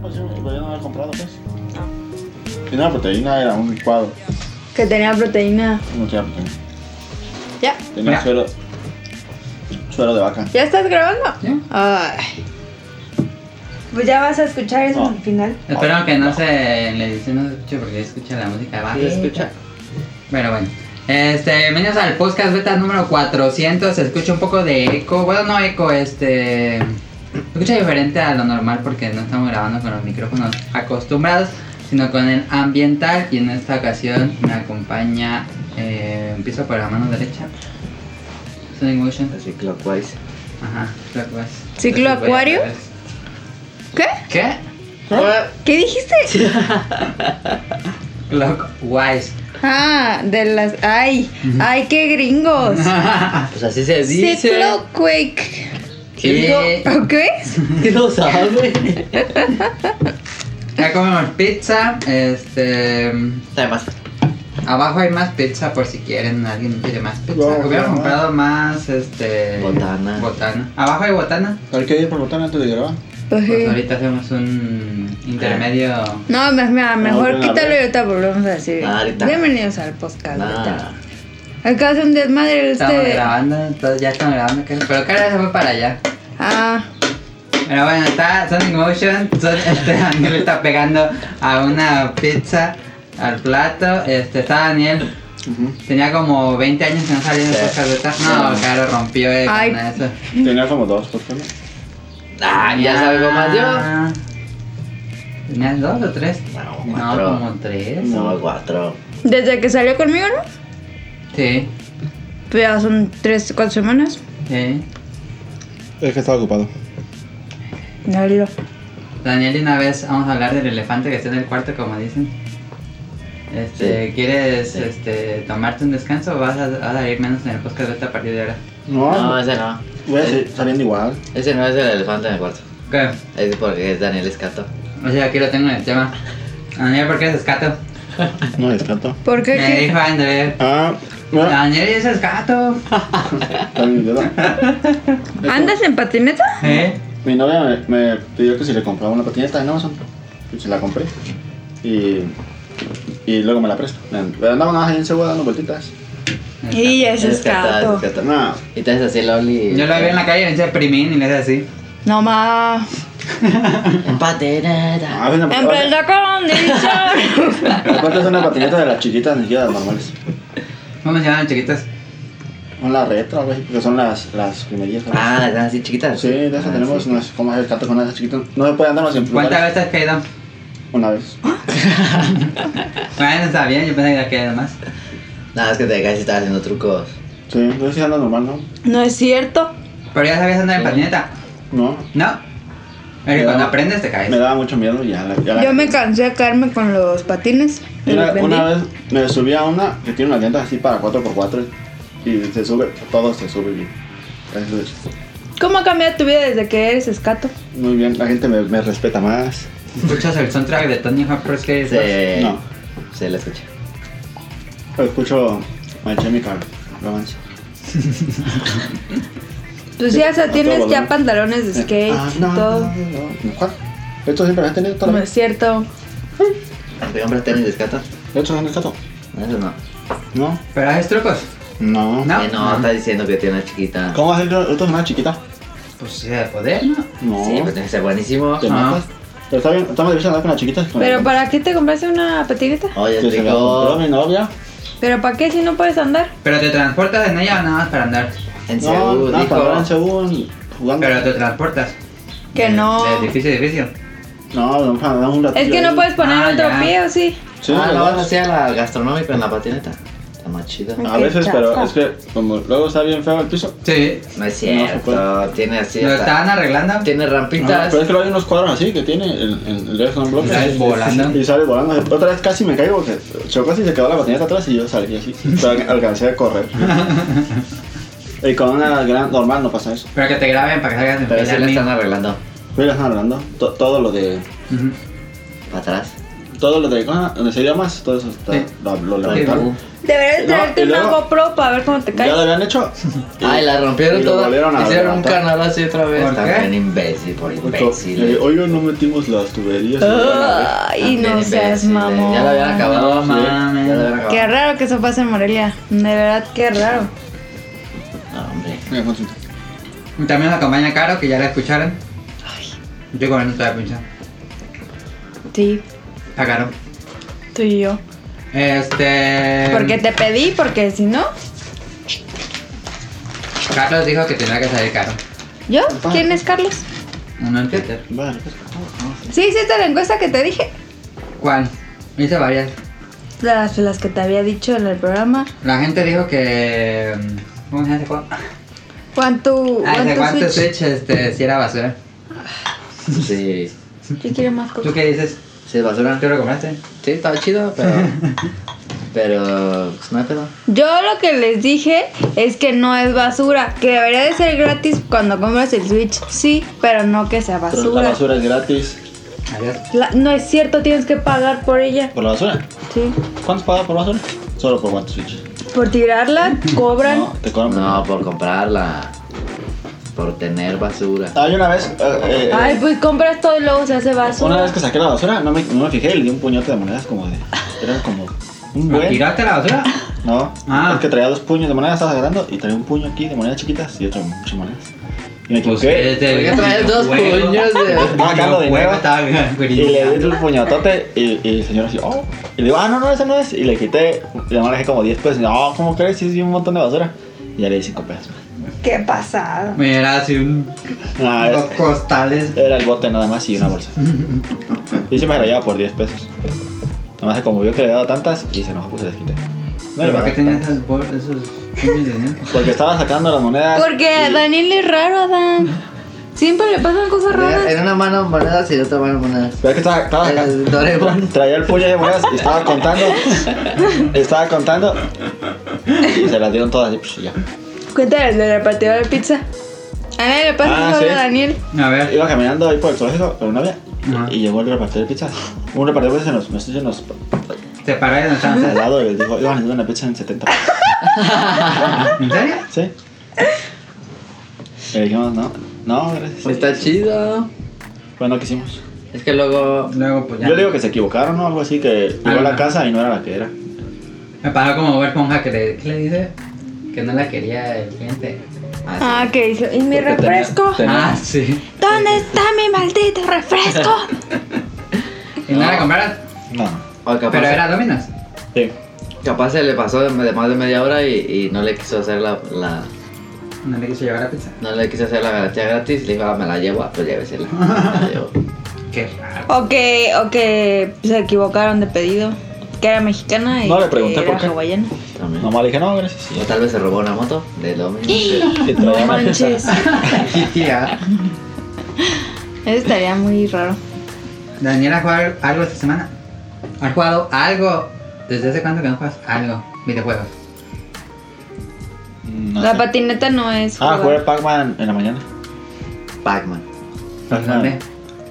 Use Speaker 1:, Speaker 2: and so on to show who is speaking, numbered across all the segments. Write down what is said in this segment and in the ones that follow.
Speaker 1: Pues podría no haber comprado, pues. Tiene una proteína, era un licuado.
Speaker 2: Que tenía proteína.
Speaker 1: No tenía proteína.
Speaker 2: Ya,
Speaker 1: Tenía
Speaker 3: Mira.
Speaker 1: suero. Suero de vaca.
Speaker 2: ¿ya estás grabando?
Speaker 3: Sí.
Speaker 2: Ay. Pues ya vas a escuchar eso
Speaker 1: No.
Speaker 2: al final.
Speaker 3: Espero que no se le dice no se escuche porque escucha la música abajo.
Speaker 2: Sí,
Speaker 3: escucha. Pero bueno. Este, bienvenidos al podcast beta número 400. Se escucha un poco de eco. Bueno, no eco, este. se Escucha diferente a lo normal porque no estamos grabando con los micrófonos acostumbrados, sino con el ambiental. Y en esta ocasión me acompaña. Eh, empiezo por la mano derecha. Sonic Motion.
Speaker 4: Así clockwise.
Speaker 3: Ajá, clockwise.
Speaker 2: ¿Ciclo
Speaker 3: Entonces voy a
Speaker 2: acuario?
Speaker 3: ver.
Speaker 2: ¿Qué?
Speaker 3: ¿Qué?
Speaker 2: ¿Qué dijiste?
Speaker 3: Clockwise.
Speaker 2: Ah, de las. Ay,
Speaker 3: Ujú.
Speaker 2: ay, qué gringos.
Speaker 4: Pues así se dice.
Speaker 2: Cicloquake.
Speaker 4: ¿Qué
Speaker 3: Eh,
Speaker 2: ¿O qué es?
Speaker 4: ¿Qué lo sabe?
Speaker 3: Ya comemos pizza. Este.
Speaker 4: Además,
Speaker 3: Abajo hay más pizza por si quieren. Alguien quiere más pizza.
Speaker 1: No,
Speaker 3: Hubiera
Speaker 1: no.
Speaker 3: comprado más. Este.
Speaker 4: Botana.
Speaker 3: Botana. Abajo hay botana.
Speaker 1: ¿Hay que ir por botana antes de grabar?
Speaker 2: Ujú.
Speaker 3: Pues ahorita hacemos un intermedio.
Speaker 2: No, me- me- mejor
Speaker 1: no, no,
Speaker 2: quítalo
Speaker 1: no.
Speaker 2: y ahorita volvemos a decir.
Speaker 4: Ah, ahorita.
Speaker 2: Bienvenidos al podcast.
Speaker 5: Ah.
Speaker 4: nada.
Speaker 2: Acá hace un desmadre
Speaker 3: Estamos
Speaker 2: este.
Speaker 3: grabando, entonces ya estamos grabando. Karen. Pero Cara se fue para allá.
Speaker 2: Ah,
Speaker 3: Pero bueno, está Sonic Motion. Son, este Daniel está pegando a una pizza al plato. Este está Daniel. Tenía como 20 años que no salía de
Speaker 4: Sí.
Speaker 3: esas carretas. No, claro, rompió eh,
Speaker 2: Ay.
Speaker 3: con eso.
Speaker 1: Tenía como dos, ¿por qué no?
Speaker 4: Ah, ya sabemos más yo.
Speaker 3: ¿Tenías dos o tres?
Speaker 4: No,
Speaker 3: No,
Speaker 4: cuatro.
Speaker 3: como tres.
Speaker 4: No, cuatro.
Speaker 2: desde que salió conmigo, ¿no?
Speaker 3: Sí,
Speaker 2: Pues ya son tres, cuatro semanas.
Speaker 3: sí.
Speaker 1: Es que estaba ocupado.
Speaker 2: Dale.
Speaker 3: Daniel, y una vez vamos a hablar del elefante que está en el cuarto, como dicen. Este, ¿quieres
Speaker 4: Sí.
Speaker 3: este, tomarte un descanso o vas a, vas a ir menos en el podcast beta a partir de ahora?
Speaker 1: No,
Speaker 4: No, ese no.
Speaker 1: voy a seguir saliendo igual.
Speaker 4: Ese no es el elefante en el cuarto.
Speaker 3: Ok,
Speaker 4: Es porque es Daniel Escato.
Speaker 3: o sea, aquí lo tengo en el tema. Daniel, ¿por qué es escato?
Speaker 1: No descarto.
Speaker 2: ¿Por qué?
Speaker 3: Me
Speaker 2: ¿Qué?
Speaker 3: dijo André.
Speaker 1: Ah, mira.
Speaker 3: Daniel es escato.
Speaker 1: Está en mi dedo.
Speaker 2: ¿Andas en patineta?
Speaker 3: ¿Eh?
Speaker 1: Mi novia me, me pidió que si le compraba una patineta en Amazon. Y se la compré. Y, y luego me la presto. Pero andaba nada más ahí en Segura dando vueltitas.
Speaker 2: Y es escato.
Speaker 1: No,
Speaker 4: Y te haces así, Loli.
Speaker 3: Yo lo vi en la calle y le decía primín y le decía así.
Speaker 2: No más.
Speaker 4: En patineta.
Speaker 1: a ver, una
Speaker 2: Empezó con dicho.
Speaker 1: Aparte es una patineta de las chiquitas, ni siquiera de las normales.
Speaker 3: ¿Cómo se llaman los chiquitos?
Speaker 1: Son las retro, güey, porque son las, las primerillas. ¿sabes?
Speaker 4: Ah, las dan así chiquitas.
Speaker 1: Sí, de esas
Speaker 4: Ah,
Speaker 1: tenemos
Speaker 4: sí.
Speaker 1: unas, como el gato con esas chiquitas. No se puede andarnos en
Speaker 3: ¿Cuántas
Speaker 1: plural.
Speaker 3: veces has caído?
Speaker 1: Una vez.
Speaker 3: Bueno, está bien, yo pensé que había caído más.
Speaker 4: Nada, es que te caes y estás haciendo trucos.
Speaker 1: Sí, entonces sí anda normal, ¿no?
Speaker 2: No es cierto.
Speaker 3: Pero ya sabías andar en
Speaker 4: Sí.
Speaker 3: patineta,
Speaker 1: No.
Speaker 3: ¿no? Es que
Speaker 1: Me
Speaker 3: cuando
Speaker 1: daba-
Speaker 3: aprendes te caes.
Speaker 1: Me daba mucho miedo y ya la. Ya la-
Speaker 2: Yo me cansé de caerme con los patines. y
Speaker 1: Mira,
Speaker 2: los vendí.
Speaker 1: una vez me subí a una que tiene unas llantas así para 4x4 y se sube, todo se sube bien. Eso es-
Speaker 2: ¿Cómo ha cambiado tu vida desde que eres escato?
Speaker 1: Muy bien, la gente me, me respeta más.
Speaker 3: Escuchas el soundtrack de Tony Hopper que es
Speaker 4: Se.
Speaker 1: No.
Speaker 4: Se la escucha.
Speaker 1: Escucho My Chemical Romance.
Speaker 2: Pues ya, o sea,
Speaker 1: A
Speaker 2: tienes
Speaker 1: todo
Speaker 2: ya
Speaker 1: volumen.
Speaker 2: pantalones de skate
Speaker 1: Ah,
Speaker 2: y
Speaker 1: no,
Speaker 2: Pues todo.
Speaker 1: no, no, no. ¿Cuál? Esto siempre lo has tenido toda
Speaker 2: No
Speaker 1: la vida.
Speaker 2: es cierto.
Speaker 4: ¿Te compras tenis de escato?
Speaker 1: ¿De hecho, ¿dónde está todo?
Speaker 4: Eso no.
Speaker 1: No.
Speaker 3: Pero haces trucos.
Speaker 1: No.
Speaker 3: No.
Speaker 4: Eh, no, está diciendo que tiene una chiquita.
Speaker 1: ¿Cómo vas a hacer esto es una chiquita?
Speaker 3: Pues sí, de poder, ¿no?
Speaker 1: No.
Speaker 4: Sí,
Speaker 2: pues,
Speaker 4: pero tiene que ser buenísimo.
Speaker 1: Te
Speaker 3: No.
Speaker 1: matas. Pero está bien, estamos debiendo hablar con las chiquitas. Con
Speaker 2: ¿Pero
Speaker 1: el-
Speaker 2: para qué te compraste una patineta?
Speaker 4: Oye,
Speaker 1: que se la compró
Speaker 4: explicó.
Speaker 1: mi novia.
Speaker 2: ¿Pero para qué si no puedes andar?
Speaker 3: Pero te transportas en ella o nada más para andar.
Speaker 4: En
Speaker 1: No,
Speaker 4: Seúl,
Speaker 1: no,
Speaker 4: dijo.
Speaker 1: para hablar en Seúl, jugando.
Speaker 3: Pero te transportas.
Speaker 2: Que
Speaker 1: Eh,
Speaker 3: De-
Speaker 2: no.
Speaker 3: De edificio a edificio.
Speaker 1: No, vamos a dar un ratito.
Speaker 2: Es que no
Speaker 1: ahí.
Speaker 2: puedes poner
Speaker 3: Ah,
Speaker 2: otro
Speaker 3: ya.
Speaker 2: pie, ¿o sí?
Speaker 1: Sí,
Speaker 4: ah,
Speaker 1: no,
Speaker 4: no, no sea la gastronómica en la patineta. Está más chido.
Speaker 2: No.
Speaker 1: A
Speaker 2: Qué
Speaker 1: veces, pero
Speaker 2: chafa.
Speaker 1: es que como luego está bien feo el piso.
Speaker 3: Sí.
Speaker 4: No es
Speaker 1: No se
Speaker 4: cierto.
Speaker 1: puede.
Speaker 4: tiene así.
Speaker 3: lo
Speaker 4: hasta-
Speaker 3: estaban arreglando.
Speaker 4: Tiene
Speaker 1: Ajá,
Speaker 4: rampitas.
Speaker 1: pero es que luego hay unos cuadros así que tiene el, el, el resto de un bloque.
Speaker 3: Y sales volando.
Speaker 1: Y sale volando. Otra vez casi me caigo porque chocó y se quedó la patineta atrás y yo salí así. Pero alcancé a correr. y con una gran normal no pasa eso.
Speaker 3: Pero que te graben para que salgas en
Speaker 4: Pero sí
Speaker 3: fila.
Speaker 4: lo están arreglando.
Speaker 1: Pero ya están hablando. to- todo lo de.
Speaker 3: Ujú.
Speaker 4: Para atrás.
Speaker 1: Todo lo de ah, donde se más, todo eso está,
Speaker 3: Sí.
Speaker 1: lo, lo
Speaker 5: Ay,
Speaker 1: levantaron.
Speaker 2: Deberías
Speaker 1: No,
Speaker 2: traerte
Speaker 1: y
Speaker 2: una
Speaker 1: luego-
Speaker 2: GoPro para ver cómo te
Speaker 1: Ya lo
Speaker 2: caes.
Speaker 1: habían hecho.
Speaker 5: Ay, la rompieron
Speaker 1: Y lo
Speaker 5: toda.
Speaker 1: volvieron a
Speaker 5: Hicieron un
Speaker 1: levantar.
Speaker 5: canal así otra vez.
Speaker 3: ¿Por qué?
Speaker 5: También imbécil, por
Speaker 1: Eh,
Speaker 5: imbécil. Ah.
Speaker 1: Oiga, no metimos las tuberías.
Speaker 2: Ay, no seas mamón.
Speaker 5: Ya la habían acabado.
Speaker 3: No
Speaker 5: sí, Ya la habían
Speaker 3: mames.
Speaker 2: Qué
Speaker 5: acabado.
Speaker 2: raro que eso pase en Morelia. De verdad, qué raro.
Speaker 5: No, hombre.
Speaker 1: Mira, Juancito.
Speaker 3: Y También la campaña Caro, que ya la escucharon. Yo con él no estoy escuchando.
Speaker 2: Sí,
Speaker 3: Está caro.
Speaker 2: tú y yo.
Speaker 5: Em.
Speaker 3: Este.
Speaker 2: Porque te pedí, porque si no,
Speaker 3: Carlos dijo que tenía que salir caro.
Speaker 2: ¿yo? ¿Quién es Carlos?
Speaker 3: Uno en Twitter.
Speaker 1: Vale, pues, ¿cómo?
Speaker 2: Sí, hiciste la encuesta que te dije.
Speaker 3: ¿Cuál? Hice varias.
Speaker 2: Las, las que te había dicho en el programa.
Speaker 3: La gente dijo que. mm, ¿Cómo se llama ese juego?
Speaker 2: Juan, tu,
Speaker 3: Ah,
Speaker 2: Juan,
Speaker 3: ese
Speaker 2: tu
Speaker 3: Guante
Speaker 2: Switch.
Speaker 3: Switch, este, si era basura.
Speaker 5: Sí.
Speaker 2: Yo quiero más
Speaker 3: ¿Tú
Speaker 2: cosas.
Speaker 3: qué dices?
Speaker 5: Sí, es basura.
Speaker 3: ¿Tú lo compraste?
Speaker 5: Sí, estaba chido, pero.
Speaker 1: Ah.
Speaker 5: pero. Pues no hay pedo.
Speaker 2: Yo lo que les dije es que no es basura, que debería de ser gratis cuando compras el Switch, sí, pero no que sea
Speaker 1: Pero la
Speaker 2: basura.
Speaker 1: basura es gratis.
Speaker 3: Adiós.
Speaker 2: La- no es cierto, tienes que pagar por ella.
Speaker 1: ¿Por la basura?
Speaker 2: Sí.
Speaker 1: ¿Cuánto pagas por basura? Solo por cuántos Switch.
Speaker 2: Por tirarla, cobran.
Speaker 1: No, te cobran.
Speaker 5: No, por comprarla. Por tener basura.
Speaker 1: Ah, yo una vez. eh, eh,
Speaker 2: Ay, pues compras todo y luego se hace
Speaker 1: Una vez
Speaker 2: basura.
Speaker 1: que saqué la basura, no me, no me fijé y le di un puñote de monedas como de. Era como. Un
Speaker 3: ¿Lo
Speaker 1: buen.
Speaker 3: ¿Tiraste a la basura?
Speaker 1: No,
Speaker 3: Ah.
Speaker 1: es que traía dos puños de monedas, estaba agarrando y traía un puño aquí de monedas chiquitas y otro de muchas monedas. Y me
Speaker 3: Este,
Speaker 1: equivoqué.
Speaker 5: ¿Por qué traes dos puños de-
Speaker 1: Ah, Carlos, de nuevo. Y le di
Speaker 3: nuevo.
Speaker 1: el puñotote y, y el señor así, oh. Y le digo, ah, no, no, ese no es. Y le quité, y además le dejé como 10 pesos. Y, oh, ¿cómo crees? Sí, sí, un montón de basura. Y ya le di 5 pesos.
Speaker 2: Qué pasada.
Speaker 3: Mira, así un.
Speaker 1: Nada,
Speaker 3: Dos costales.
Speaker 1: Era el bote nada más y una bolsa. Y se me la llevaba por 10 pesos. Nada más se conmovió que le daba tantas y se enojó pues se las quité. No le
Speaker 3: ¿Pero por qué
Speaker 1: pagaba
Speaker 3: tenías
Speaker 1: tantas.
Speaker 3: esos bol- esos puños de dinero?
Speaker 1: Porque estaba sacando las monedas.
Speaker 2: Porque
Speaker 1: y-
Speaker 2: Daniel es raro, Adán. Siempre le pasan cosas raras.
Speaker 5: En una mano monedas y en otra mano monedas.
Speaker 1: Pero es que estaba, estaba sacando-
Speaker 5: El Doraemon.
Speaker 1: Traía el puño de monedas y estaba contando. estaba contando. Y se las dieron todas y pues ya.
Speaker 2: Cuéntales de la partida de pizza. A nadie le pasa
Speaker 1: Ah,
Speaker 2: solo
Speaker 1: sí.
Speaker 2: a Daniel.
Speaker 3: A ver.
Speaker 1: Iba caminando ahí por el zoológico con una novia
Speaker 3: Ajá.
Speaker 1: y llegó el repartidor de pizzas. Un repartidor de pizzas se nos, nos, nos,
Speaker 3: Te paré en el
Speaker 1: al lado y les dijo, iban a hacer una pizza en 70 pesos.
Speaker 3: ¿En serio?
Speaker 1: ¿Sí? Y le dijimos, no, no, gracias.
Speaker 5: Está chido.
Speaker 1: Pues no quisimos.
Speaker 5: Es que luego.
Speaker 3: Luego, pues ya.
Speaker 1: Yo digo que se equivocaron o algo así, que llegó a la
Speaker 3: no.
Speaker 1: casa y no era la que era.
Speaker 3: Me paró como Bob Esponja que le, que le dice que no la quería el cliente.
Speaker 5: Ah,
Speaker 2: Ah, que dice, ¿y
Speaker 1: Porque
Speaker 2: mi
Speaker 1: tenía-
Speaker 2: refresco?
Speaker 1: tenía-
Speaker 3: Ah, sí.
Speaker 2: ¿Dónde está mi maldito refresco?
Speaker 3: Y no, la compraron.
Speaker 1: No.
Speaker 5: sí. O capaz,
Speaker 3: Pero era Dominos.
Speaker 1: Sí.
Speaker 5: capaz se le pasó de, de más de media hora y, y no le quiso hacer la, la-
Speaker 3: No le quiso llevar la pizza.
Speaker 5: No le quiso hacer la garantía gratis. Le dijo, "Ah, me la llevo, ah, pues llévesela. Me la llevo.
Speaker 3: Qué raro.
Speaker 2: O que, o que se equivocaron de pedido. Que era mexicana y
Speaker 1: No le pregunté
Speaker 2: que era
Speaker 1: por qué.
Speaker 2: hawaiana.
Speaker 5: También.
Speaker 1: Nomás le dije, no, gracias.
Speaker 5: O tal vez se robó una moto de Dominic.
Speaker 1: Y traía
Speaker 2: No
Speaker 1: una pizza.
Speaker 2: manches.
Speaker 3: Tía.
Speaker 2: Eso estaría muy raro.
Speaker 3: Daniela, ¿has jugado algo esta semana? ¿Has jugado algo? ¿Desde hace cuándo que no juegas algo? Videojuegos.
Speaker 1: No
Speaker 2: La
Speaker 1: sé.
Speaker 2: patineta no es.
Speaker 1: Ah,
Speaker 2: jugar.
Speaker 1: jugué Pac-Man en la mañana.
Speaker 5: Pac-Man.
Speaker 3: ¿Dónde?
Speaker 1: Pac-Man.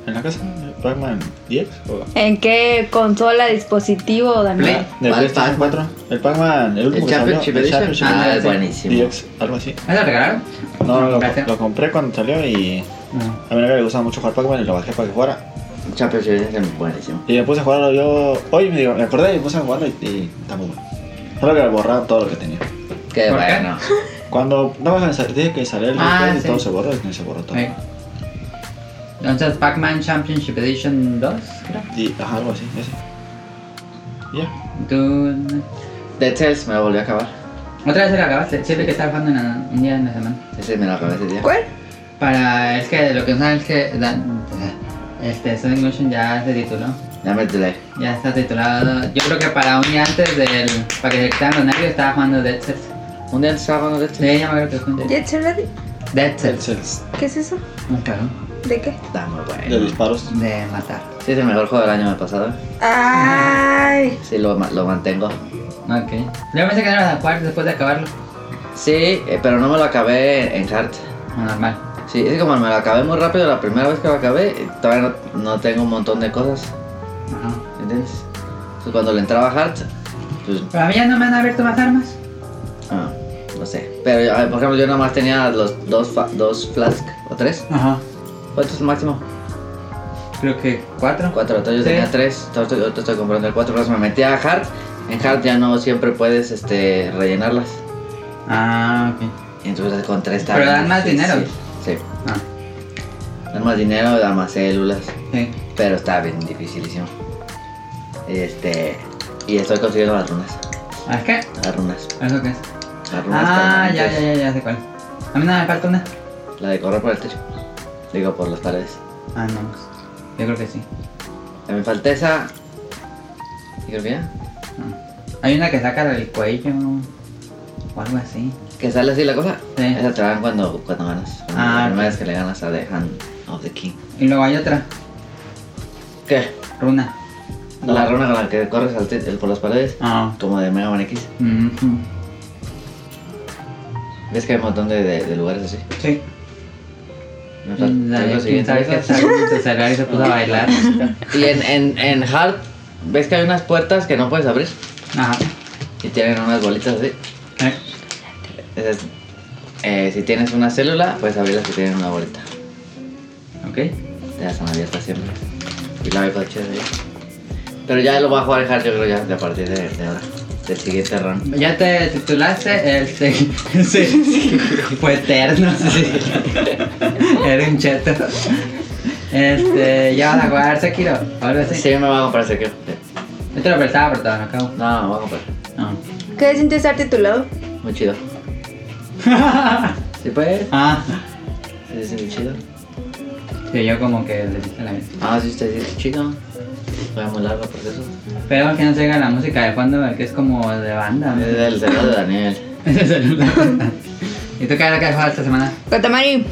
Speaker 1: ¿En la casa? ¿Pac-Man 10? ¿O
Speaker 2: ¿En qué consola, dispositivo, Daniel?
Speaker 3: Play.
Speaker 1: ¿De
Speaker 5: ¿Cuál
Speaker 1: PlayStation
Speaker 5: Pac-Man?
Speaker 1: 4? El Pac-Man, el último
Speaker 5: ¿El
Speaker 1: que salió,
Speaker 5: Championship
Speaker 1: el
Speaker 5: Edition?
Speaker 1: Championship
Speaker 5: Ah,
Speaker 1: Edition,
Speaker 5: buenísimo.
Speaker 1: DX, algo así.
Speaker 3: ¿Me lo regalaron? Ah.
Speaker 1: No, no, lo,
Speaker 3: ¿Compraste?
Speaker 1: lo compré cuando salió y
Speaker 3: No.
Speaker 1: a mi novia le gustaba mucho jugar Pac-Man y lo bajé para que jugara.
Speaker 5: Championship Edition es buenísimo.
Speaker 1: Y me puse a jugarlo yo... Hoy me, digo, me acordé y me puse a jugarlo y, y está muy bueno. Solo que borrar todo lo que tenía.
Speaker 5: Qué
Speaker 3: ¿Por qué?
Speaker 5: bueno.
Speaker 1: Cuando no, me sal- dije que salía el
Speaker 3: Ah,
Speaker 1: replay y
Speaker 3: sí.
Speaker 1: todo se borró, y se borró todo.
Speaker 3: Ok. Entonces, Pac-Man Championship Edition 2, creo.
Speaker 1: Y, ajá, algo así, ese. Y Ya.
Speaker 3: ¿Tú
Speaker 5: Dead Cells me lo volvió a acabar.
Speaker 3: Otra vez se la acabaste, siempre que estaba jugando en la- un día en la semana.
Speaker 5: Ese me lo acabé ese día.
Speaker 2: ¿Cuál?
Speaker 3: Para, es que lo que no saben es que Dan- este, Sonic Motion ya se tituló,
Speaker 5: Ya me delay.
Speaker 3: ya está titulado. Yo creo que para un día antes del, para que se quitaran los nervios, estaba jugando Dead Cells.
Speaker 5: Un día estaba jugando Dead Cells.
Speaker 3: Sí, ya me acuerdo que fue un Dead-
Speaker 2: Jet Set Ready.
Speaker 3: Dead
Speaker 1: El
Speaker 3: Cells.
Speaker 1: Cells.
Speaker 2: ¿Qué es eso?
Speaker 3: Un cabrón
Speaker 2: ¿De qué?
Speaker 5: Está muy
Speaker 1: De
Speaker 5: bueno.
Speaker 1: disparos.
Speaker 3: de matar.
Speaker 5: Sí, es el mejor juego del año pasado.
Speaker 2: Ay.
Speaker 5: Sí, lo, ma- lo mantengo.
Speaker 3: Ok. Yo pensé que no ibas a jugar después de acabarlo.
Speaker 5: Sí, eh, pero no me lo acabé en hard.
Speaker 3: Lo Normal.
Speaker 5: Sí, es que como me lo acabé muy rápido la primera vez que lo acabé, eh, todavía no, no tengo un montón de cosas.
Speaker 3: Ajá.
Speaker 5: ¿Entiendes? Entonces cuando le entraba Hart, pues
Speaker 3: Pero a mí ya no me han abierto más armas.
Speaker 5: Ah, no sé. Pero, yo, a ver, por ejemplo, yo nomás tenía los dos, fa- dos flask o tres.
Speaker 3: Ajá.
Speaker 5: ¿Cuánto es el máximo?
Speaker 3: Creo que cuatro.
Speaker 5: Cuatro. Entonces yo
Speaker 3: Sí.
Speaker 5: tenía tres. Entonces estoy- ahorita estoy comprando el cuatro. Entonces me metí a Hard. En Hard ya no siempre puedes este, rellenarlas.
Speaker 3: Ah, ok.
Speaker 5: Y entonces con tres está
Speaker 3: Pero
Speaker 5: bien
Speaker 3: dan más
Speaker 5: difícil.
Speaker 3: dinero.
Speaker 5: Sí.
Speaker 3: Ah,
Speaker 5: Dan más dinero, dan más células.
Speaker 3: sí.
Speaker 5: Pero está bien dificilísimo. Este. Y estoy consiguiendo las runas.
Speaker 3: ¿Ah, es qué?
Speaker 5: Las runas.
Speaker 3: ¿Eso qué es?
Speaker 5: Las runas.
Speaker 3: Ah, ya,
Speaker 5: permanentes.
Speaker 3: ya, ya, ya sé cuál. A mí nada me falta una.
Speaker 5: La de correr por el techo. Digo, por las paredes.
Speaker 3: Ah, no. pues, Yo creo que sí.
Speaker 5: A mí me falta esa. Y creo que ya.
Speaker 3: Ah. Hay una que saca el cuello o algo así.
Speaker 5: Que sale así la cosa.
Speaker 3: Sí.
Speaker 5: Esa te la dan cuando, cuando ganas.
Speaker 3: Ah,
Speaker 5: la primera
Speaker 3: ok.
Speaker 5: vez que le ganas a The Hand of the King.
Speaker 3: Y luego hay otra,
Speaker 5: ¿Qué?
Speaker 3: runa.
Speaker 5: La runa con la que corres al te- el- por las paredes.
Speaker 3: Ah.
Speaker 5: Como de Mega Man X.
Speaker 3: mhm.
Speaker 5: Ves que hay un montón de, de- de lugares así.
Speaker 3: Sí.
Speaker 5: Me falta- tengo
Speaker 3: Mm, Dale,
Speaker 5: que
Speaker 3: quién
Speaker 5: seguir
Speaker 3: sabe qué
Speaker 5: esas.
Speaker 3: tal su celular y se puso a bailar.
Speaker 5: Y en, en, en Hard, ves que hay unas puertas que no puedes abrir.
Speaker 3: Ajá.
Speaker 5: Y tienen unas bolitas así.
Speaker 3: Eh,
Speaker 5: Esas- eh, si tienes una célula, puedes abrirlas que tienen una bolita.
Speaker 3: Ok.
Speaker 5: Ya están abiertas siempre. Y la veo chévere. Pero ya lo va a jugar en Hard, yo creo ya de a partir de, de ahora. Del siguiente round.
Speaker 3: Ya te titulaste, este. sí. Fue eterno, sí. Era un cheto. Este, ya vas a jugar Sekiro, o algo así.
Speaker 5: Sí, me va a comprar ese que.
Speaker 3: Yo te lo prestaba, pero te lo acabo.
Speaker 5: No, me voy a comprar.
Speaker 3: No.
Speaker 2: ¿Qué sientes estar titulado?
Speaker 5: Muy chido. ¿Sí puede?
Speaker 3: ah,
Speaker 5: Sí, sí, muy chido.
Speaker 3: sí, yo como que le dije a la gente.
Speaker 5: Ah, sí, usted dice chido. Fue muy largo por eso.
Speaker 3: Pero que no se haga la música de fondo, que es como de banda. ¿no?
Speaker 5: Es del celular de Daniel.
Speaker 3: Ese celular. ¿Y tú qué era que has jugado esta semana?
Speaker 2: Katamari.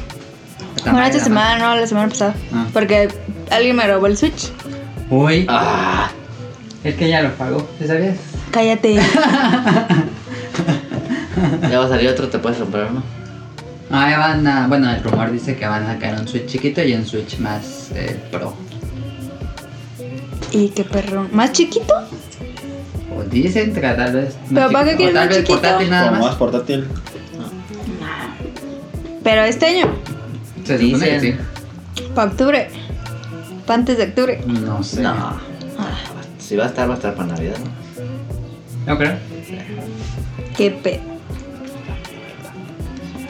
Speaker 2: Bueno, esta semana no, la semana pasada.
Speaker 3: Ah.
Speaker 2: Porque alguien me robó el Switch.
Speaker 3: Uy,
Speaker 5: Ah,
Speaker 3: es que ya lo pagó, ¿sí sabías?
Speaker 2: Cállate.
Speaker 5: ya va a salir otro, te puedes comprar uno.
Speaker 3: Ah, ya van a, bueno, el rumor dice que van a sacar un Switch chiquito y un Switch más eh, pro.
Speaker 2: y qué perro. ¿Más chiquito?
Speaker 3: O dicen que tal vez. más
Speaker 2: Pero ¿para qué quieres
Speaker 3: chiquito, o tal
Speaker 2: más
Speaker 3: vez
Speaker 2: chiquito?
Speaker 3: portátil nada
Speaker 1: Como más
Speaker 3: más.
Speaker 1: portátil.
Speaker 2: Pero este año,
Speaker 3: Se supone que sí.
Speaker 5: Dicen.
Speaker 2: para octubre. Pa' antes de octubre. Ah,
Speaker 3: No sé.
Speaker 5: No. Si va a estar, va a estar para Navidad. ¿no?
Speaker 3: No creo.
Speaker 2: Qué pedo.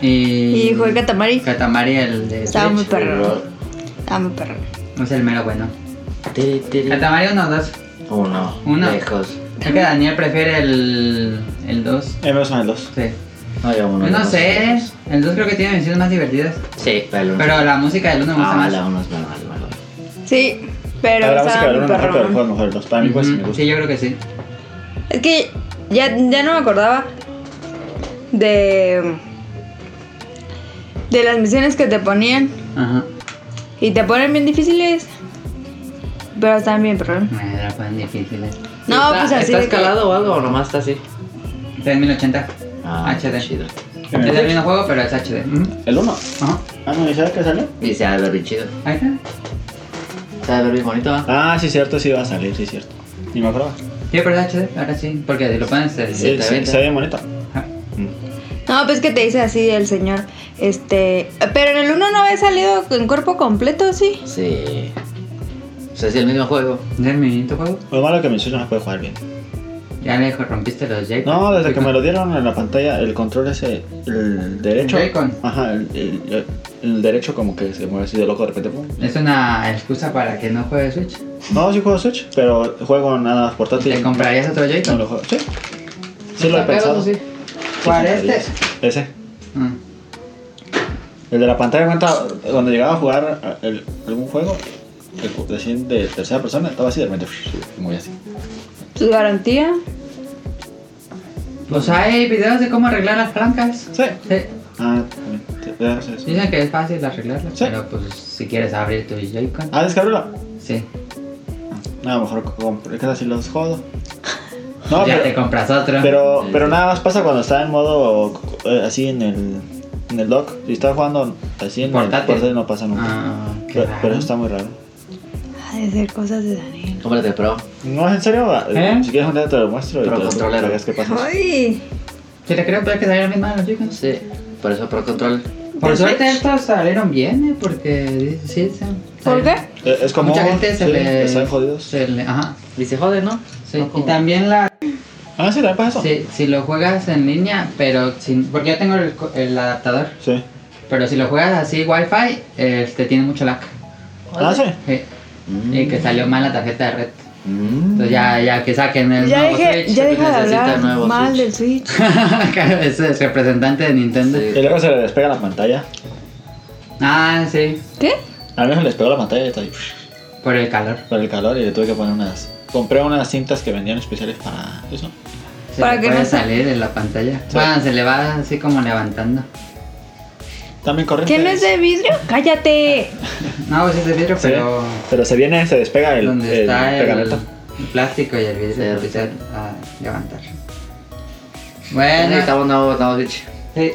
Speaker 3: Y.
Speaker 2: Y jugué Katamari.
Speaker 3: Katamari, el de
Speaker 2: Estaba muy
Speaker 3: Switch.
Speaker 2: perro. Estaba muy perro.
Speaker 3: Es el mero bueno.
Speaker 5: Tiri, tiri.
Speaker 3: Katamari 1 o 2.
Speaker 5: Uno.
Speaker 3: Uno.
Speaker 5: Lejos.
Speaker 3: Es que Daniel prefiere el. el 2.
Speaker 1: A mí me gustan el dos.
Speaker 3: Sí.
Speaker 5: No, yo uno.
Speaker 3: No
Speaker 5: lejos.
Speaker 3: sé. El 2 creo que tiene misiones más divertidas.
Speaker 5: Sí, pero el uno.
Speaker 3: Pero la música del 1 me gusta
Speaker 5: Ah,
Speaker 3: más.
Speaker 5: la uno es mejor, es mejor.
Speaker 2: Sí,
Speaker 1: Pero
Speaker 2: pero
Speaker 1: Ah, la música
Speaker 2: estaba
Speaker 1: de
Speaker 2: muy
Speaker 1: uno mejor, pero el juego
Speaker 2: perro.
Speaker 1: es mejor. el dos. Para mí, pues, sí me
Speaker 3: Ujú,
Speaker 1: gusta.
Speaker 3: Sí, yo creo que sí.
Speaker 2: Es que ya, ya no me acordaba de. de las misiones que te ponían.
Speaker 3: Ajá.
Speaker 2: Y te ponen bien difíciles. Pero están bien perro.
Speaker 3: Me la ponen difíciles.
Speaker 2: No,
Speaker 5: ¿Está-
Speaker 2: pues así.
Speaker 5: ¿Está
Speaker 2: de que-
Speaker 5: escalado o algo o nomás está así?
Speaker 3: 3080.
Speaker 5: Ah,
Speaker 3: HD.
Speaker 5: chido.
Speaker 1: ¿En el
Speaker 3: Es el
Speaker 1: Switch?
Speaker 3: mismo juego, pero es HD. Ujú.
Speaker 1: ¿El uno?
Speaker 3: Ajá.
Speaker 1: Ah, no, ¿y sabes qué salió?
Speaker 5: Y se ha de ver bien chido.
Speaker 3: Ahí está.
Speaker 5: Se ha de ver bien bonito, ¿ah?
Speaker 1: Ah, sí, cierto, sí va a salir, sí, cierto. Ni me acuerdo. Eh,
Speaker 3: Sí, pero es HD, ahora sí, porque si lo pones el...
Speaker 5: Sí,
Speaker 1: Sí,
Speaker 5: está
Speaker 1: sí,
Speaker 5: bien.
Speaker 1: se ve bien bonito.
Speaker 3: Ajá.
Speaker 2: No, pues que te dice así el señor. Este. Pero en el uno no había salido en cuerpo completo, sí.
Speaker 5: Sí. O sea, es el mismo juego.
Speaker 3: ¿Es el minito juego?
Speaker 1: Lo malo que mi Switch no se puede jugar bien.
Speaker 3: Ya le rompiste los Joy-Con.
Speaker 1: No, desde que me lo dieron en la pantalla, el control ese, el derecho.
Speaker 3: Joy-Con.
Speaker 1: Ajá, el, el- el derecho como que se mueve así de loco de repente. pum.
Speaker 3: Es una excusa para que no juegue Switch.
Speaker 1: No, sí juego Switch, pero juego nada más portátil.
Speaker 3: ¿Te comprarías otro
Speaker 1: No
Speaker 3: Joy-Con?
Speaker 1: lo juego. Sí. Sí lo he
Speaker 5: Está caro,
Speaker 1: pensado.
Speaker 5: sí.
Speaker 3: ¿Cuál
Speaker 1: Sí,
Speaker 3: este?
Speaker 1: Ese.
Speaker 3: Ah,
Speaker 1: El de la pantalla cuenta, cuando llegaba a jugar a- el- algún juego, el ju- decían de tercera persona, estaba así de repente, muy así.
Speaker 2: Pues garantía.
Speaker 3: Pues hay videos de cómo arreglar las palancas.
Speaker 1: Sí.
Speaker 3: Sí.
Speaker 1: Ah, también. Sí, ya, sí, sí.
Speaker 3: Dicen que es fácil arreglarlas,
Speaker 1: Sí.
Speaker 3: pero pues si quieres abrir tu Joy-Con.
Speaker 1: Ah, descargarlo.
Speaker 3: Sí.
Speaker 1: No, mejor compré que así los jodo. No,
Speaker 3: ya
Speaker 1: pero,
Speaker 3: te compras otro.
Speaker 1: pero, pero nada más pasa cuando está en modo eh, así en el, en el dock. Si está jugando así en
Speaker 3: Portátil.
Speaker 1: el portátil no pasa nunca.
Speaker 3: Ah, qué
Speaker 1: pero,
Speaker 3: raro.
Speaker 1: pero eso está muy raro.
Speaker 2: Ha de ser cosas de Daniel.
Speaker 4: Cómprate Pro.
Speaker 1: No, es en serio. ah,
Speaker 3: ¿Eh?
Speaker 1: Si quieres un día te lo muestro y
Speaker 4: Pero
Speaker 1: te lo
Speaker 4: controlero.
Speaker 1: para que veas qué pasa.
Speaker 2: Ay,
Speaker 3: Si le creo, pero que salieron bien mal los chicos.
Speaker 4: Sí, por eso Pro Control.
Speaker 3: Por
Speaker 2: ¿De
Speaker 3: suerte
Speaker 2: Switch?
Speaker 3: estos salieron bien, eh, porque sí, sí.
Speaker 2: ¿por qué?
Speaker 1: Eh, Es
Speaker 3: A
Speaker 1: como.
Speaker 3: mucha gente se
Speaker 1: sí,
Speaker 3: le.
Speaker 1: Están jodidos.
Speaker 3: se le- ajá.
Speaker 4: Y se jode, ¿no?
Speaker 3: Sí,
Speaker 4: No
Speaker 3: y
Speaker 4: como-
Speaker 3: también la.
Speaker 1: Ah, sí, también pasa eso.
Speaker 3: Si, si lo juegas en línea, pero sin. Porque yo tengo el, co- el adaptador.
Speaker 1: Sí.
Speaker 3: Pero si lo juegas así, wifi, este tiene mucho lag.
Speaker 1: Ah, sí.
Speaker 3: Sí. Mm. Y que salió mal la tarjeta de red.
Speaker 4: Mm.
Speaker 3: Entonces ya, eh. ya que saquen el
Speaker 2: Ya
Speaker 3: nuevo
Speaker 2: dejé,
Speaker 3: Switch.
Speaker 2: ya
Speaker 4: pues
Speaker 2: deja de
Speaker 4: necesita
Speaker 2: hablar
Speaker 4: nuevo
Speaker 2: mal
Speaker 4: Switch.
Speaker 2: del Switch.
Speaker 3: Claro, Ese es representante de Nintendo.
Speaker 1: Y luego se le despega la pantalla.
Speaker 3: Ah, sí.
Speaker 2: ¿Qué?
Speaker 1: A mí se le despegó la pantalla y está ahí.
Speaker 3: Por el calor.
Speaker 1: Por el calor y le tuve que poner unas. Compré unas cintas que vendían especiales para eso.
Speaker 3: Se
Speaker 2: Para
Speaker 3: le
Speaker 2: que
Speaker 3: puede
Speaker 2: no se-
Speaker 3: salir en la pantalla. Bueno, se le va así como levantando.
Speaker 1: También corriente.
Speaker 2: ¿Quién es de vidrio? ¡Cállate!
Speaker 3: No, pues es de vidrio,
Speaker 1: Sí,
Speaker 3: pero
Speaker 1: pero se viene, se despega el,
Speaker 3: donde
Speaker 1: el
Speaker 3: está el,
Speaker 1: pegamento.
Speaker 3: plástico y el
Speaker 4: Sí,
Speaker 3: vidrio se
Speaker 4: el
Speaker 3: empieza a levantar.
Speaker 4: Ya
Speaker 3: Bueno,
Speaker 4: Necesitamos un nuevo, nuevo Switch.
Speaker 3: sí.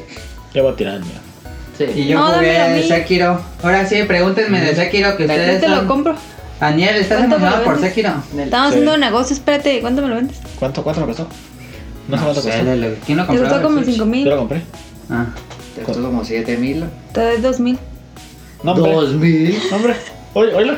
Speaker 1: Yo voy a tirar el mío.
Speaker 3: y
Speaker 4: Sí.
Speaker 3: yo
Speaker 2: No, dámelo a
Speaker 3: jugué
Speaker 2: mí.
Speaker 3: Sekiro. Ahora sí, pregúntenme de Sekiro que
Speaker 2: Yo
Speaker 3: ustedes
Speaker 2: te lo
Speaker 3: son-
Speaker 2: compro.
Speaker 3: Daniel,
Speaker 2: ¿Cuánto
Speaker 3: ¿estás
Speaker 2: me
Speaker 3: emocionado
Speaker 2: lo
Speaker 3: por
Speaker 2: vendes?
Speaker 3: Sekiro?
Speaker 2: Estamos
Speaker 1: Sí.
Speaker 2: haciendo un negocio, espérate, ¿cuánto me lo vendes?
Speaker 1: ¿Cuánto, cuánto me costó? No, sé cuánto
Speaker 3: sé,
Speaker 1: costó.
Speaker 3: lo- pues, ¿Quién lo
Speaker 2: Te
Speaker 3: compró?
Speaker 2: costó como
Speaker 3: El Switch.
Speaker 1: Yo
Speaker 2: 5
Speaker 1: lo
Speaker 2: mil,
Speaker 1: compré.
Speaker 3: Ah.
Speaker 4: Te costó como 7 mil.
Speaker 2: te doy 2 mil.
Speaker 1: No, hombre.
Speaker 4: mil?
Speaker 1: No, hombre. Oye, oílo.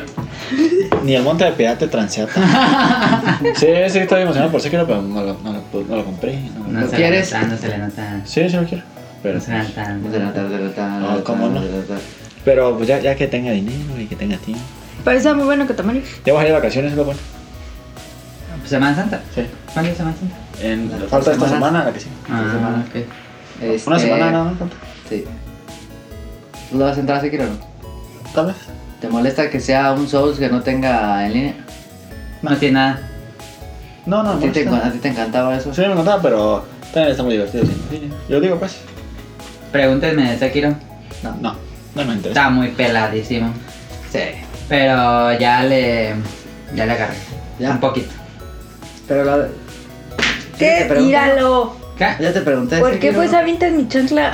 Speaker 1: Ni el monte de piedad te transeata. sí, sí, estoy emocionado por Sekiro, pero no lo, no lo- no lo compré. No.
Speaker 3: No
Speaker 4: ¿Lo
Speaker 3: se
Speaker 4: quieres?
Speaker 3: le nota, no se le nota.
Speaker 1: Sí, sí lo quiero. Pero,
Speaker 3: No se le nota.
Speaker 4: De la tarde, de la tarde.
Speaker 1: No, ¿cómo no?
Speaker 4: de la tarde.
Speaker 1: pero pues ya, ya que tenga dinero y que tenga tiempo.
Speaker 2: Pero está muy bueno que te manejes.
Speaker 1: Ya voy a ir de vacaciones, es lo bueno.
Speaker 3: Pues, Semana Santa.
Speaker 1: Sí.
Speaker 3: ¿Cuándo es Semana Santa?
Speaker 1: En,
Speaker 4: Las
Speaker 1: falta
Speaker 4: dos
Speaker 1: esta
Speaker 4: semanas.
Speaker 1: semana, la que sí.
Speaker 3: Ah,
Speaker 4: semana.
Speaker 3: ok.
Speaker 1: Una
Speaker 4: Este,
Speaker 1: semana nada más falta.
Speaker 4: Sí. ¿Tú ¿Lo vas a entrar a Sekiro o no?
Speaker 1: Tal vez.
Speaker 4: ¿Te molesta que sea un Souls que no tenga en línea?
Speaker 3: No tiene nada.
Speaker 1: No, no,
Speaker 4: ¿A ti
Speaker 1: no.
Speaker 4: te,
Speaker 1: está-
Speaker 4: a ti te encantaba eso?
Speaker 1: Sí, me encantaba, pero también está muy divertido. sí. Yo digo, pues.
Speaker 3: Pregúntenme de Sekiro.
Speaker 4: No.
Speaker 1: No, no me interesa.
Speaker 3: Está muy peladísimo.
Speaker 4: Sí.
Speaker 3: Pero ya le. Ya le agarré.
Speaker 4: Ya.
Speaker 3: Un poquito.
Speaker 4: Pero la...
Speaker 2: ¿Qué?
Speaker 4: pregunté,
Speaker 2: Tíralo.
Speaker 3: ¿Qué?
Speaker 4: Ya te pregunté.
Speaker 2: ¿Por qué
Speaker 4: Sekiro,
Speaker 2: pues
Speaker 4: ¿no?
Speaker 2: avientas mi chancla?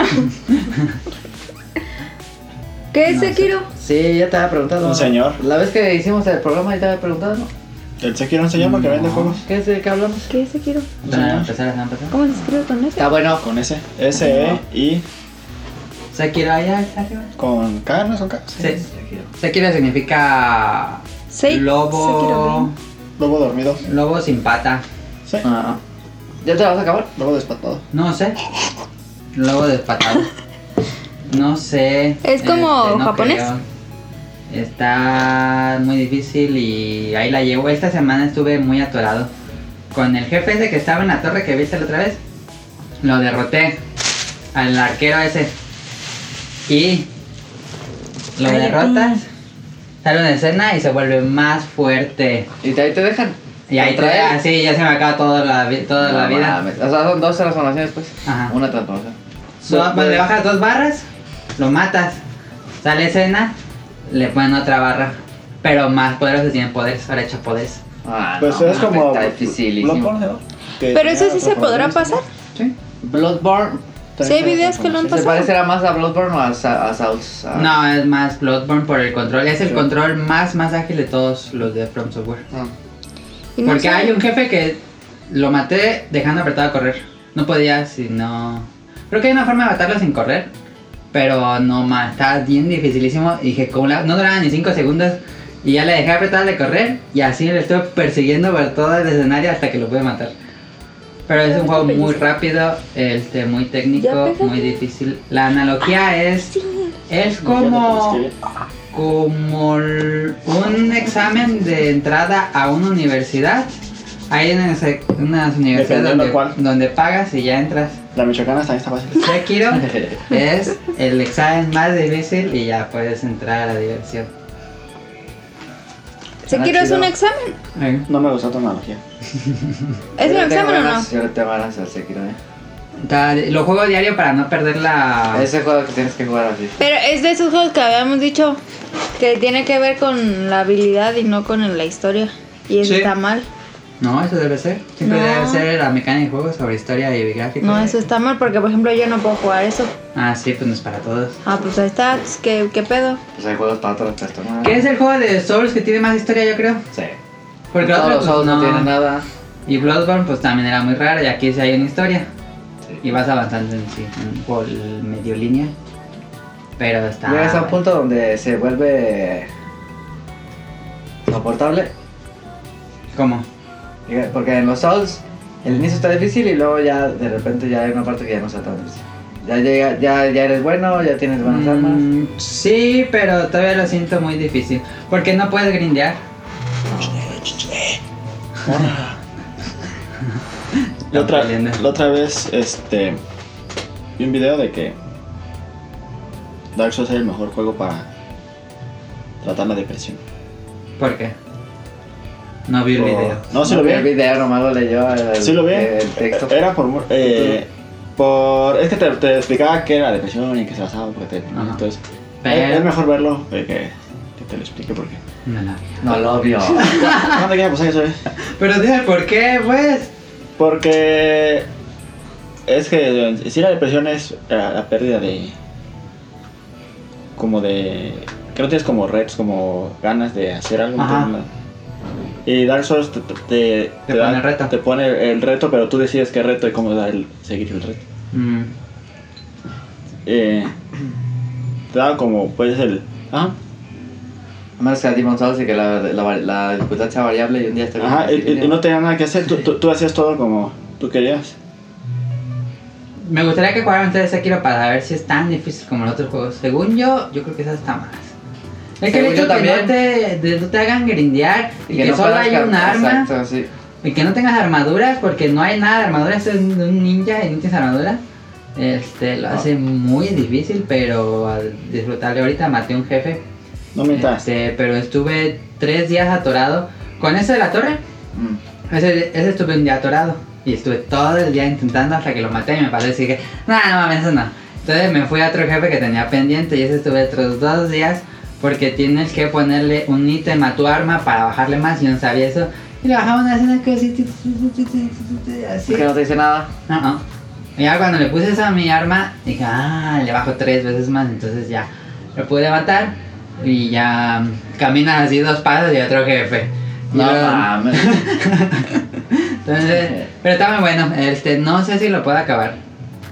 Speaker 2: ¿Qué es
Speaker 3: No sé.
Speaker 2: Sekiro?
Speaker 4: Sí, ya te había preguntado.
Speaker 1: Un señor.
Speaker 4: La vez que hicimos el programa ya te había preguntado, ¿no?
Speaker 1: El Sekiro no se llama que vende
Speaker 3: No.
Speaker 1: juegos.
Speaker 4: ¿Qué es de qué hablamos?
Speaker 2: ¿Qué es Sekiro?
Speaker 3: Para empezar, a empezar.
Speaker 2: ¿Cómo se escribe con ese?
Speaker 4: Está Ah, bueno.
Speaker 1: Con S. S, E, I.
Speaker 3: Sekiro, allá está arriba.
Speaker 1: Con K, ¿no es con K?
Speaker 3: Sí. Sekiro significa.
Speaker 2: Se-
Speaker 3: Lobo.
Speaker 1: Lobo dormido.
Speaker 3: Lobo sin pata.
Speaker 1: Sí.
Speaker 4: Ah. ¿Ya te la vas a acabar?
Speaker 1: Lobo despatado.
Speaker 3: No sé. Lobo despatado. No sé. Este,
Speaker 2: ¿Es como japonés?
Speaker 3: creo. Está muy difícil y ahí la llevo. Esta semana estuve muy atorado. Con el jefe ese que estaba en la torre que viste la otra vez, lo derroté al arquero ese. Y lo
Speaker 2: Ay,
Speaker 3: derrotas, sale una escena y se vuelve más fuerte.
Speaker 4: ¿Y te, ahí te dejan?
Speaker 3: Y ahí
Speaker 4: ¿Otra
Speaker 3: trae,
Speaker 4: vez?
Speaker 3: así ya se me acaba toda la, vi- toda
Speaker 4: No
Speaker 3: la vida.
Speaker 4: mames. O sea, son dos transformaciones, pues.
Speaker 3: Ajá.
Speaker 4: Una transformación.
Speaker 3: So, pues, le bajas dos barras, lo matas. Sale escena, le ponen otra barra. Pero más poderosos tienen poderes, ahora hecho poderes.
Speaker 4: Ah,
Speaker 1: Pues
Speaker 4: no,
Speaker 1: es
Speaker 4: mames,
Speaker 1: como.
Speaker 4: Está dificilísimo.
Speaker 1: Bloodborne, ¿no? Que
Speaker 2: Pero eso
Speaker 1: tenía
Speaker 2: sí se podrá pasar.
Speaker 1: transformaciones,
Speaker 3: ¿Sí?
Speaker 4: Bloodborne.
Speaker 1: ¿no?
Speaker 2: Sí, hay videos que lo han
Speaker 4: ¿Se
Speaker 2: pasado.
Speaker 4: parecerá más a Bloodborne o a, Sa- a Ah. Souls?
Speaker 5: Ah.
Speaker 4: A-
Speaker 3: No, es más Bloodborne por el control. Es el
Speaker 1: Sí.
Speaker 3: control más, más ágil de todos los de From Software.
Speaker 4: Ah.
Speaker 2: Y no
Speaker 3: Porque
Speaker 2: sé.
Speaker 3: hay un jefe que lo maté dejando apretado a correr. No podía si no... Creo que hay una forma de matarlo sin correr. Pero no más, estaba bien dificilísimo. Y dije, como la- no duraba ni 5 segundos. Y ya le dejé apretada de correr. Y así le estuve persiguiendo por todo el escenario hasta que lo pude matar. Pero es un juego muy rápido, este, muy
Speaker 2: Ya,
Speaker 3: técnico,
Speaker 2: pégate.
Speaker 3: muy difícil. La analogía es. Es como como el- un examen de entrada a una universidad. Hay unas, unas universidades
Speaker 1: Dependiendo
Speaker 3: donde,
Speaker 1: cuál.
Speaker 3: donde pagas y ya entras.
Speaker 1: La michoacana también está fácil.
Speaker 3: Sekiro es el examen más difícil y ya puedes entrar a la diversión.
Speaker 2: ¿Sekiro
Speaker 4: Ah,
Speaker 2: es un
Speaker 4: chido.
Speaker 2: examen?
Speaker 3: Eh,
Speaker 1: No me gustó tu analogía.
Speaker 2: ¿Es un examen o no?
Speaker 4: Yo te van a hacer Sekiro, eh.
Speaker 3: ta- Lo juego diario para no perder
Speaker 1: Ah.
Speaker 3: la...
Speaker 4: Ese juego que tienes que jugar así.
Speaker 2: Pero es de esos juegos que habíamos dicho que tiene que ver con la habilidad y no con la historia. Y eso
Speaker 3: Sí.
Speaker 2: está mal.
Speaker 3: No, eso debe ser. Siempre
Speaker 2: No.
Speaker 3: debe ser la mecánica de juego sobre historia y gráficos.
Speaker 2: No, eso está mal porque, por ejemplo, yo no puedo jugar eso.
Speaker 3: Ah, sí, pues no es para todos.
Speaker 2: Ah, pues ahí está. pues, ¿Qué, qué pedo?
Speaker 4: Pues hay juegos para otras personas.
Speaker 3: ¿Qué es el juego de Souls que tiene más historia, yo creo?
Speaker 4: Sí.
Speaker 3: Porque el
Speaker 4: Todos
Speaker 3: otro,
Speaker 4: los
Speaker 3: pues,
Speaker 4: juegos no.
Speaker 3: no.
Speaker 4: tienen nada.
Speaker 3: Y Bloodborne, pues también era muy raro, y aquí sí hay una historia.
Speaker 4: Sí.
Speaker 3: Y vas avanzando en sí, en- por medio línea. Pero está.
Speaker 4: Llegas a un punto donde se vuelve soportable.
Speaker 3: ¿Cómo?
Speaker 4: Porque en los Souls el inicio está difícil y luego ya de repente ya hay una parte que ya no está tan difícil. Ya, llega- ya, ya eres bueno, ya tienes buenas armas.
Speaker 3: Mm, sí, pero todavía lo siento muy difícil. Porque no puedes grindear.
Speaker 1: La otra,
Speaker 3: Leyenda.
Speaker 1: la otra vez, este. Vi un video de que. Dark Souls es el mejor juego para. Tratar la depresión.
Speaker 3: ¿Por qué? No vi el
Speaker 1: O-
Speaker 3: video.
Speaker 1: No, sí lo
Speaker 4: El
Speaker 1: vi.
Speaker 4: video nomás lo leyó. El,
Speaker 1: Sí lo vi.
Speaker 4: El texto.
Speaker 1: Era por. mu- eh, por es que te, te explicaba qué era depresión y en qué se basaba. Porque te,
Speaker 3: Ajá.
Speaker 1: entonces,
Speaker 3: Pero-
Speaker 1: es, es mejor verlo eh, que, que te lo explique porque.
Speaker 3: No la vi.
Speaker 4: No lo vio.
Speaker 1: No te queda pasar eso, eh.
Speaker 3: Pero dime por qué, pues.
Speaker 1: Porque es que eh, si la depresión es eh, la pérdida de como de que no tienes como redes, como ganas de hacer algo.
Speaker 3: Ajá.
Speaker 1: ¿no? Y Dark Souls te, te, te- te
Speaker 3: Te pone el reto.
Speaker 1: te pone el reto, pero tú decides qué reto y cómo dar el, seguir el reto.
Speaker 3: Mm,
Speaker 1: Eh, te da como pues el ah,
Speaker 4: A menos que a Demon Souls y que la, la, la dificultad sea variable y un día esté bien
Speaker 1: ajá, y,
Speaker 4: difícil,
Speaker 1: y- y no tenía nada que hacer, tú, tú, tú hacías todo como tú querías.
Speaker 3: Me gustaría que jugaran ustedes Sekiro para ver si es tan difícil como los otros juegos. Según yo, yo creo que esa está más. Es que el
Speaker 4: Según
Speaker 3: hecho
Speaker 4: yo
Speaker 3: que no
Speaker 4: también.
Speaker 3: te, de- no te hagan grindear y, que,
Speaker 4: no
Speaker 3: solo
Speaker 4: puedas
Speaker 3: hay un
Speaker 4: cam-
Speaker 3: arma
Speaker 4: Exacto, sí.
Speaker 3: y que no tengas armaduras porque no hay nada de armaduras, es un un ninja y no tienes armadura. Este, lo
Speaker 4: No.
Speaker 3: hace muy difícil, pero al disfrutarle ahorita maté un jefe.
Speaker 1: No mientas.
Speaker 3: Este, pero estuve tres días atorado con eso de la torre.
Speaker 4: Mm.
Speaker 3: Ese, ese estuve un día atorado y estuve todo el día intentando hasta que lo maté y me parece que dije, no, no mames, eso no. Entonces me fui a otro jefe que tenía pendiente y ese estuve otros dos días porque tienes que ponerle un ítem a tu arma para bajarle más y yo no sabía eso. Y le bajaba una escena que así, ti, ti, ti, ti, ti, ti, ti, así.
Speaker 4: Es que no te dice nada.
Speaker 3: No, no. Y ya cuando le puse eso a mi arma, dije, ah, le bajo tres veces más, entonces ya lo pude matar y ya mm, caminas así dos pasos y otro jefe. Y
Speaker 4: No
Speaker 3: luego-
Speaker 4: mames.
Speaker 3: entonces, pero está muy bueno. Este, no sé si lo puedo acabar.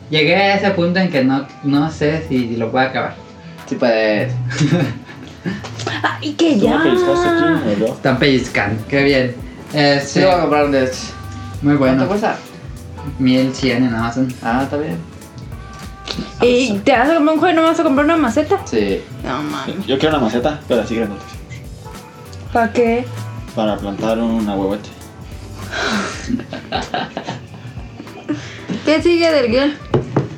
Speaker 3: Llegué a ese punto en que no, no sé si lo puedo acabar.
Speaker 4: Sí, pues.
Speaker 2: ¡Ay, que
Speaker 1: ¿Tú me
Speaker 2: Ah, ya!
Speaker 1: pellizcaste aquí, me dolió.
Speaker 3: Tan pellizcan, qué bien.
Speaker 4: Sí,
Speaker 3: Este,
Speaker 4: voy a comprar un de estos.
Speaker 3: muy
Speaker 4: ¿Cuánto
Speaker 3: bueno.
Speaker 4: cuesta?
Speaker 3: 1100 en Amazon.
Speaker 4: Ah, está bien.
Speaker 2: ¿Y te vas a comprar un juego y no vas a comprar una maceta?
Speaker 4: Sí.
Speaker 2: No mames.
Speaker 1: Yo quiero una maceta, pero así grande.
Speaker 2: ¿Para qué?
Speaker 1: Para plantar un ahuehuete.
Speaker 2: ¿Qué sigue del guión?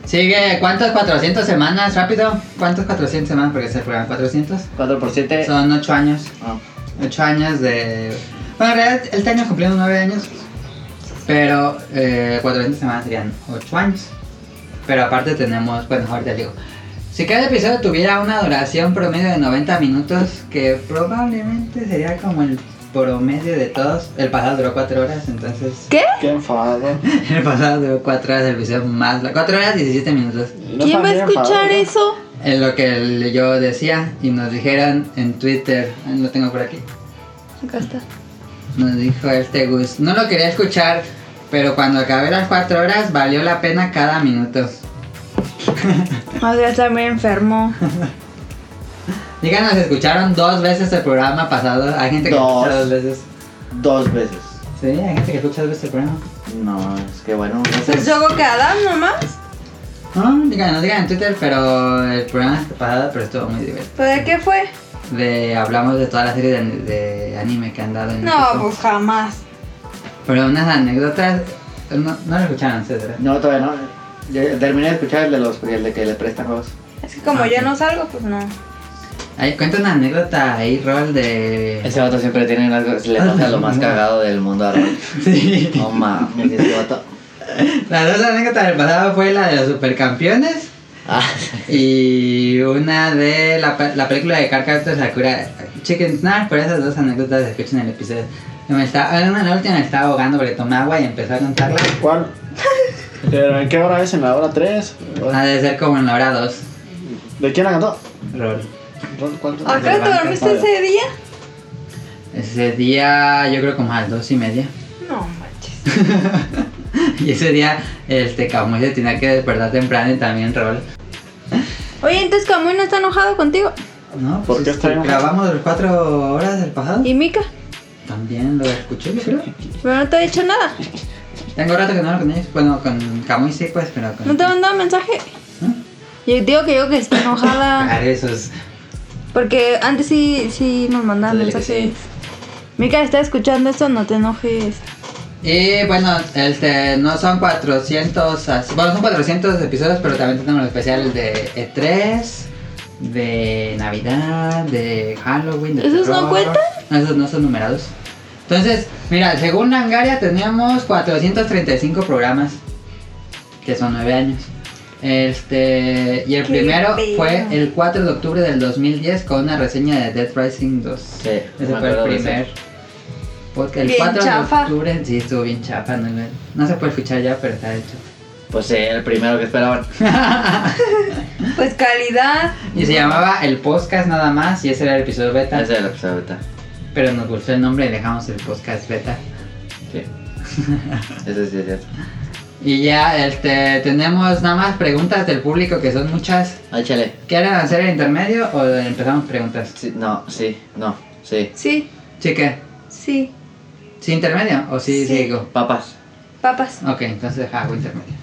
Speaker 3: Sigue, ¿cuántas 400 semanas? Rápido. ¿Cuántos 400 semanas? Porque se juegan 400.
Speaker 4: 4 por 7.
Speaker 3: Son 8 años.
Speaker 4: Ah.
Speaker 3: 8 años de... Bueno, en realidad este año cumplimos 9 años. Pero eh, 400 semanas serían 8 años. Pero aparte tenemos, bueno, ahorita digo. Si cada episodio tuviera una duración promedio de 90 minutos, que probablemente sería como el promedio de todos, el pasado duró 4 horas, entonces...
Speaker 2: ¿Qué?
Speaker 1: Qué enfado.
Speaker 3: El pasado duró 4 horas, el episodio más... 4 horas 17 minutos.
Speaker 1: No está
Speaker 2: ¿Quién va a
Speaker 1: bien enfadado.
Speaker 2: escuchar eso?
Speaker 3: Es lo que yo decía y nos dijeron en Twitter, lo tengo por aquí.
Speaker 2: Acá está.
Speaker 3: Nos dijo este Gus. No lo quería escuchar, pero cuando acabé las cuatro horas valió la pena cada minuto.
Speaker 2: Adrián también enfermo.
Speaker 3: Díganos, ¿escucharon dos veces el programa pasado? Hay gente que
Speaker 4: Dos.
Speaker 3: escucha dos veces.
Speaker 4: Dos veces.
Speaker 3: Sí, hay gente que escucha dos veces el programa.
Speaker 4: No, es que bueno. No sé.
Speaker 2: Pues yo creo que Adam nomás.
Speaker 3: No, díganos, digan en Twitter, pero el programa pasado pero estuvo muy divertido.
Speaker 2: ¿Pero de qué fue?
Speaker 3: De, hablamos de toda la serie de, de anime que han dado en
Speaker 2: No,
Speaker 3: México.
Speaker 2: pues jamás.
Speaker 3: Pero unas anécdotas, no, no lo escucharon ustedes, ¿verdad?
Speaker 4: No, todavía no. Yo terminé de escuchar el de los el de que le prestan juegos.
Speaker 2: Es que como
Speaker 3: Ah,
Speaker 2: yo
Speaker 3: sí.
Speaker 2: no salgo, pues no.
Speaker 3: Ay, cuenta una anécdota ahí, Rol, de...
Speaker 4: Ese vato siempre tiene unas cosas- le pasa lo más cagado del mundo a Roy.
Speaker 3: Sí.
Speaker 4: No mames, ese vato.
Speaker 3: Las dos anécdotas del pasado fue la de los supercampeones
Speaker 4: Ah,
Speaker 3: y una de la, pe- la película de Car Captor Sakura Chicken Snack, pero esas dos anécdotas escuchen el episodio. Me estaba, en la última me estaba ahogando porque tomé agua y empecé a contarla.
Speaker 1: ¿Cuál? ¿Pero en qué hora es? ¿En la hora 3?
Speaker 3: Ha de ser como en la hora 2.
Speaker 1: ¿De quién la cantó?
Speaker 3: Rol.
Speaker 1: ¿Cuánto?
Speaker 2: ¿Acá te dormiste ese día?
Speaker 3: Ese día yo creo como a las dos y media.
Speaker 2: No manches.
Speaker 3: Y ese día este Camuy se tenía que despertar temprano y también Rol.
Speaker 2: Oye, entonces Camuy no está enojado contigo.
Speaker 3: ¿No?
Speaker 1: ¿Por qué
Speaker 3: este,
Speaker 1: está enojado?
Speaker 3: grabamos las cuatro horas del pasado.
Speaker 2: ¿Y Mika?
Speaker 3: También lo escuché, yo creo.
Speaker 2: Pero no te ha dicho nada.
Speaker 3: Tengo rato que no hablo con ellos. Bueno, con Camuy sí, pues, pero con.
Speaker 2: No te ha mandado mensaje.
Speaker 3: ¿No?
Speaker 2: Yo digo que yo que está enojada.
Speaker 3: Claro, esos.
Speaker 2: Porque antes sí, sí nos mandaban
Speaker 3: Dile que
Speaker 2: mensajes.
Speaker 3: sí.
Speaker 2: Mika, está escuchando esto, no te enojes.
Speaker 3: Y bueno, este, no son 400, as- bueno, son 400 episodios, pero también tenemos los especiales de E3, de Navidad, de Halloween. De
Speaker 2: ¿Esos no
Speaker 3: terror.
Speaker 2: cuentan?
Speaker 3: No, esos no son numerados. Entonces, mira, según Langaria teníamos 435 programas, que son 9 años. Este, y el
Speaker 2: Qué
Speaker 3: primero
Speaker 2: feo.
Speaker 3: fue el 4 de octubre del 2010 con una reseña de Dead Rising 2.
Speaker 4: Sí, me
Speaker 3: ese fue el
Speaker 4: acuerdo de ese.
Speaker 3: primer. Porque el
Speaker 2: Bien
Speaker 3: 4
Speaker 2: chafa.
Speaker 3: de octubre sí estuvo bien chafa, no, lo- no se puede escuchar ya, pero está hecho.
Speaker 4: Pues sí, el primero que esperaban.
Speaker 2: Pues calidad.
Speaker 3: Y se llamaba El Podcast nada más, y ese era el episodio beta,
Speaker 4: Ah, Ese es el episodio ahorita.
Speaker 3: pero nos gustó el nombre y dejamos el Podcast beta.
Speaker 4: Sí. Ese sí es cierto.
Speaker 3: Y ya este, tenemos nada más preguntas del público, que son muchas.
Speaker 4: Ay, chale.
Speaker 3: ¿Quieren hacer el intermedio o empezamos preguntas?
Speaker 4: Sí, no, sí, no, sí.
Speaker 2: Sí,
Speaker 3: Chique,
Speaker 2: sí.
Speaker 3: ¿sí intermedio o sí,
Speaker 2: Sí.
Speaker 3: sigo?
Speaker 4: Papas.
Speaker 2: Papas.
Speaker 3: Ok, entonces hago intermedio.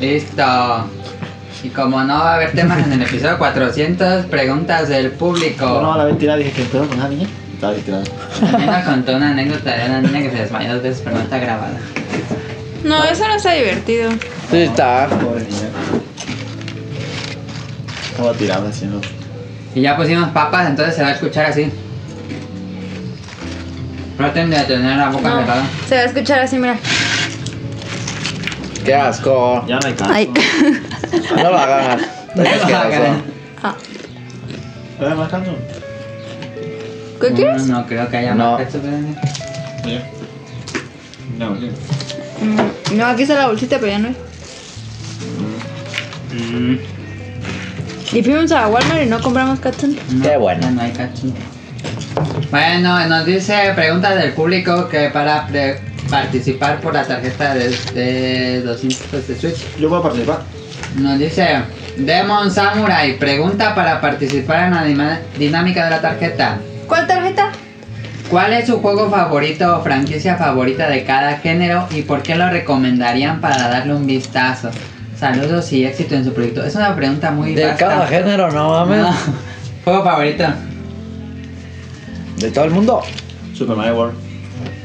Speaker 3: Listo. Y como no va a haber temas en el episodio 400, preguntas del público.
Speaker 1: No, no, la mentira, dije que empezó con una niña. Estaba tirada.
Speaker 3: También nos contó una anécdota de una niña que se desmayó dos veces, pero no está grabada.
Speaker 2: No, eso no está divertido.
Speaker 4: Sí, está.
Speaker 1: Pobre niña. Estaba tirada haciendo.
Speaker 3: Y ya pusimos papas, entonces se va a escuchar así. Traten de tener la boca
Speaker 2: No.
Speaker 3: cerrada.
Speaker 2: Se va a escuchar así, mira.
Speaker 4: Qué asco.
Speaker 1: Ya no hay caso.
Speaker 2: Ay.
Speaker 4: No lo hagas.
Speaker 3: No lo hagan.
Speaker 2: Ah,
Speaker 1: ¿No hay más caso?
Speaker 2: ¿Qué quieres?
Speaker 3: No, no creo que haya
Speaker 4: No.
Speaker 3: más pecho, espérenme.
Speaker 1: Ya. No, sí.
Speaker 2: Mm, No, aquí está la bolsita, pero ya no es.
Speaker 3: Mm,
Speaker 2: Y fuimos a Walmart y no compramos catsup.
Speaker 3: no,
Speaker 4: Qué bueno.
Speaker 3: No hay cacho. Bueno, nos dice preguntas del público que para pre- participar por la tarjeta de, de 200 de Switch
Speaker 1: Yo voy a participar.
Speaker 3: Nos dice Demon Samurai, pregunta para participar en la dima- dinámica de la tarjeta.
Speaker 2: ¿Cuál tarjeta?
Speaker 3: ¿Cuál es su juego favorito o franquicia favorita de cada género y por qué lo recomendarían para darle un vistazo? Saludos y éxito en su proyecto. Es una pregunta muy
Speaker 4: De
Speaker 3: vasta.
Speaker 4: cada género, no mames.
Speaker 3: No. Juego favorito.
Speaker 4: De todo el mundo.
Speaker 1: Super Mario World.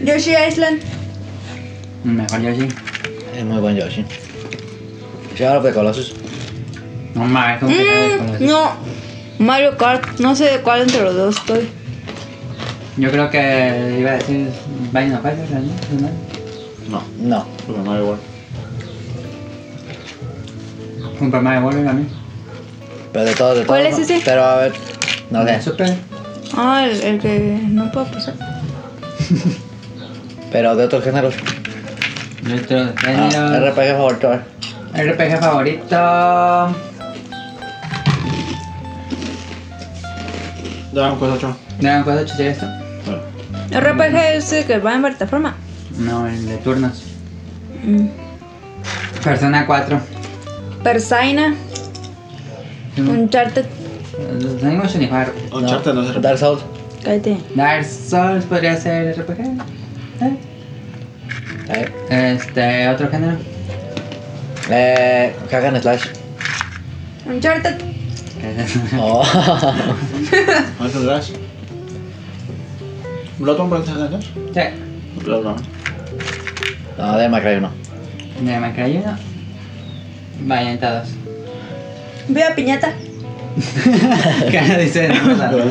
Speaker 2: Yoshi Island.
Speaker 3: Mejor Yoshi.
Speaker 4: Es muy buen Yoshi. Shadow of the Colossus.
Speaker 3: No mames, ¿cómo que sabe con los-
Speaker 2: Mm, no. Mario Kart. No sé de cuál entre los dos estoy.
Speaker 3: Yo creo que iba a decir Vaina Fighters, ¿no?
Speaker 1: No,
Speaker 4: No.
Speaker 1: Super Mario World.
Speaker 3: Un Mario World también.
Speaker 4: Pero de todo, de todo.
Speaker 2: ¿Cuál es
Speaker 4: no.
Speaker 2: ese?
Speaker 4: Pero a ver. No sé.
Speaker 3: Super.
Speaker 2: Ah, el, el que no puedo pasar.
Speaker 4: Pero de otros géneros.
Speaker 3: De otro
Speaker 4: Ah,
Speaker 3: género.
Speaker 4: RPG favorito. a ver.
Speaker 3: RPG favorito.
Speaker 1: Dragon Quest 8.
Speaker 3: Dragon Quest 8 sería esto.
Speaker 1: Bueno.
Speaker 2: RPG es el que va en plataforma.
Speaker 3: No, el de turnos.
Speaker 2: Mm.
Speaker 3: Persona 4.
Speaker 2: Persaina.
Speaker 3: Mm.
Speaker 2: Uncharted.
Speaker 3: Tengo sin jugar.
Speaker 1: Uncharted no, se repite.
Speaker 4: Dark Souls.
Speaker 2: Cállate.
Speaker 3: Dark Souls podría ser RPG. Eh.
Speaker 5: Eh,
Speaker 3: Este, otro género.
Speaker 5: eh, hack and Slash.
Speaker 2: Uncharted.
Speaker 5: Oh.
Speaker 1: ¿No es el Dash? ¿Bloodborne parece el Dash?
Speaker 3: Sí.
Speaker 1: Bloodborne.
Speaker 5: no, de Macray no.
Speaker 3: De Minecraft 1. Bayonetta 2.
Speaker 2: Veo a piñata.
Speaker 3: ¿Qué dice? No, nada.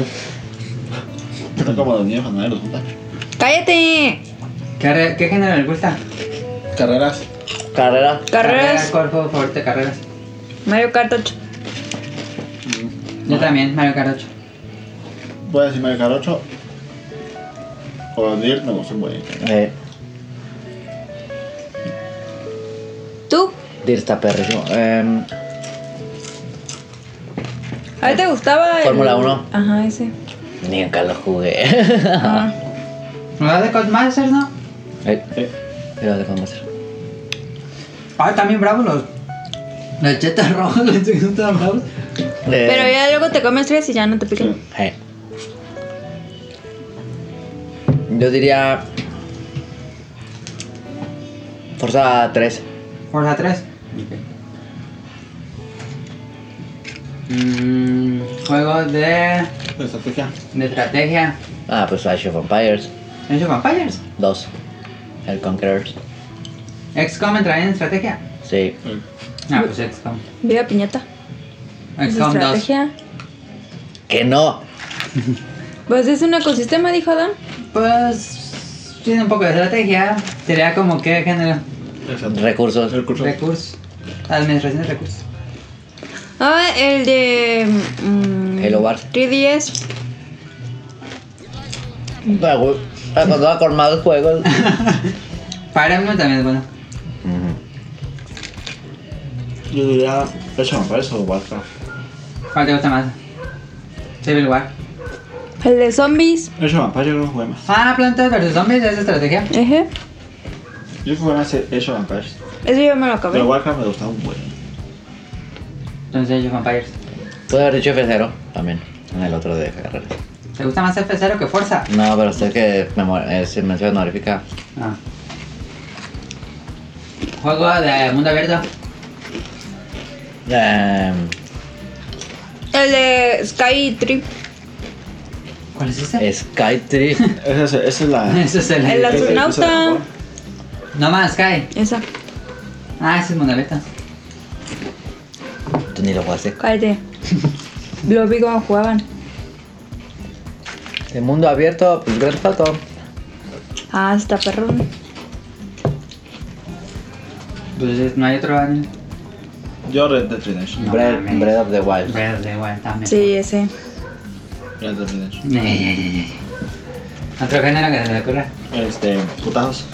Speaker 1: Está como de nieve, ¿no? Los putas.
Speaker 2: Cállate.
Speaker 3: ¿Qué, re- qué género les gusta?
Speaker 1: Carreras.
Speaker 5: Carrera.
Speaker 2: Carreras.
Speaker 3: ¿Cuál juego favorito de carreras?
Speaker 2: Mario Kart 8.
Speaker 3: Yo también, Mario Kart 8.
Speaker 1: Voy a decir Mario Kart 8. O Dirt me gustó muy bien.
Speaker 5: Eh,
Speaker 2: ¿Tú?
Speaker 5: Dir está perrísimo. Em,
Speaker 2: ¿A ti te gustaba? el-
Speaker 5: Fórmula 1.
Speaker 2: Ajá, ese.
Speaker 5: ni acá lo jugué.
Speaker 2: Ah.
Speaker 3: ¿Lo das de Codemasters, no?
Speaker 5: Eh,
Speaker 1: Sí.
Speaker 5: pero de cómo hacer.
Speaker 3: Ah, también bravos los. Los chetas rojos, los chetas todos bravos.
Speaker 5: Eh,
Speaker 2: Pero ya luego te comes tres y ya no te pican.
Speaker 5: eh. Yo diría. Forza 3.
Speaker 3: Forza 3. Mm, juego de,
Speaker 1: De estrategia.
Speaker 3: de estrategia.
Speaker 5: Ah, pues Age of Empires
Speaker 3: Age of Empires.
Speaker 5: 2. El Conquerors.
Speaker 3: XCOM entraría en estrategia.
Speaker 5: Sí.
Speaker 1: Sí.
Speaker 3: Ah, pues XCOM.
Speaker 2: Veo a piñata. Es
Speaker 3: XCOM 2.
Speaker 2: estrategia.
Speaker 5: ¡Que no!
Speaker 2: Pues es un ecosistema, dijo Adam.
Speaker 3: Pues. Tiene un poco de estrategia. Sería como que género.
Speaker 1: Exacto.
Speaker 5: Recursos.
Speaker 1: El curso.
Speaker 3: Recursos. Administración de recursos.
Speaker 2: Ah, el de. mm,
Speaker 5: Hello Bar.
Speaker 2: 3DS.
Speaker 5: Ah, güey. Ah, Cuando va con más juegos.
Speaker 3: Fire Emblem también es bueno.
Speaker 5: Ujú.
Speaker 1: Yo diría Pecho me parece o Warcraft.
Speaker 3: ¿Cuál te gusta más? Civil War.
Speaker 2: El de zombies.
Speaker 1: Pecho Vampire yo no jugué más.
Speaker 3: Ah, Plantas vs Zombies es estrategia.
Speaker 2: Eje.
Speaker 1: Yo jugué más Pecho Vampire.
Speaker 2: Ese yo me lo acabé.
Speaker 1: Pero Warcraft me gustaba un buen.
Speaker 3: Entonces Age of Empires.
Speaker 5: Pude haber dicho F0 también. En el otro de carreras.
Speaker 3: ¿Te gusta más F0 que Forza?
Speaker 5: No, pero sé que memor- es mención honorífica.
Speaker 3: Ah. Juego de mundo abierto.
Speaker 5: Em,
Speaker 2: El de Sky Trip.
Speaker 3: ¿Cuál es ese?
Speaker 5: Skytree.
Speaker 1: Esa es, esa es la.
Speaker 3: Ese es el.
Speaker 2: El
Speaker 1: ese- ese es el
Speaker 2: astronauta.
Speaker 1: mejor.
Speaker 3: No más Sky.
Speaker 2: Esa.
Speaker 3: Ah, ese es mundo abierto.
Speaker 5: Tú ni lo jugaste.
Speaker 2: Cállate. E lo vi como jugaban.
Speaker 5: El mundo abierto, pues gran foto.
Speaker 2: Ah, está perrón.
Speaker 3: Pues no hay otro año.
Speaker 1: Yo Red Dead Redemption.
Speaker 3: No
Speaker 5: Breath,
Speaker 3: mames.
Speaker 5: Breath of the Wild.
Speaker 3: Verde, igual también.
Speaker 2: Sí, ese.
Speaker 1: Red Dead Redemption.
Speaker 3: Ey, ey, ey, ey. Otro género que se le ocurra.
Speaker 1: Este. Putazos.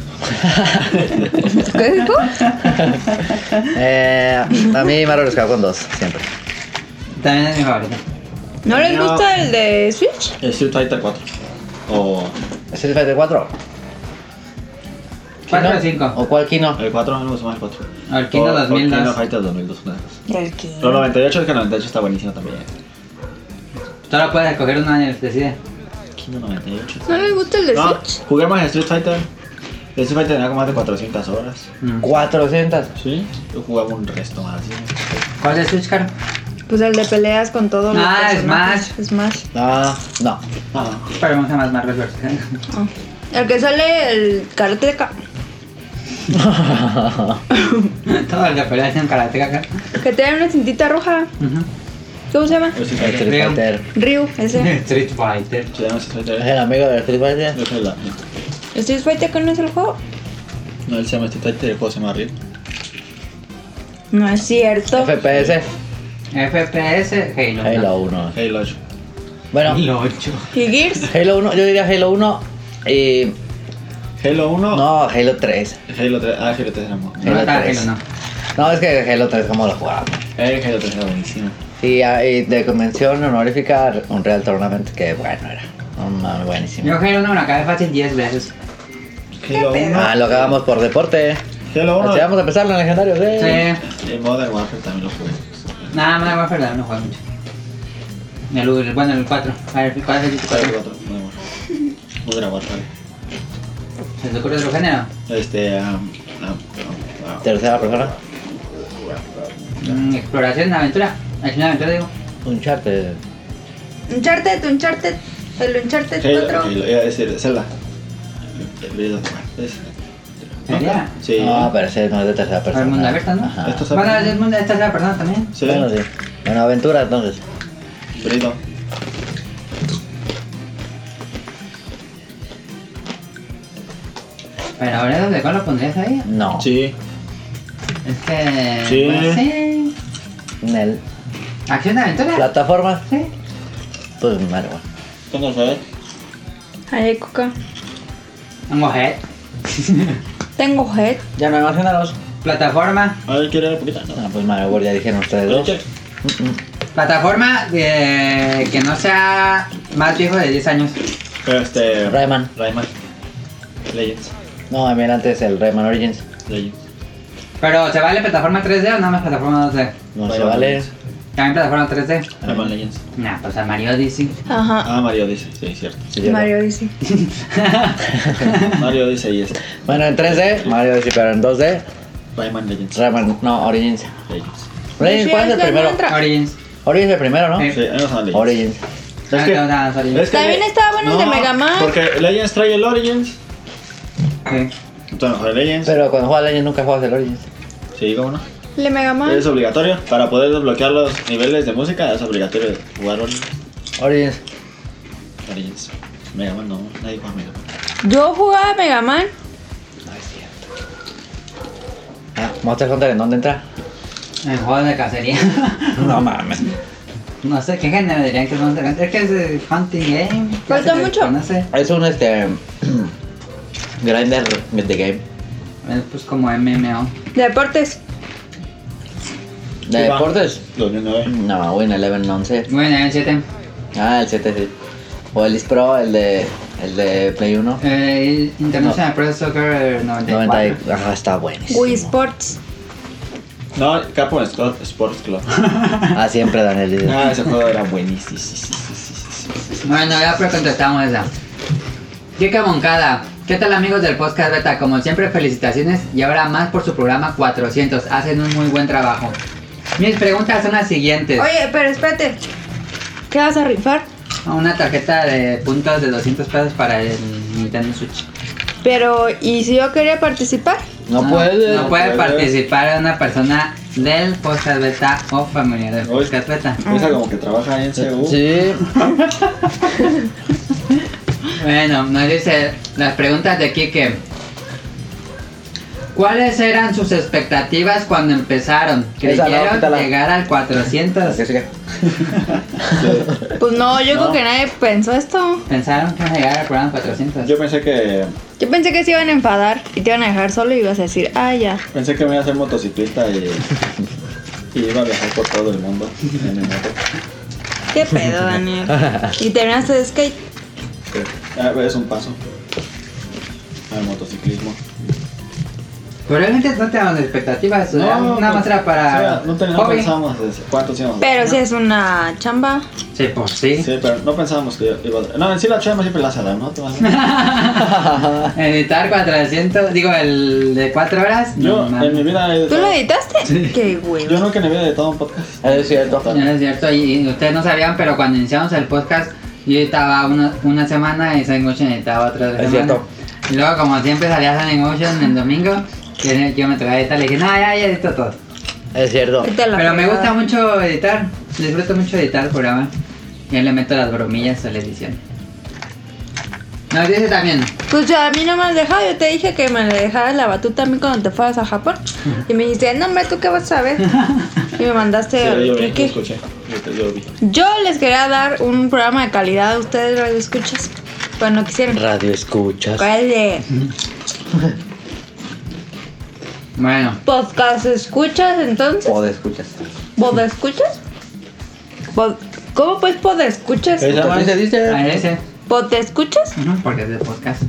Speaker 2: ¿Qué dijo?
Speaker 5: Eh, a mí Mario los cago con dos, siempre.
Speaker 3: También es mi favorito.
Speaker 2: ¿No les
Speaker 1: No.
Speaker 2: gusta el de Switch?
Speaker 1: El Eh, Street Fighter 4. O.
Speaker 5: ¿Street Fighter 4?
Speaker 3: 4 o 5.
Speaker 5: ¿O cuál Kino?
Speaker 1: El 4 no me gusta más el 4.
Speaker 3: O el Kino
Speaker 1: O- o
Speaker 3: 2002.
Speaker 1: Kino Fighter 2002. una de esas.
Speaker 2: El
Speaker 1: Pero 98 es que el 98 está buenísimo también. eh.
Speaker 3: Solo puedes escoger uno año, decide.
Speaker 1: Kino 98.
Speaker 2: ¿No les gusta el de
Speaker 1: No,
Speaker 2: Switch?
Speaker 1: jugué más Street Fighter. El Street Fighter tenía como más de 400 horas.
Speaker 3: Mm.
Speaker 5: 400.
Speaker 1: Sí. Yo jugaba un resto más. ¿sí?
Speaker 3: ¿Cuál es Switch, Caro?
Speaker 2: Pues el de peleas con todos los
Speaker 3: Ah,
Speaker 2: personajes. Smash.
Speaker 5: No, no.
Speaker 1: Ah,
Speaker 3: Pero me gusta más Marvel vs.
Speaker 2: Ah. El que sale el karateka.
Speaker 3: Todo el que pelea es en karate acá.
Speaker 2: Que tiene una cintita roja.
Speaker 3: Ujú.
Speaker 2: ¿Cómo se llama?
Speaker 1: el Street Fighter.
Speaker 5: Street Fighter.
Speaker 2: Ryu, ese.
Speaker 3: Street Fighter.
Speaker 1: Se llama Street
Speaker 5: ¿Es
Speaker 1: Fighter.
Speaker 5: el amigo de Street Fighter?
Speaker 1: Yo soy la-
Speaker 2: Street Fighter que no es el juego.
Speaker 1: No, él se llama Street Fighter y el juego se llama Rip.
Speaker 2: No es cierto.
Speaker 5: FPS
Speaker 3: FPS Halo.
Speaker 5: Halo 1.
Speaker 1: Halo 8.
Speaker 5: Bueno,
Speaker 3: Halo 8.
Speaker 2: ¿Y Gears?
Speaker 5: Halo 1, yo diría Halo 1 y.
Speaker 1: Halo 1.
Speaker 5: No, Halo 3.
Speaker 1: Halo 3. Ah, Halo 3 era muy
Speaker 3: No
Speaker 5: Halo
Speaker 3: está
Speaker 5: 3.
Speaker 3: Halo, no.
Speaker 5: No, es que Halo 3 como lo jugaba.
Speaker 1: Eh, Halo 3 era buenísimo.
Speaker 5: Y, ah, y de convención honorífica, un Real Tournament que bueno era. un man buenísimo.
Speaker 3: Yo Halo no me lo acabé fácil 10 veces.
Speaker 1: Halo 1.
Speaker 5: Ah, lo acabamos por deporte.
Speaker 1: Halo 1.
Speaker 5: Así vamos a empezar los legendarios, ¿eh?
Speaker 3: Sí.
Speaker 1: Y Modern Warfare también lo jugué.
Speaker 3: Nada, Modern Warfare también no juego mucho. El, bueno, el 4. A ver, ¿cuál es el
Speaker 1: Halo
Speaker 3: 4?
Speaker 1: 4. Modern Warfare. dejamos de grabar, ¿vale?
Speaker 3: ¿Se te ocurre otro género?
Speaker 1: Este, ah, am, am, am, am.
Speaker 5: Tercera persona.
Speaker 3: Mm, exploración, aventura. Acción, aventura, digo.
Speaker 5: Un eh. chat.
Speaker 2: Uncharted, Uncharted, el Uncharted
Speaker 1: Halo,
Speaker 2: 4.
Speaker 1: ok, lo iba a decir, Zelda. Breath of the Wild, es-
Speaker 3: ¿En serio?
Speaker 1: Sí.
Speaker 5: No, pero ese no es de tercera persona.
Speaker 3: mundo abierto, ¿no?
Speaker 5: Ajá.
Speaker 1: Esto es-
Speaker 3: Bueno, es el mundo de esta es la persona también.
Speaker 1: Sí,
Speaker 5: Bueno, sí. Bueno, aventura entonces.
Speaker 1: Brito.
Speaker 3: Pero ahora, ¿de cuál lo pondrías ahí?
Speaker 5: No.
Speaker 1: Sí.
Speaker 3: Es que.
Speaker 1: Sí.
Speaker 3: pues, sí.
Speaker 5: En el-
Speaker 3: Acción, aventura.
Speaker 5: plataforma,
Speaker 3: Sí.
Speaker 5: pues madre mía.
Speaker 1: ¿Cuándo fue?
Speaker 2: Ay, Coca.
Speaker 3: Un objeto.
Speaker 2: Tengo head.
Speaker 4: Ya me emocionan los.
Speaker 3: Plataforma.
Speaker 1: A ver, quiero ver un poquito. No.
Speaker 5: Ah, pues madre mía, ya dijeron ustedes
Speaker 1: Pero
Speaker 5: dos.
Speaker 1: que-
Speaker 3: Plataforma eh, que no sea más viejo de 10 años.
Speaker 1: Este.
Speaker 5: Rayman.
Speaker 1: Rayman. Legends.
Speaker 5: No, a mí era antes el Rayman Origins.
Speaker 1: Legends.
Speaker 3: Pero ¿se vale plataforma 3D o nada más plataforma 2D?
Speaker 5: No se
Speaker 1: Rayman
Speaker 5: vale.
Speaker 1: Legends.
Speaker 3: También plataforma 3D.
Speaker 1: Rayman Legends.
Speaker 3: Nah, pues a Mario Odyssey.
Speaker 2: Ajá.
Speaker 1: Ah, Mario dice, sí, cierto.
Speaker 5: Sí, yo no.
Speaker 2: Mario dice.
Speaker 1: Mario dice y este.
Speaker 5: Bueno, en 3D, Mario sí, pero en 2D,
Speaker 1: Rayman Legends.
Speaker 5: Rayman, no, Origins.
Speaker 1: Legends.
Speaker 5: Origins, ¿cuál es el
Speaker 2: la
Speaker 5: primero?
Speaker 2: otra.
Speaker 3: Origins.
Speaker 5: Origins es el primero, ¿no?
Speaker 3: Sí.
Speaker 1: Sí, ahí nos van Legends.
Speaker 5: Origins.
Speaker 1: Es
Speaker 3: Ah,
Speaker 1: que-
Speaker 3: no, nada, es Origins.
Speaker 1: es que-
Speaker 2: También estaba bueno el de Mega Man.
Speaker 1: Porque Legends trae el Origins.
Speaker 3: Sí.
Speaker 1: Entonces, mejor Legends.
Speaker 5: Pero cuando juegas Legends nunca juegas el Origins.
Speaker 1: Sí, cómo no.
Speaker 2: Le Mega Man.
Speaker 1: Es obligatorio. Para poder desbloquear los niveles de música, es obligatorio jugar Origins.
Speaker 5: Origins.
Speaker 1: Origins. Mega Man no, nadie juega Mega Man.
Speaker 2: Yo jugaba Mega Man.
Speaker 5: Ah, Monster Hunter, ¿en dónde entra?
Speaker 3: En juegos de cacería.
Speaker 5: No mames.
Speaker 3: no sé qué género dirían que es Monster Hunter. Es que es eh, Hunting Game. Ya
Speaker 2: Falta
Speaker 3: se le
Speaker 2: mucho.
Speaker 3: Conoce.
Speaker 5: Es un este. Grinder mid the game.
Speaker 3: Es pues como MMO.
Speaker 2: Deportes.
Speaker 5: ¿De
Speaker 1: Sí, va.
Speaker 5: deportes?
Speaker 1: 2009.
Speaker 5: No, Win 11, 11.
Speaker 3: Bueno, el 7.
Speaker 5: Ah, el 7 sí. O el Pro, el de. El de Play 1.
Speaker 3: Eh, International Pro Soccer eh, 94.
Speaker 5: 90. y- Ajá, está buenísimo.
Speaker 2: Wii Sports.
Speaker 1: No, Capcom Scott Sports Club.
Speaker 5: Ah, siempre dan el video.
Speaker 1: Ah, ese juego era buenísimo. sí, sí, sí, sí, sí, sí, sí.
Speaker 3: Bueno, ya precontestamos esa. Kika Moncada, ¿qué tal amigos del podcast Beta? Como siempre, felicitaciones y ahora más por su programa 400. Hacen un muy buen trabajo. Mis preguntas son las siguientes.
Speaker 2: Oye, pero espérate. ¿Qué vas a rifar?
Speaker 3: Una tarjeta de puntos de 200 pesos para el Nintendo Switch.
Speaker 2: Pero, ¿y si yo quería participar?
Speaker 5: No puede.
Speaker 3: No puede
Speaker 1: puede.
Speaker 3: participar una persona del podcast Beta o familiar del
Speaker 1: Uy.
Speaker 3: podcast Beta.
Speaker 2: Ah.
Speaker 1: Esa como que trabaja ahí en CU.
Speaker 5: Sí.
Speaker 3: Bueno, nos dice las preguntas de Kike. ¿Cuáles eran sus expectativas cuando empezaron?
Speaker 5: Esa no,
Speaker 3: ¿Creyeron
Speaker 5: quítala.
Speaker 3: llegar al 400?
Speaker 5: Así que-
Speaker 2: Pues no, yo creo
Speaker 1: No.
Speaker 2: que nadie pensó esto.
Speaker 3: ¿Pensaron que iban a llegar al programa 400?
Speaker 1: Yo pensé que
Speaker 2: Yo pensé que se iban a enfadar y te iban a dejar solo y ibas a decir, ah, ya.
Speaker 1: pensé que me iba a hacer motociclista y, y iba a viajar por todo el mundo en mi moto.
Speaker 2: ¿Qué pedo, Daniel? y terminaste de skate.
Speaker 1: Sí. Ah, Es un paso al motociclismo.
Speaker 3: Probablemente no tenían expectativas, era nada más era para...
Speaker 1: o sea, no, ten- no
Speaker 3: hobby.
Speaker 1: pensábamos de- cuántos íbamos. a-
Speaker 2: Pero si es una chamba.
Speaker 3: Sí, por sí.
Speaker 1: Sí, pero no pensábamos que iba a... No, en sí la chamba siempre la harán, ¿no? ¿Te vas a-
Speaker 3: Editar 400, digo, el de 4 horas.
Speaker 1: Yo
Speaker 3: no,
Speaker 1: en mi vida he
Speaker 2: ¿Tú lo
Speaker 1: editado-
Speaker 2: editaste? Qué huevo.
Speaker 1: Yo nunca en mi vida he editado un podcast.
Speaker 5: Es cierto.
Speaker 3: No es cierto, y, y ustedes no sabían, pero cuando iniciamos el podcast, yo editaba una, una semana y San Ocean editaba otra semana.
Speaker 5: Es cierto.
Speaker 3: Y luego, como siempre, salía San Ocean el domingo, que yo me traía a editar, le dije, no, ya, ya edito todo.
Speaker 5: Es cierto.
Speaker 2: Vete a la
Speaker 3: pero me
Speaker 2: fregada.
Speaker 3: gusta mucho editar, disfruto mucho editar el programa. Yo le meto las bromillas a la edición. Nos dice también,
Speaker 2: Pues ya a mí no me has dejado. Yo te dije que me le dejaras la batuta a mí cuando te fueras a Japón. Y me dijiste, no, hombre, ¿tú qué vas a ver? Y me mandaste
Speaker 1: Sí,
Speaker 2: al
Speaker 1: yo vi, lo
Speaker 2: clique.
Speaker 1: escuché. Yo, te- yo vi.
Speaker 2: Yo les quería dar un programa de calidad a ustedes, radio escuchas. Pues no quisieron.
Speaker 5: Radio escuchas.
Speaker 2: ¿Cuál de
Speaker 3: bueno,
Speaker 2: podcast escuchas entonces?
Speaker 5: O de escuchas.
Speaker 2: ¿Pod escuchas? Pod- ¿Cómo pues pod escuchas?
Speaker 1: Esa
Speaker 5: Así
Speaker 1: más-
Speaker 5: se
Speaker 2: Eh.
Speaker 3: a
Speaker 5: dice?
Speaker 3: ese,
Speaker 2: ¿Pod escuchas?
Speaker 3: ujú, porque es de podcast.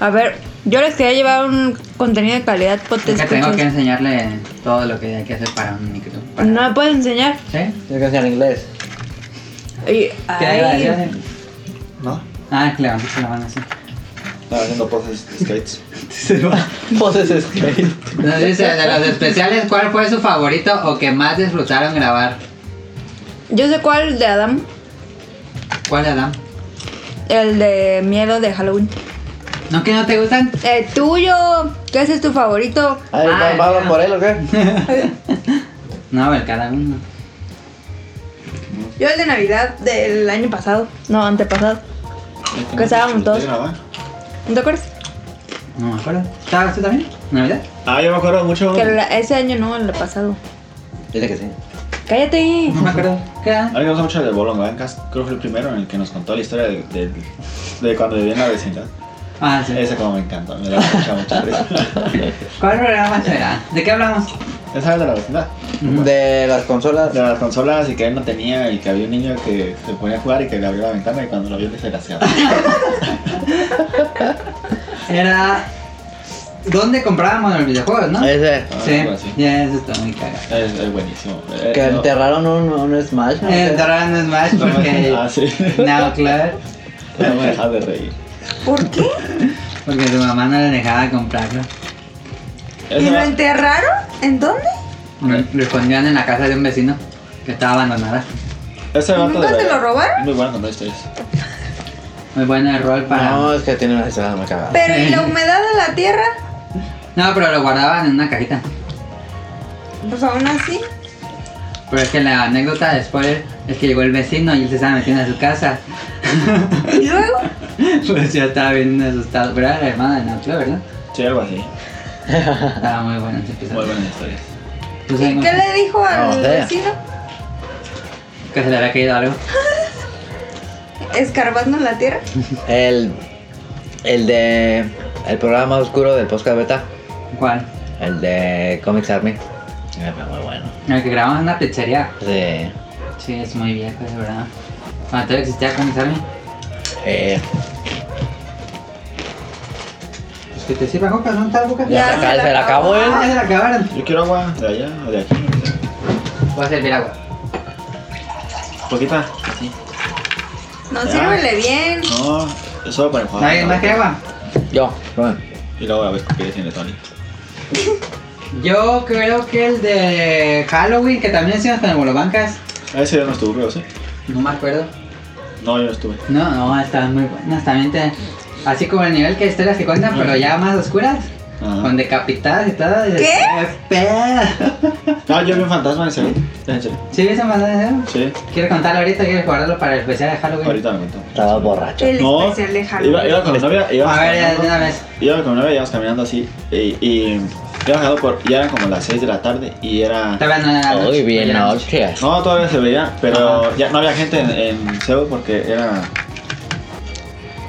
Speaker 2: A ver, yo les quería llevar un contenido de calidad pod
Speaker 3: Es que tengo que
Speaker 2: escuchas.
Speaker 3: enseñarle todo lo que hay que hacer para un micro. para-
Speaker 2: No me puedes enseñar.
Speaker 3: ¿Sí?
Speaker 5: Tienes que enseñar inglés.
Speaker 2: Y-
Speaker 3: ¿Qué
Speaker 2: ay,
Speaker 3: hay?
Speaker 1: ¿No?
Speaker 3: Ah, claro, se la van así.
Speaker 1: Estaba haciendo poses de skates.
Speaker 5: Se va. Poses skate.
Speaker 3: Nos dice, de los especiales, ¿cuál fue su favorito o que más disfrutaron grabar?
Speaker 2: Yo sé cuál de Adam,
Speaker 3: ¿Cuál, Adam?
Speaker 2: el de miedo de Halloween.
Speaker 3: ¿No que no te gustan?
Speaker 2: El tuyo, ¿qué ese es tu favorito?
Speaker 4: Ay,
Speaker 3: Ah,
Speaker 4: ¿va- ¿va
Speaker 3: ya.
Speaker 4: por él o qué?
Speaker 3: No, el cada uno.
Speaker 2: Yo el de Navidad del año pasado, no, antepasado. Que estábamos todos. ¿No te acuerdas?
Speaker 3: No me acuerdo. ¿Estabas tú también? ¿Navidad?
Speaker 1: Ah, yo me acuerdo mucho.
Speaker 2: Que la- ese año no, el pasado.
Speaker 5: Dile que sí.
Speaker 2: Cállate.
Speaker 3: No me acuerdo. ¿Qué era?
Speaker 1: A mí me gusta mucho el de Bolón Blancas, creo que fue el primero en el que nos contó la historia de, de- de cuando vivía en la vecindad.
Speaker 3: Ah, sí.
Speaker 1: Ese como me encanta, me da mucha, mucha risa.
Speaker 3: ¿Cuál programa será? ¿De qué hablamos?
Speaker 1: ¿Esa es de la vecindad?
Speaker 5: De las consolas.
Speaker 1: De las consolas y que él no tenía y que había un niño que se ponía a jugar y que le abrió la ventana y cuando lo vio que se graciaba.
Speaker 3: Era... ¿Dónde comprábamos los videojuegos, no?
Speaker 5: Ese.
Speaker 3: Sí,
Speaker 1: Algo así.
Speaker 3: ya eso está muy cagado.
Speaker 1: Es, es buenísimo. Eh,
Speaker 5: Que
Speaker 1: no-
Speaker 5: enterraron un, un Smash. ¿no?
Speaker 3: El Doran Eh, no es más porque...
Speaker 1: Ah, sí.
Speaker 3: No, claro.
Speaker 1: No me dejas de reír.
Speaker 2: ¿Por qué?
Speaker 3: Porque tu mamá no le dejaba comprarlo.
Speaker 2: ¿Y
Speaker 1: Ese
Speaker 2: lo
Speaker 1: va-
Speaker 2: enterraron? ¿En dónde?
Speaker 3: Lo lo escondían en la casa de un vecino que estaba abandonada.
Speaker 1: ese vato
Speaker 2: ¿Nunca
Speaker 1: de
Speaker 2: te
Speaker 1: verdad
Speaker 2: lo robaron?
Speaker 1: es Muy bueno contando historias.
Speaker 3: Muy bueno el rol para...
Speaker 5: No, es que tiene una escena muy cagada.
Speaker 2: Pero ¿y la humedad de la tierra?
Speaker 3: No, pero lo guardaban en una cajita.
Speaker 2: Pues aún así.
Speaker 3: Pero es que la anécdota de spoiler es que llegó el vecino y él se estaba metiendo a su casa.
Speaker 2: ¿Y luego?
Speaker 3: pues yo estaba bien asustado. Pero era la hermana de Nautilus, ¿verdad?
Speaker 1: Sí, algo así.
Speaker 3: Estaba muy bueno ese
Speaker 1: Muy
Speaker 3: episodio.
Speaker 1: buenas historias.
Speaker 3: Pues ahí
Speaker 2: ¿Y
Speaker 3: no
Speaker 2: qué
Speaker 3: sé,
Speaker 2: le dijo
Speaker 5: Ah,
Speaker 2: al
Speaker 5: o sea.
Speaker 2: vecino?
Speaker 3: Que se le había caído algo.
Speaker 2: ¿Escarbando en la tierra?
Speaker 5: El. El de. El programa oscuro del podcast beta.
Speaker 3: ¿Cuál?
Speaker 5: El de Comics Army. Eh, fue Muy bueno.
Speaker 3: El que grabamos en una pizzería.
Speaker 5: Sí.
Speaker 3: Sí, es muy viejo, es verdad. Cuando todavía existía Comics Army.
Speaker 5: Eh,
Speaker 3: Pues que te sirva coca, ¿no? ¿Tal coca?
Speaker 2: Ya se
Speaker 5: ya, se,
Speaker 2: la
Speaker 5: acaba- se la acabó él.
Speaker 3: Ah, ya se la acabaron.
Speaker 1: Yo quiero agua de allá o de aquí.
Speaker 3: Voy a servir agua.
Speaker 1: Poquita. Sí.
Speaker 2: No,
Speaker 1: Ya.
Speaker 2: sírvele bien.
Speaker 1: No, es solo para enjuagar.
Speaker 3: ¿Nadie más que agua?
Speaker 5: Yo, bueno.
Speaker 1: Y luego la voy a escupir sin el Tony.
Speaker 3: Yo creo que el de Halloween, que también hicimos con el Bolobancas.
Speaker 1: A ese ya no estuvo, creo, ¿sí?
Speaker 3: No me acuerdo.
Speaker 1: No, yo no estuve.
Speaker 3: No, no, estaban muy buenas. También te- así como el nivel que hay historias que cuentan, pero ya más oscuras.
Speaker 1: Ajá.
Speaker 3: Con decapitadas y todo. y-
Speaker 2: ¿Qué?
Speaker 3: ¡Qué pedo!
Speaker 1: No, Ah, yo vi un fantasma en serio. En serio.
Speaker 3: ¿Sí viste más de eso?
Speaker 1: Sí,
Speaker 3: ¿Quieres contarlo ahorita? ¿Quieres guardarlo para el especial de Halloween?
Speaker 1: ahorita me cuento.
Speaker 5: Estaba borracho.
Speaker 2: El
Speaker 1: no,
Speaker 2: especial de
Speaker 1: Iba,
Speaker 2: Halloween.
Speaker 1: iba con mi novia, íbamos
Speaker 3: A ver, ya,
Speaker 1: caminando,
Speaker 3: de una vez.
Speaker 1: Iba con mi novia, íbamos caminando así. Y, y íbamos caminando por. Ya eran como las 6 de la tarde y era.
Speaker 3: Todavía no era la noche,
Speaker 5: Uy, bien,
Speaker 3: era la noche.
Speaker 5: noche.
Speaker 1: No, todavía se veía, pero
Speaker 3: Ajá.
Speaker 1: ya no había gente en, en Seúl porque era.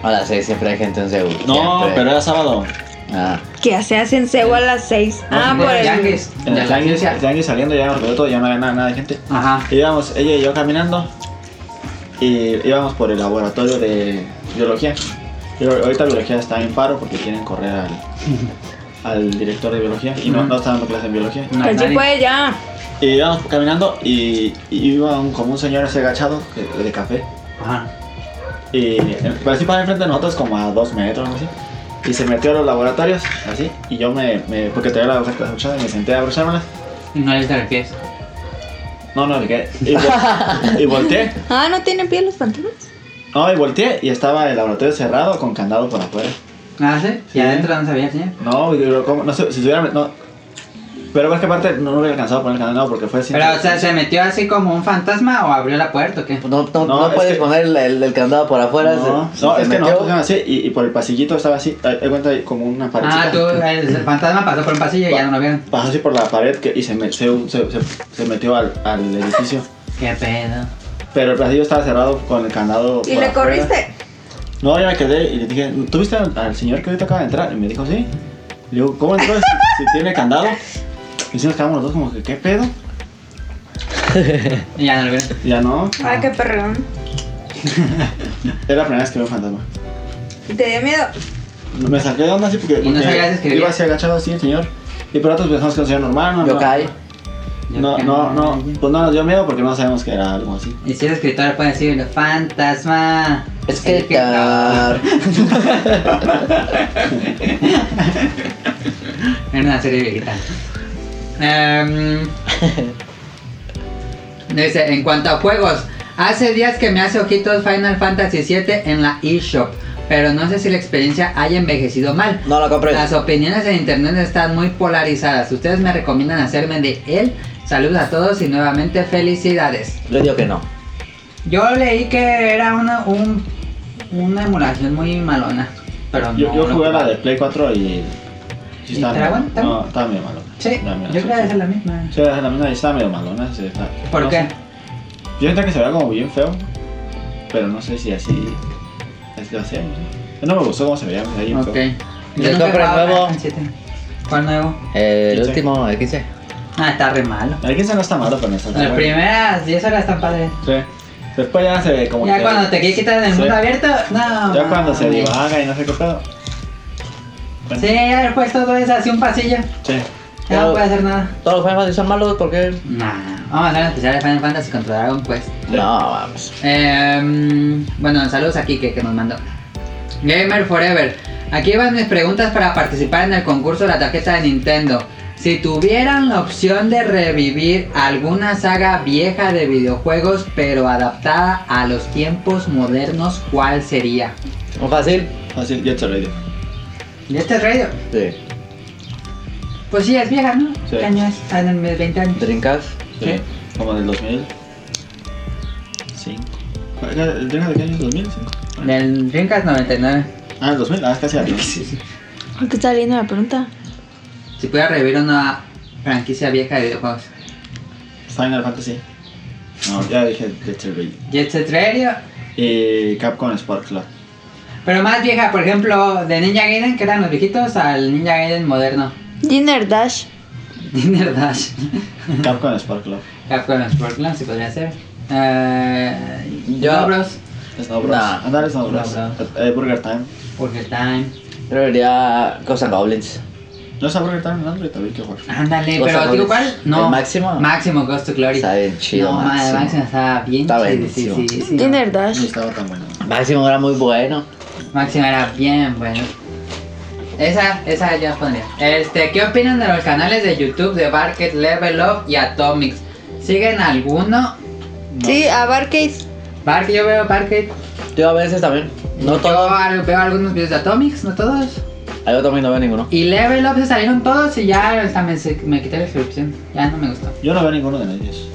Speaker 5: A las 6 siempre hay gente en Seúl.
Speaker 1: No,
Speaker 5: siempre.
Speaker 1: pero era sábado.
Speaker 5: Ah,
Speaker 2: Que se hace en Seúl a las 6. Ah,
Speaker 3: En
Speaker 2: por
Speaker 3: el
Speaker 2: el.
Speaker 3: Yankees,
Speaker 1: En
Speaker 3: de
Speaker 1: el
Speaker 3: la
Speaker 1: tianguis,
Speaker 3: agencia.
Speaker 1: el tianguis saliendo ya nos todo, ya no había nada, nada de gente.
Speaker 3: Ajá.
Speaker 1: Íbamos, ella y yo caminando y íbamos por el laboratorio de biología. Y ahor- ahorita biología está en paro porque quieren correr al, al director de biología y no,
Speaker 3: Ujú.
Speaker 1: no está dando clase en biología.
Speaker 3: No,
Speaker 2: Pero sí
Speaker 3: nadie.
Speaker 2: puede ya.
Speaker 1: Y íbamos caminando y, y iba un- como un señor así agachado que- de café.
Speaker 3: Ajá.
Speaker 1: Y eh, así para enfrente de nosotros como a dos metros, algo así. Y se metió a los laboratorios, así. Y yo me, me porque tenía la oferta abrochada y me senté a abrochármelas.
Speaker 3: Y no le viste los pies.
Speaker 1: No, no, me quedé. Y, vol- y volteé.
Speaker 2: Ah, ¿no tienen pie los pantalones?
Speaker 1: No, y volteé y estaba el laboratorio cerrado con candado por afuera.
Speaker 3: Ah, ¿sí?
Speaker 1: Sí.
Speaker 3: Y adentro no sabía, señor.
Speaker 1: No, y digo, ¿cómo? No sé, si hubiera... No. Pero es que aparte no, no hubiera alcanzado a poner el candado porque fue así.
Speaker 3: Pero, o sea, ¿se metió así como un fantasma o abrió la puerta o qué?
Speaker 5: no,
Speaker 1: No,
Speaker 5: no, no
Speaker 1: es
Speaker 5: puedes
Speaker 1: que-
Speaker 5: poner el, el- el candado por afuera.
Speaker 1: no,
Speaker 5: se-
Speaker 1: no,
Speaker 5: se
Speaker 1: es que
Speaker 5: metió.
Speaker 1: nosotros íbamos así y, y por el pasillito estaba así, hay cuenta ahí como una parecita.
Speaker 3: Ah, tú, el, el fantasma pasó por un pasillo y ya no lo vieron.
Speaker 1: Pasó así por la pared que, y se, me- se- se- se- se metió al, al edificio.
Speaker 3: Qué pedo.
Speaker 1: Pero el pasillo estaba cerrado con el candado.
Speaker 2: ¿Y
Speaker 1: por
Speaker 2: le
Speaker 1: afuera.
Speaker 2: corriste?
Speaker 1: No, yo me quedé y le dije, ¿tú viste al, al señor que ahorita acaba de entrar? Y me dijo, sí. Le digo, ¿cómo entró si, si tiene candado? Y si nos quedamos los dos como que, ¿qué pedo?
Speaker 3: Y ya no lo vieron.
Speaker 1: Y ya no.
Speaker 2: Ah, qué perrón.
Speaker 1: Era la primera vez que veo un fantasma.
Speaker 2: ¿Y te dio miedo?
Speaker 1: Me saqué de onda así porque,
Speaker 3: Y no
Speaker 1: porque
Speaker 3: sabías escribir.
Speaker 1: iba así agachado así el señor. Y por otros pensamos que era un señor normal, no,
Speaker 5: Yo
Speaker 1: no.
Speaker 5: caí.
Speaker 3: Yo
Speaker 1: No,
Speaker 3: que
Speaker 1: no,
Speaker 3: no.
Speaker 1: no. Pues no nos dio miedo porque no sabemos que era algo así.
Speaker 3: Y si el escritor puede decir fantasma.
Speaker 5: Es que
Speaker 3: Era una serie viejita. Em, dice, en cuanto a juegos, hace días que me hace ojitos Final Fantasy VII en la eShop, pero no sé si la experiencia haya envejecido mal.
Speaker 5: No lo compré.
Speaker 3: Las opiniones en internet están muy polarizadas. Ustedes me recomiendan hacerme de él. Saludos a todos y nuevamente felicidades.
Speaker 5: Yo digo que no.
Speaker 3: Yo leí que era una, un- una emulación muy malona. Pero
Speaker 1: Yo,
Speaker 3: no
Speaker 1: yo
Speaker 3: lo
Speaker 1: jugué a la
Speaker 3: probé.
Speaker 1: de Play 4 y. Sí,
Speaker 3: ¿Y
Speaker 1: estaba
Speaker 3: te la
Speaker 1: medio-
Speaker 3: aguantan?
Speaker 1: No, estaba medio malo.
Speaker 3: Sí,
Speaker 1: Estaba medio-
Speaker 3: yo creo que es la misma.
Speaker 1: Sí, era la misma y estaba medio malo, ¿no? Sí, está-
Speaker 3: ¿Por
Speaker 1: no
Speaker 3: qué?
Speaker 1: sé. Yo sentía que se veía como bien feo, pero no sé si así. así lo hacían, ¿no? No me gustó cómo se veía, pues, ahí
Speaker 3: Ok.
Speaker 1: feo.
Speaker 5: Yo
Speaker 3: nunca he
Speaker 5: compré
Speaker 3: jugado
Speaker 5: el nuevo.
Speaker 3: Final Fantasy VII. ¿Cuál nuevo?
Speaker 5: Eh, el
Speaker 1: Sí, sí.
Speaker 5: último, el 15.
Speaker 3: Ah, está re malo.
Speaker 1: El 15 no está malo, pero no está tan
Speaker 3: Las
Speaker 1: bueno.
Speaker 3: primeras 10 horas están padres.
Speaker 1: Sí. Después ya se ve como
Speaker 3: Ya
Speaker 1: que-
Speaker 3: cuando te quitas del
Speaker 1: Sí.
Speaker 3: mundo abierto, no.
Speaker 1: Ya cuando se
Speaker 3: mames.
Speaker 1: divaga y no sé qué pedo. Bueno,
Speaker 3: Sí, ya después todo es así un pasillo.
Speaker 1: sí.
Speaker 3: Ya no
Speaker 5: Pero-
Speaker 3: puede hacer nada.
Speaker 5: Todos los Final Fantasy son malos porque.
Speaker 3: Nah, vamos a hacer un especial de Final Fantasy contra Dragon Quest.
Speaker 5: No, vamos.
Speaker 3: Eh, bueno, saludos a Kike que nos mandó. Gamer Forever. Aquí van mis preguntas para participar en el concurso de la tarjeta de Nintendo. Si tuvieran la opción de revivir alguna saga vieja de videojuegos pero adaptada a los tiempos modernos, ¿cuál sería?
Speaker 5: ¿Un fácil?
Speaker 1: Fácil, yo te lo digo.
Speaker 3: ¿Y este es radio?
Speaker 5: Sí.
Speaker 3: Pues sí, es vieja, ¿no?
Speaker 1: Sí.
Speaker 3: ¿Qué año es? Ah, no, 20 años.
Speaker 5: Dreamcast.
Speaker 1: Sí.
Speaker 3: Sí.
Speaker 1: Como del 2005. ¿El Dreamcast de qué año es 2005?
Speaker 3: Del Dreamcast 99.
Speaker 1: Ah, el 2000, ah, es casi al
Speaker 2: ¿Por qué está leyendo la pregunta?
Speaker 3: Si pudiera revivir una franquicia vieja de videojuegos.
Speaker 1: Final Fantasy. No, ya dije The Cherry.
Speaker 3: Jet Set Radio,
Speaker 1: Y Capcom Sport Club.
Speaker 3: Pero más vieja, por ejemplo, de Ninja Gaiden, que eran los viejitos, al Ninja Gaiden moderno.
Speaker 2: Dinner Dash.
Speaker 3: Dinner Dash.
Speaker 1: Capcom Sport Club.
Speaker 3: Capcom Sport Club, si podría ser. Eh,
Speaker 5: Yo-
Speaker 3: Yo. Bros.
Speaker 1: Snow Bros.
Speaker 5: Nah.
Speaker 1: Andar Snow Bros.
Speaker 3: Snow
Speaker 1: Eh, Burger Time.
Speaker 3: Burger Time.
Speaker 5: Yo diría Ghosts and Goblins.
Speaker 1: No es a Burger Time en Android, también que jugar.
Speaker 3: Ándale,
Speaker 5: Ghost
Speaker 3: pero
Speaker 5: of
Speaker 3: digo
Speaker 5: Glory.
Speaker 3: cuál? No.
Speaker 5: ¿El Máximo?
Speaker 3: Máximo Ghost to Glory.
Speaker 5: Está bien chido,
Speaker 3: No, eh. madre,
Speaker 5: Máximo.
Speaker 3: Máximo está bien
Speaker 5: Está
Speaker 3: chido.
Speaker 5: buenísimo.
Speaker 3: Sí, sí, sí.
Speaker 2: Dinner Dash.
Speaker 1: Y estaba tan bueno.
Speaker 5: Máximo era muy bueno.
Speaker 3: Máximo era bien bueno. Esa, esa yo pondría. Este, ¿qué opinan de los canales de YouTube de Barket, Level Up y Atomics? ¿Siguen alguno?
Speaker 2: Sí, a Barcade.
Speaker 3: Barket, yo veo Barket.
Speaker 5: Yo a veces también. No todo.
Speaker 3: Yo al- veo algunos videos de Atomics, no todos.
Speaker 5: Ahí yo también no veo ninguno.
Speaker 3: Y Level Up se salieron todos y ya hasta me, se- me quité la suscripción. Ya no me gustó.
Speaker 1: Yo no veo ninguno de ellos.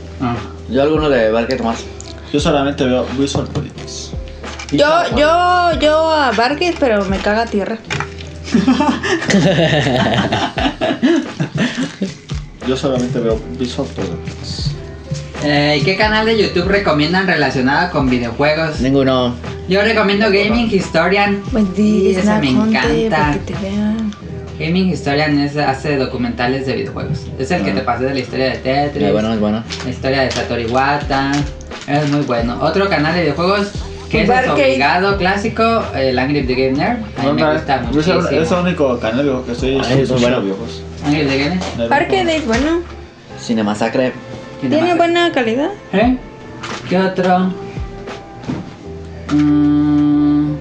Speaker 5: Yo alguno de Barque Tomás.
Speaker 1: Yo solamente veo Visual Politics.
Speaker 2: Yo, yo, yo a Barcade, pero me caga tierra.
Speaker 1: Yo solamente veo Visual Politics.
Speaker 3: Eh, ¿y ¿Qué canal de YouTube recomiendan relacionado con videojuegos?
Speaker 5: Ninguno.
Speaker 3: Yo recomiendo Gaming Historian.
Speaker 2: Pues
Speaker 3: Sí,
Speaker 2: di,
Speaker 3: ese
Speaker 2: snack,
Speaker 3: me
Speaker 2: ponte,
Speaker 3: encanta.
Speaker 2: para que te vean.
Speaker 3: Gaming Historian es, hace documentales de videojuegos. Es el que
Speaker 5: Ah.
Speaker 3: te pasé de la historia de Tetris,
Speaker 5: Es bueno, es bueno.
Speaker 3: la historia de Satoru Iwata. Es muy bueno. Otro canal de videojuegos que es
Speaker 2: Barcade.
Speaker 3: obligado clásico, el Angry Video Game Nerd. A mí me gusta
Speaker 1: Yo es el- es el
Speaker 3: muchísimo.
Speaker 1: único canal viejo que estoy
Speaker 5: Ay, es muy bueno.
Speaker 1: viejos.
Speaker 3: Angry Video Game Nerd.
Speaker 2: Barcade es bueno.
Speaker 5: Cinemasacre.
Speaker 3: ¿Quién te
Speaker 2: Tiene
Speaker 3: mata?
Speaker 2: buena calidad.
Speaker 3: ¿Eh? ¿Qué otro? Mm,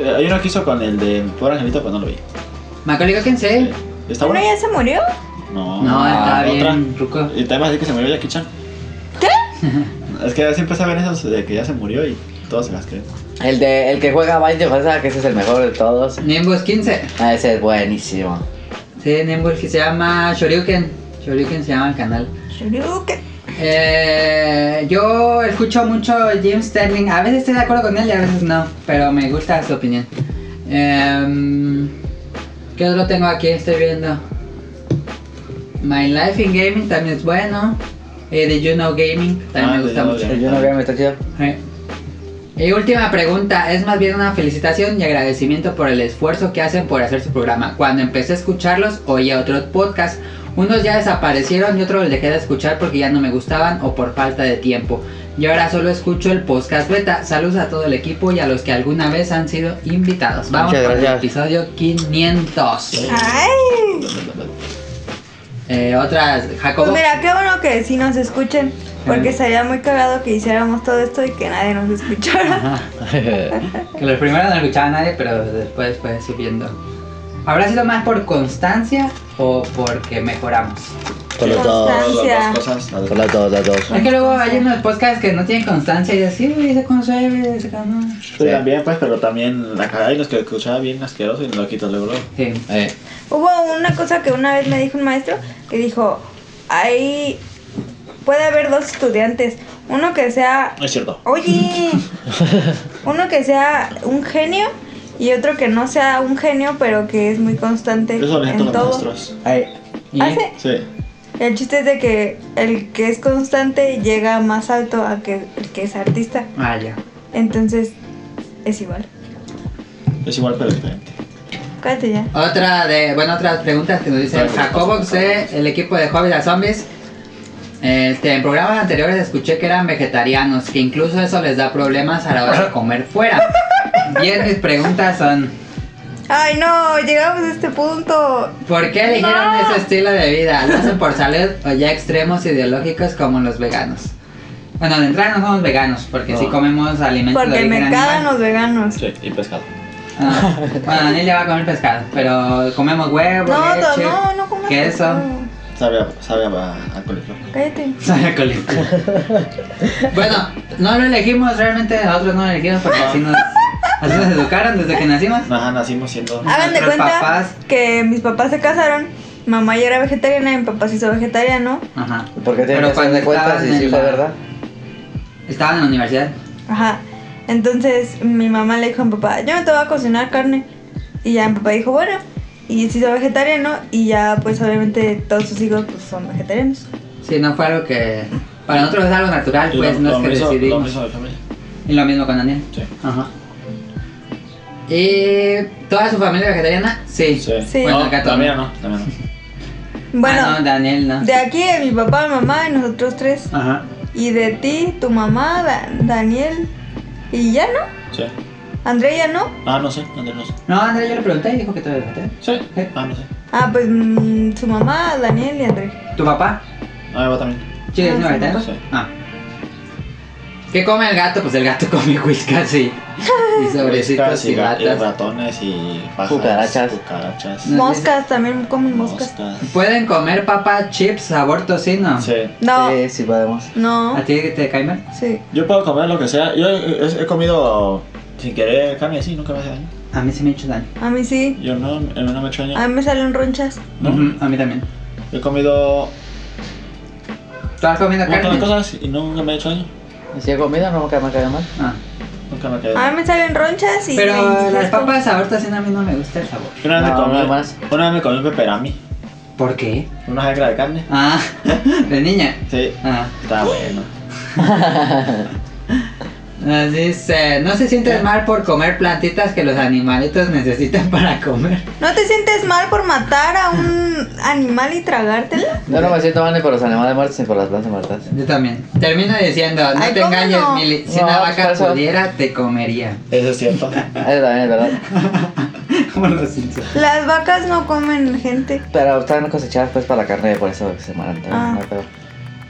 Speaker 1: Eh, Hay uno que hizo con el de mi pobre angelito, pero no lo vi.
Speaker 2: ¿Eh?
Speaker 3: Macaulay Culkin, sí.
Speaker 1: Eh, ¿Está bueno?
Speaker 2: se murió?
Speaker 1: No,
Speaker 3: No, está
Speaker 1: Ah, otra.
Speaker 3: bien, Ruco.
Speaker 1: Y también así que se murió Jackie Chan. ¿Qué? es que siempre saben esos de que ya se murió y todos se las creen.
Speaker 5: El de el que juega Vice de Fuerza, que ese es el mejor de todos.
Speaker 3: Nimbus 15.
Speaker 5: Ah, Ese es buenísimo.
Speaker 3: Sí, Nimbus que se llama Shoryuken. Shoryuken se llama el canal. Eh, yo escucho mucho Jim Sterling. A veces estoy de acuerdo con él y a veces no. Pero me gusta su opinión. Em, ¿Qué otro tengo aquí? Estoy viendo. My Life in Gaming también es bueno. Eh, The You Know Gaming también
Speaker 1: Ah,
Speaker 3: me
Speaker 1: The
Speaker 3: gusta
Speaker 1: You Know
Speaker 3: mucho.
Speaker 5: El Yo no veo, me está chido.
Speaker 3: Sí. Y última pregunta, es más bien una felicitación y agradecimiento por el esfuerzo que hacen por hacer su programa. Cuando empecé a escucharlos, oía otros podcasts. Unos ya desaparecieron y otros los dejé de escuchar porque ya no me gustaban o por falta de tiempo. Yo ahora solo escucho el podcast beta. Saludos a todo el equipo y a los que alguna vez han sido invitados. Vamos
Speaker 5: Muchas
Speaker 3: por el
Speaker 5: gracias.
Speaker 2: Pues
Speaker 3: episodio 500.
Speaker 2: Ay.
Speaker 3: Eh, otras,
Speaker 2: Pues
Speaker 3: Jacobo.
Speaker 2: mira, qué bueno que sí nos escuchen. Porque estaría muy cagado que hiciéramos todo esto y que nadie nos escuchara.
Speaker 3: Ajá. Que los primeros no escuchaba a nadie, pero después fue subiendo. ¿Habrá sido más por constancia o porque mejoramos?
Speaker 5: Por los dos.
Speaker 1: Todas las
Speaker 2: Constancia.
Speaker 1: dos cosas. las
Speaker 5: Por
Speaker 1: dos.
Speaker 5: los dos, los dos.
Speaker 3: Es que luego hay unos podcasts que no tienen constancia y así, güey, se consueve, se calma.
Speaker 1: Sí, también, pues, pero también la cara y los que escuchaba bien asqueroso y lo quitas luego. luego.
Speaker 3: Sí.
Speaker 5: Eh,
Speaker 2: Hubo una cosa que una vez me dijo un maestro que dijo, ahí puede haber dos estudiantes. Uno que sea
Speaker 1: No es cierto.
Speaker 2: Oye, uno que sea un genio y otro que no sea un genio, pero que es muy constante
Speaker 1: Eso lo
Speaker 2: en
Speaker 1: necesitan los
Speaker 2: todo.
Speaker 1: maestros.
Speaker 4: Ay,
Speaker 3: Y
Speaker 2: Ah, sí.
Speaker 1: Sí.
Speaker 2: El chiste es de que el que es constante llega más alto a que el que es artista.
Speaker 3: Ah, ya.
Speaker 2: Entonces, es igual.
Speaker 1: Es igual, pero diferente.
Speaker 2: Cállate ya.
Speaker 3: Otra de, bueno, otras preguntas que nos dice
Speaker 1: Claro,
Speaker 3: Jacobo,
Speaker 1: pues,
Speaker 3: C, el equipo de Hobbies a Zombies. Este, en programas anteriores escuché que eran vegetarianos, que incluso eso les da problemas a la hora de comer fuera. Bien, mis preguntas son,
Speaker 2: Ay, no, llegamos a este punto.
Speaker 3: ¿por qué eligieron
Speaker 2: No.
Speaker 3: ese estilo de vida? ¿Lo hacen por salud o ya extremos ideológicos como los veganos? Bueno, de entrada no somos veganos, porque
Speaker 1: No.
Speaker 3: sí comemos alimentos de
Speaker 2: Porque
Speaker 3: origen
Speaker 2: me
Speaker 3: animal.
Speaker 2: cagan los veganos.
Speaker 1: Sí, y pescado.
Speaker 3: Ah, bueno, Daniel ya va a comer pescado, pero comemos huevo,
Speaker 2: No, to-
Speaker 3: leche,
Speaker 2: no, no comas
Speaker 3: queso.
Speaker 2: pescado.
Speaker 1: Sabe a, sabe a, a coliflor.
Speaker 2: Cállate.
Speaker 3: Sabe a coliflor. bueno, no lo elegimos realmente, nosotros no lo elegimos porque así nos, así nos educaron desde que nacimos.
Speaker 1: Ajá, nacimos siendo.
Speaker 2: Hagan de
Speaker 3: Nuestros
Speaker 2: cuenta
Speaker 3: papás.
Speaker 2: que mis papás se casaron, mamá ya era vegetariana y mi papá se hizo vegetariano.
Speaker 3: Ajá.
Speaker 4: ¿Por qué tienen
Speaker 3: Pero
Speaker 4: que hacer
Speaker 3: cuando
Speaker 4: de cuentas
Speaker 3: estaban
Speaker 4: si sí
Speaker 3: en
Speaker 4: fue
Speaker 3: la-
Speaker 4: verdad?
Speaker 3: Estaban en la universidad.
Speaker 2: Ajá. Entonces mi mamá le dijo a mi papá, yo no te voy a cocinar carne. Y ya mi papá dijo, bueno. Y se hizo vegetariano y ya pues obviamente todos sus hijos pues son vegetarianos.
Speaker 3: Sí, no fue algo que... Para nosotros es algo natural,
Speaker 1: Y
Speaker 3: pues
Speaker 1: lo-
Speaker 3: no
Speaker 1: lo
Speaker 3: es que
Speaker 1: mismo- Lo
Speaker 3: decidimos.
Speaker 1: mismo de familia.
Speaker 3: Y lo mismo con Daniel.
Speaker 1: Sí.
Speaker 3: Ajá. ¿Y toda su familia vegetariana? Sí.
Speaker 2: Sí.
Speaker 3: Bueno,
Speaker 1: No,
Speaker 3: acá
Speaker 1: la mía
Speaker 3: también.
Speaker 1: no, la mía no.
Speaker 2: Bueno,
Speaker 3: Ah, no, Daniel no.
Speaker 2: de aquí de mi papá, mamá y nosotros tres.
Speaker 3: Ajá.
Speaker 2: Y de ti, tu mamá, Da- Daniel y ya no.
Speaker 1: Sí.
Speaker 2: Andrea ya no.
Speaker 1: Ah, no sé, Andrés no sé.
Speaker 3: No, Andrés, yo le pregunté y dijo que todo era vegetariano.
Speaker 1: Sí.
Speaker 3: Sí.
Speaker 1: Ah, no sé.
Speaker 2: Ah, pues mm, su mamá, Daniel y Andrés.
Speaker 3: ¿Tu papá?
Speaker 1: Ah, mi papá también.
Speaker 3: ¿Chile es vegetariano?
Speaker 1: Sí.
Speaker 3: Ah. ¿Qué come el gato? Pues el gato come whiskas y, y sobrecitos
Speaker 1: Pescas
Speaker 3: y
Speaker 1: y ga- y
Speaker 3: gatas.
Speaker 1: ratones y pájaros.
Speaker 5: Cucarachas.
Speaker 1: Cucarachas.
Speaker 3: No,
Speaker 2: Moscas, también comen moscas.
Speaker 3: ¿Pueden comer papa, chips, sabor tocino?
Speaker 1: Sí.
Speaker 2: No,
Speaker 4: Sí, sí podemos.
Speaker 2: no,
Speaker 3: ¿A ti te cae mal?
Speaker 2: sí.
Speaker 1: Yo puedo comer lo que sea. Yo he, he comido sin querer carne así, nunca me hace daño.
Speaker 3: A mí sí me ha hecho daño.
Speaker 2: A mí sí.
Speaker 1: Yo no, eh, no me he hecho daño.
Speaker 3: Ah.
Speaker 2: A mí me salen ronchas.
Speaker 1: No.
Speaker 3: Ujú, a mí también.
Speaker 1: He comido
Speaker 3: ¿Tú has comido
Speaker 1: un montón de
Speaker 3: carne?
Speaker 1: cosas y nunca me he hecho daño.
Speaker 4: Si he comido, no me cae mal.
Speaker 3: Ah.
Speaker 1: Nunca me he caído.
Speaker 2: A mí me salen ronchas y.
Speaker 3: Pero
Speaker 2: y-
Speaker 3: las papas sabor tocino a mí no me gusta el sabor.
Speaker 1: Una vez,
Speaker 4: No,
Speaker 1: me
Speaker 4: nada
Speaker 1: comí,
Speaker 4: más.
Speaker 1: una vez me comí un peperami,
Speaker 3: ¿Por qué?
Speaker 1: una jagra de carne.
Speaker 3: Ah, de niña.
Speaker 1: Sí,
Speaker 3: Ah.
Speaker 1: está bueno.
Speaker 3: Nos ah, dice, no se sientes mal por comer plantitas que los animalitos necesitan para comer.
Speaker 2: ¿No te sientes mal por matar a un animal y tragártelo?
Speaker 5: Yo no me siento mal ni por los animales muertos ni por las plantas muertas.
Speaker 3: Yo también. Termina diciendo, no
Speaker 2: Ay,
Speaker 3: te
Speaker 2: ¿cómo
Speaker 3: engañes,
Speaker 2: no?
Speaker 3: Mili. Si
Speaker 5: No,
Speaker 3: una
Speaker 5: pues,
Speaker 3: vaca
Speaker 5: por eso.
Speaker 3: pudiera, te comería.
Speaker 1: Eso es cierto.
Speaker 5: Eso también es verdad.
Speaker 3: Como lo siento.
Speaker 2: Las vacas no comen gente.
Speaker 5: Pero están cosechadas pues para la carne, por eso se matan.
Speaker 2: Ah.
Speaker 5: No, hay pedo.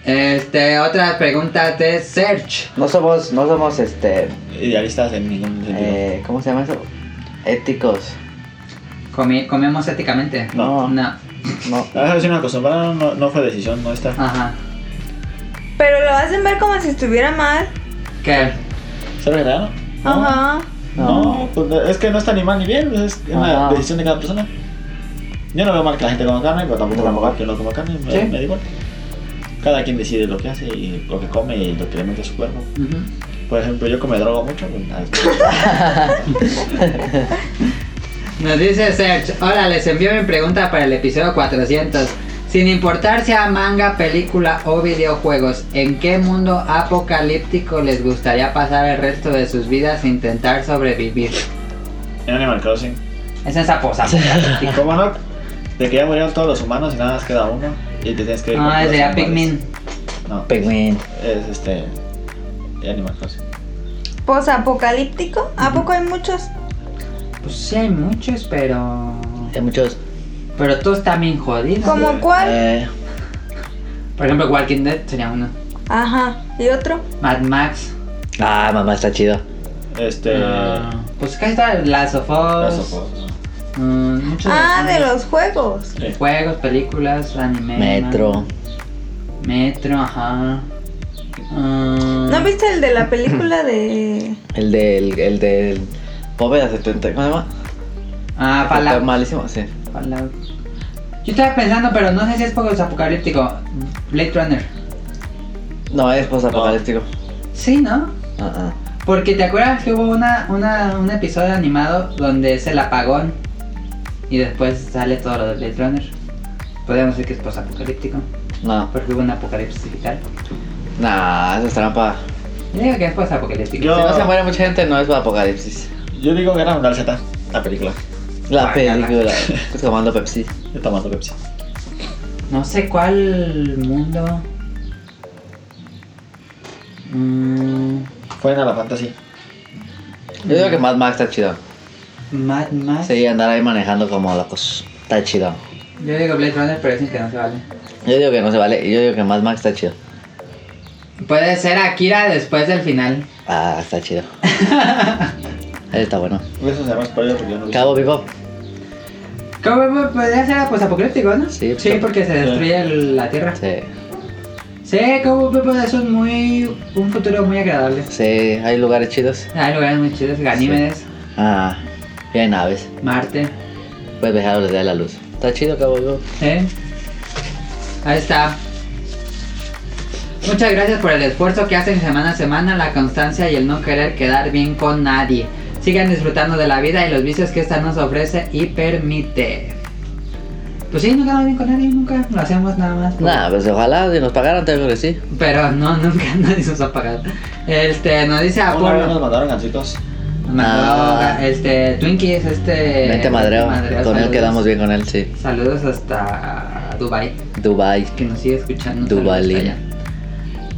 Speaker 3: Este, otra pregunta de Search.
Speaker 5: no somos, no somos este,
Speaker 1: Idealistas en ningún sentido.
Speaker 5: eh, ¿cómo se llama eso? Éticos.
Speaker 3: Comi- ¿Comemos éticamente?
Speaker 5: No.
Speaker 3: No.
Speaker 5: No.
Speaker 1: Ah, sí, nos acostumbraron, no, no fue decisión nuestra.
Speaker 3: Ajá.
Speaker 2: Pero lo hacen ver como si estuviera mal.
Speaker 3: ¿Qué?
Speaker 1: ¿Ser vegetariano? No.
Speaker 2: Ajá.
Speaker 1: No, pues es que no está ni mal ni bien, pues, es una
Speaker 5: Ajá.
Speaker 1: decisión de cada persona. Yo no veo mal que la gente coma carne, pero tampoco
Speaker 5: Tampoco.
Speaker 1: que no coma carne, me,
Speaker 3: Sí.
Speaker 1: me da igual. Cada quien decide lo que hace y lo que come y lo que le mete a su cuerpo.
Speaker 3: Ujú.
Speaker 1: Por ejemplo, yo que me drogo mucho, pues, nada,
Speaker 3: Nos dice Serge, hola, les envío mi pregunta para el episodio 400. Sin importar sea manga, película o videojuegos, ¿en qué mundo apocalíptico les gustaría pasar el resto de sus vidas e intentar sobrevivir?
Speaker 1: en Animal Crossing.
Speaker 3: Esa es sapo, sapo.
Speaker 1: ¿Y cómo no? De que ya murieron todos los humanos y nada más queda uno y te tienes que ir con
Speaker 3: Ah,
Speaker 1: los
Speaker 3: sería
Speaker 1: animales.
Speaker 3: Pikmin.
Speaker 1: No,
Speaker 5: Pingüín.
Speaker 1: es este. Animal Crossing.
Speaker 2: Posapocalíptico. ¿A poco hay muchos?
Speaker 3: Pues sí hay muchos, pero...
Speaker 5: Hay muchos.
Speaker 3: Pero todos están bien jodidos.
Speaker 2: ¿Como cuál?
Speaker 5: Eh,
Speaker 3: Por ejemplo, Walking Dead sería uno.
Speaker 2: Ajá. ¿Y otro?
Speaker 3: Mad Max.
Speaker 5: ah, mamá, está chido.
Speaker 1: Este.
Speaker 3: Ah, pues casi está Last of Us.
Speaker 1: Last of Us.
Speaker 3: mm, muchos
Speaker 2: Ah, de
Speaker 3: esos.
Speaker 2: los juegos.
Speaker 1: Sí.
Speaker 3: Juegos, películas, anime.
Speaker 5: Metro.
Speaker 3: manga. Metro, ajá. Mm,
Speaker 2: ¿No viste el de la película de.?
Speaker 5: El del. El del. Bóveda 70. ¿Cómo se llama?
Speaker 3: Ah,
Speaker 5: Está
Speaker 3: Fallout.
Speaker 5: malísimo, sí.
Speaker 3: Fallout. Yo estaba pensando, pero no sé si es poco apocalíptico. Blade Runner.
Speaker 5: No, es postapocalíptico.
Speaker 3: Sí, ¿no?
Speaker 5: Ah,
Speaker 3: Porque te acuerdas que hubo una, una, un episodio animado donde es el apagón y después sale todo lo de Blade Runner. Podríamos decir que es posapocalíptico,
Speaker 5: ah. No.
Speaker 3: porque hubo un apocalipsis digital.
Speaker 5: Nah, eso es trampa.
Speaker 3: Yo digo que es posapocalíptico.
Speaker 1: Yo-
Speaker 5: Si no se muere mucha gente, no es apocalipsis.
Speaker 1: Yo digo que era un Z, la película.
Speaker 5: La
Speaker 3: Ah,
Speaker 5: película. Pues tomando Pepsi.
Speaker 1: Yo tomando Pepsi.
Speaker 3: No sé cuál mundo. Mm,
Speaker 1: Fue en la fantasía.
Speaker 5: Yo digo que Mad Max está chido.
Speaker 3: Mad Max.
Speaker 5: Ah, Sí, andar ahí manejando como locos. Está chido.
Speaker 3: Yo digo Blade Runner, pero dicen que no se vale.
Speaker 5: Yo digo que no se vale. Yo digo que Mad Max está chido.
Speaker 3: Puede ser Akira después del final.
Speaker 5: Ah, está chido. Ahí está bueno.
Speaker 1: Eso se llama spoiler porque yo no vi.
Speaker 5: Cabo Bebop.
Speaker 3: ¿Cómo cómo podría ser posapocalíptico, no?
Speaker 5: Sí,
Speaker 3: sí, pues.
Speaker 5: pero-
Speaker 3: porque se destruye el- la Tierra.
Speaker 5: Sí.
Speaker 3: Sí, como Pepe, eso es muy. un futuro muy agradable.
Speaker 5: Sí, hay lugares chidos.
Speaker 3: Hay lugares muy chidos, Ganímedes,
Speaker 5: Ah, y hay naves.
Speaker 3: Marte,
Speaker 5: Puedes viajar donde te dé la luz. Está chido, Cabo Bebop.
Speaker 3: ¿eh? Ahí está. Muchas gracias por el esfuerzo que hacen semana a semana, la constancia y el no querer quedar bien con nadie. Sigan disfrutando de la vida y los vicios que esta nos ofrece y permite. Pues sí, no quedamos bien con nadie, nunca lo hacemos nada más. por-
Speaker 5: Nah, pues ojalá si nos pagaran, te digo que sí.
Speaker 3: Pero no, nunca nadie se nos ha pagado. Este, nos dice
Speaker 1: Una vez
Speaker 3: Apolo.
Speaker 1: nos mandaron gancitos.
Speaker 5: Ah.
Speaker 3: Mandó este Twinkies, este.
Speaker 5: Vente madreo.
Speaker 3: Madreo,
Speaker 5: Con él
Speaker 3: saludos.
Speaker 5: quedamos bien con él, sí.
Speaker 3: Saludos hasta Dubai,
Speaker 5: Dubai.
Speaker 3: que nos sigue escuchando.
Speaker 5: Dubai.
Speaker 3: saludos hasta allá.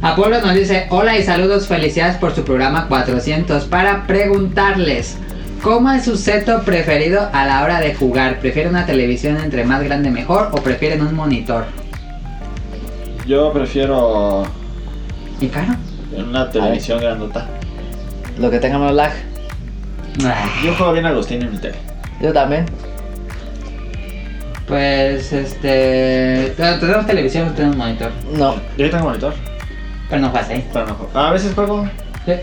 Speaker 3: Apolo nos dice, hola y saludos, felicidades por su programa 400 para preguntarles, ¿cómo es su seto preferido a la hora de jugar? ¿Prefieren una televisión entre más grande mejor o prefieren un monitor?
Speaker 1: Yo prefiero
Speaker 3: ¿Y caro?
Speaker 1: una televisión grandota.
Speaker 5: Lo que tenga menos lag.
Speaker 3: Ah,
Speaker 1: Yo juego bien Agustín en mi tele.
Speaker 5: Yo también.
Speaker 3: Pues este... bueno, Tenemos televisión, no tenemos monitor,
Speaker 5: No.
Speaker 1: Yo tengo monitor,
Speaker 3: pero no pasa ahí.
Speaker 1: pero no juego. A veces juego,
Speaker 3: Sí.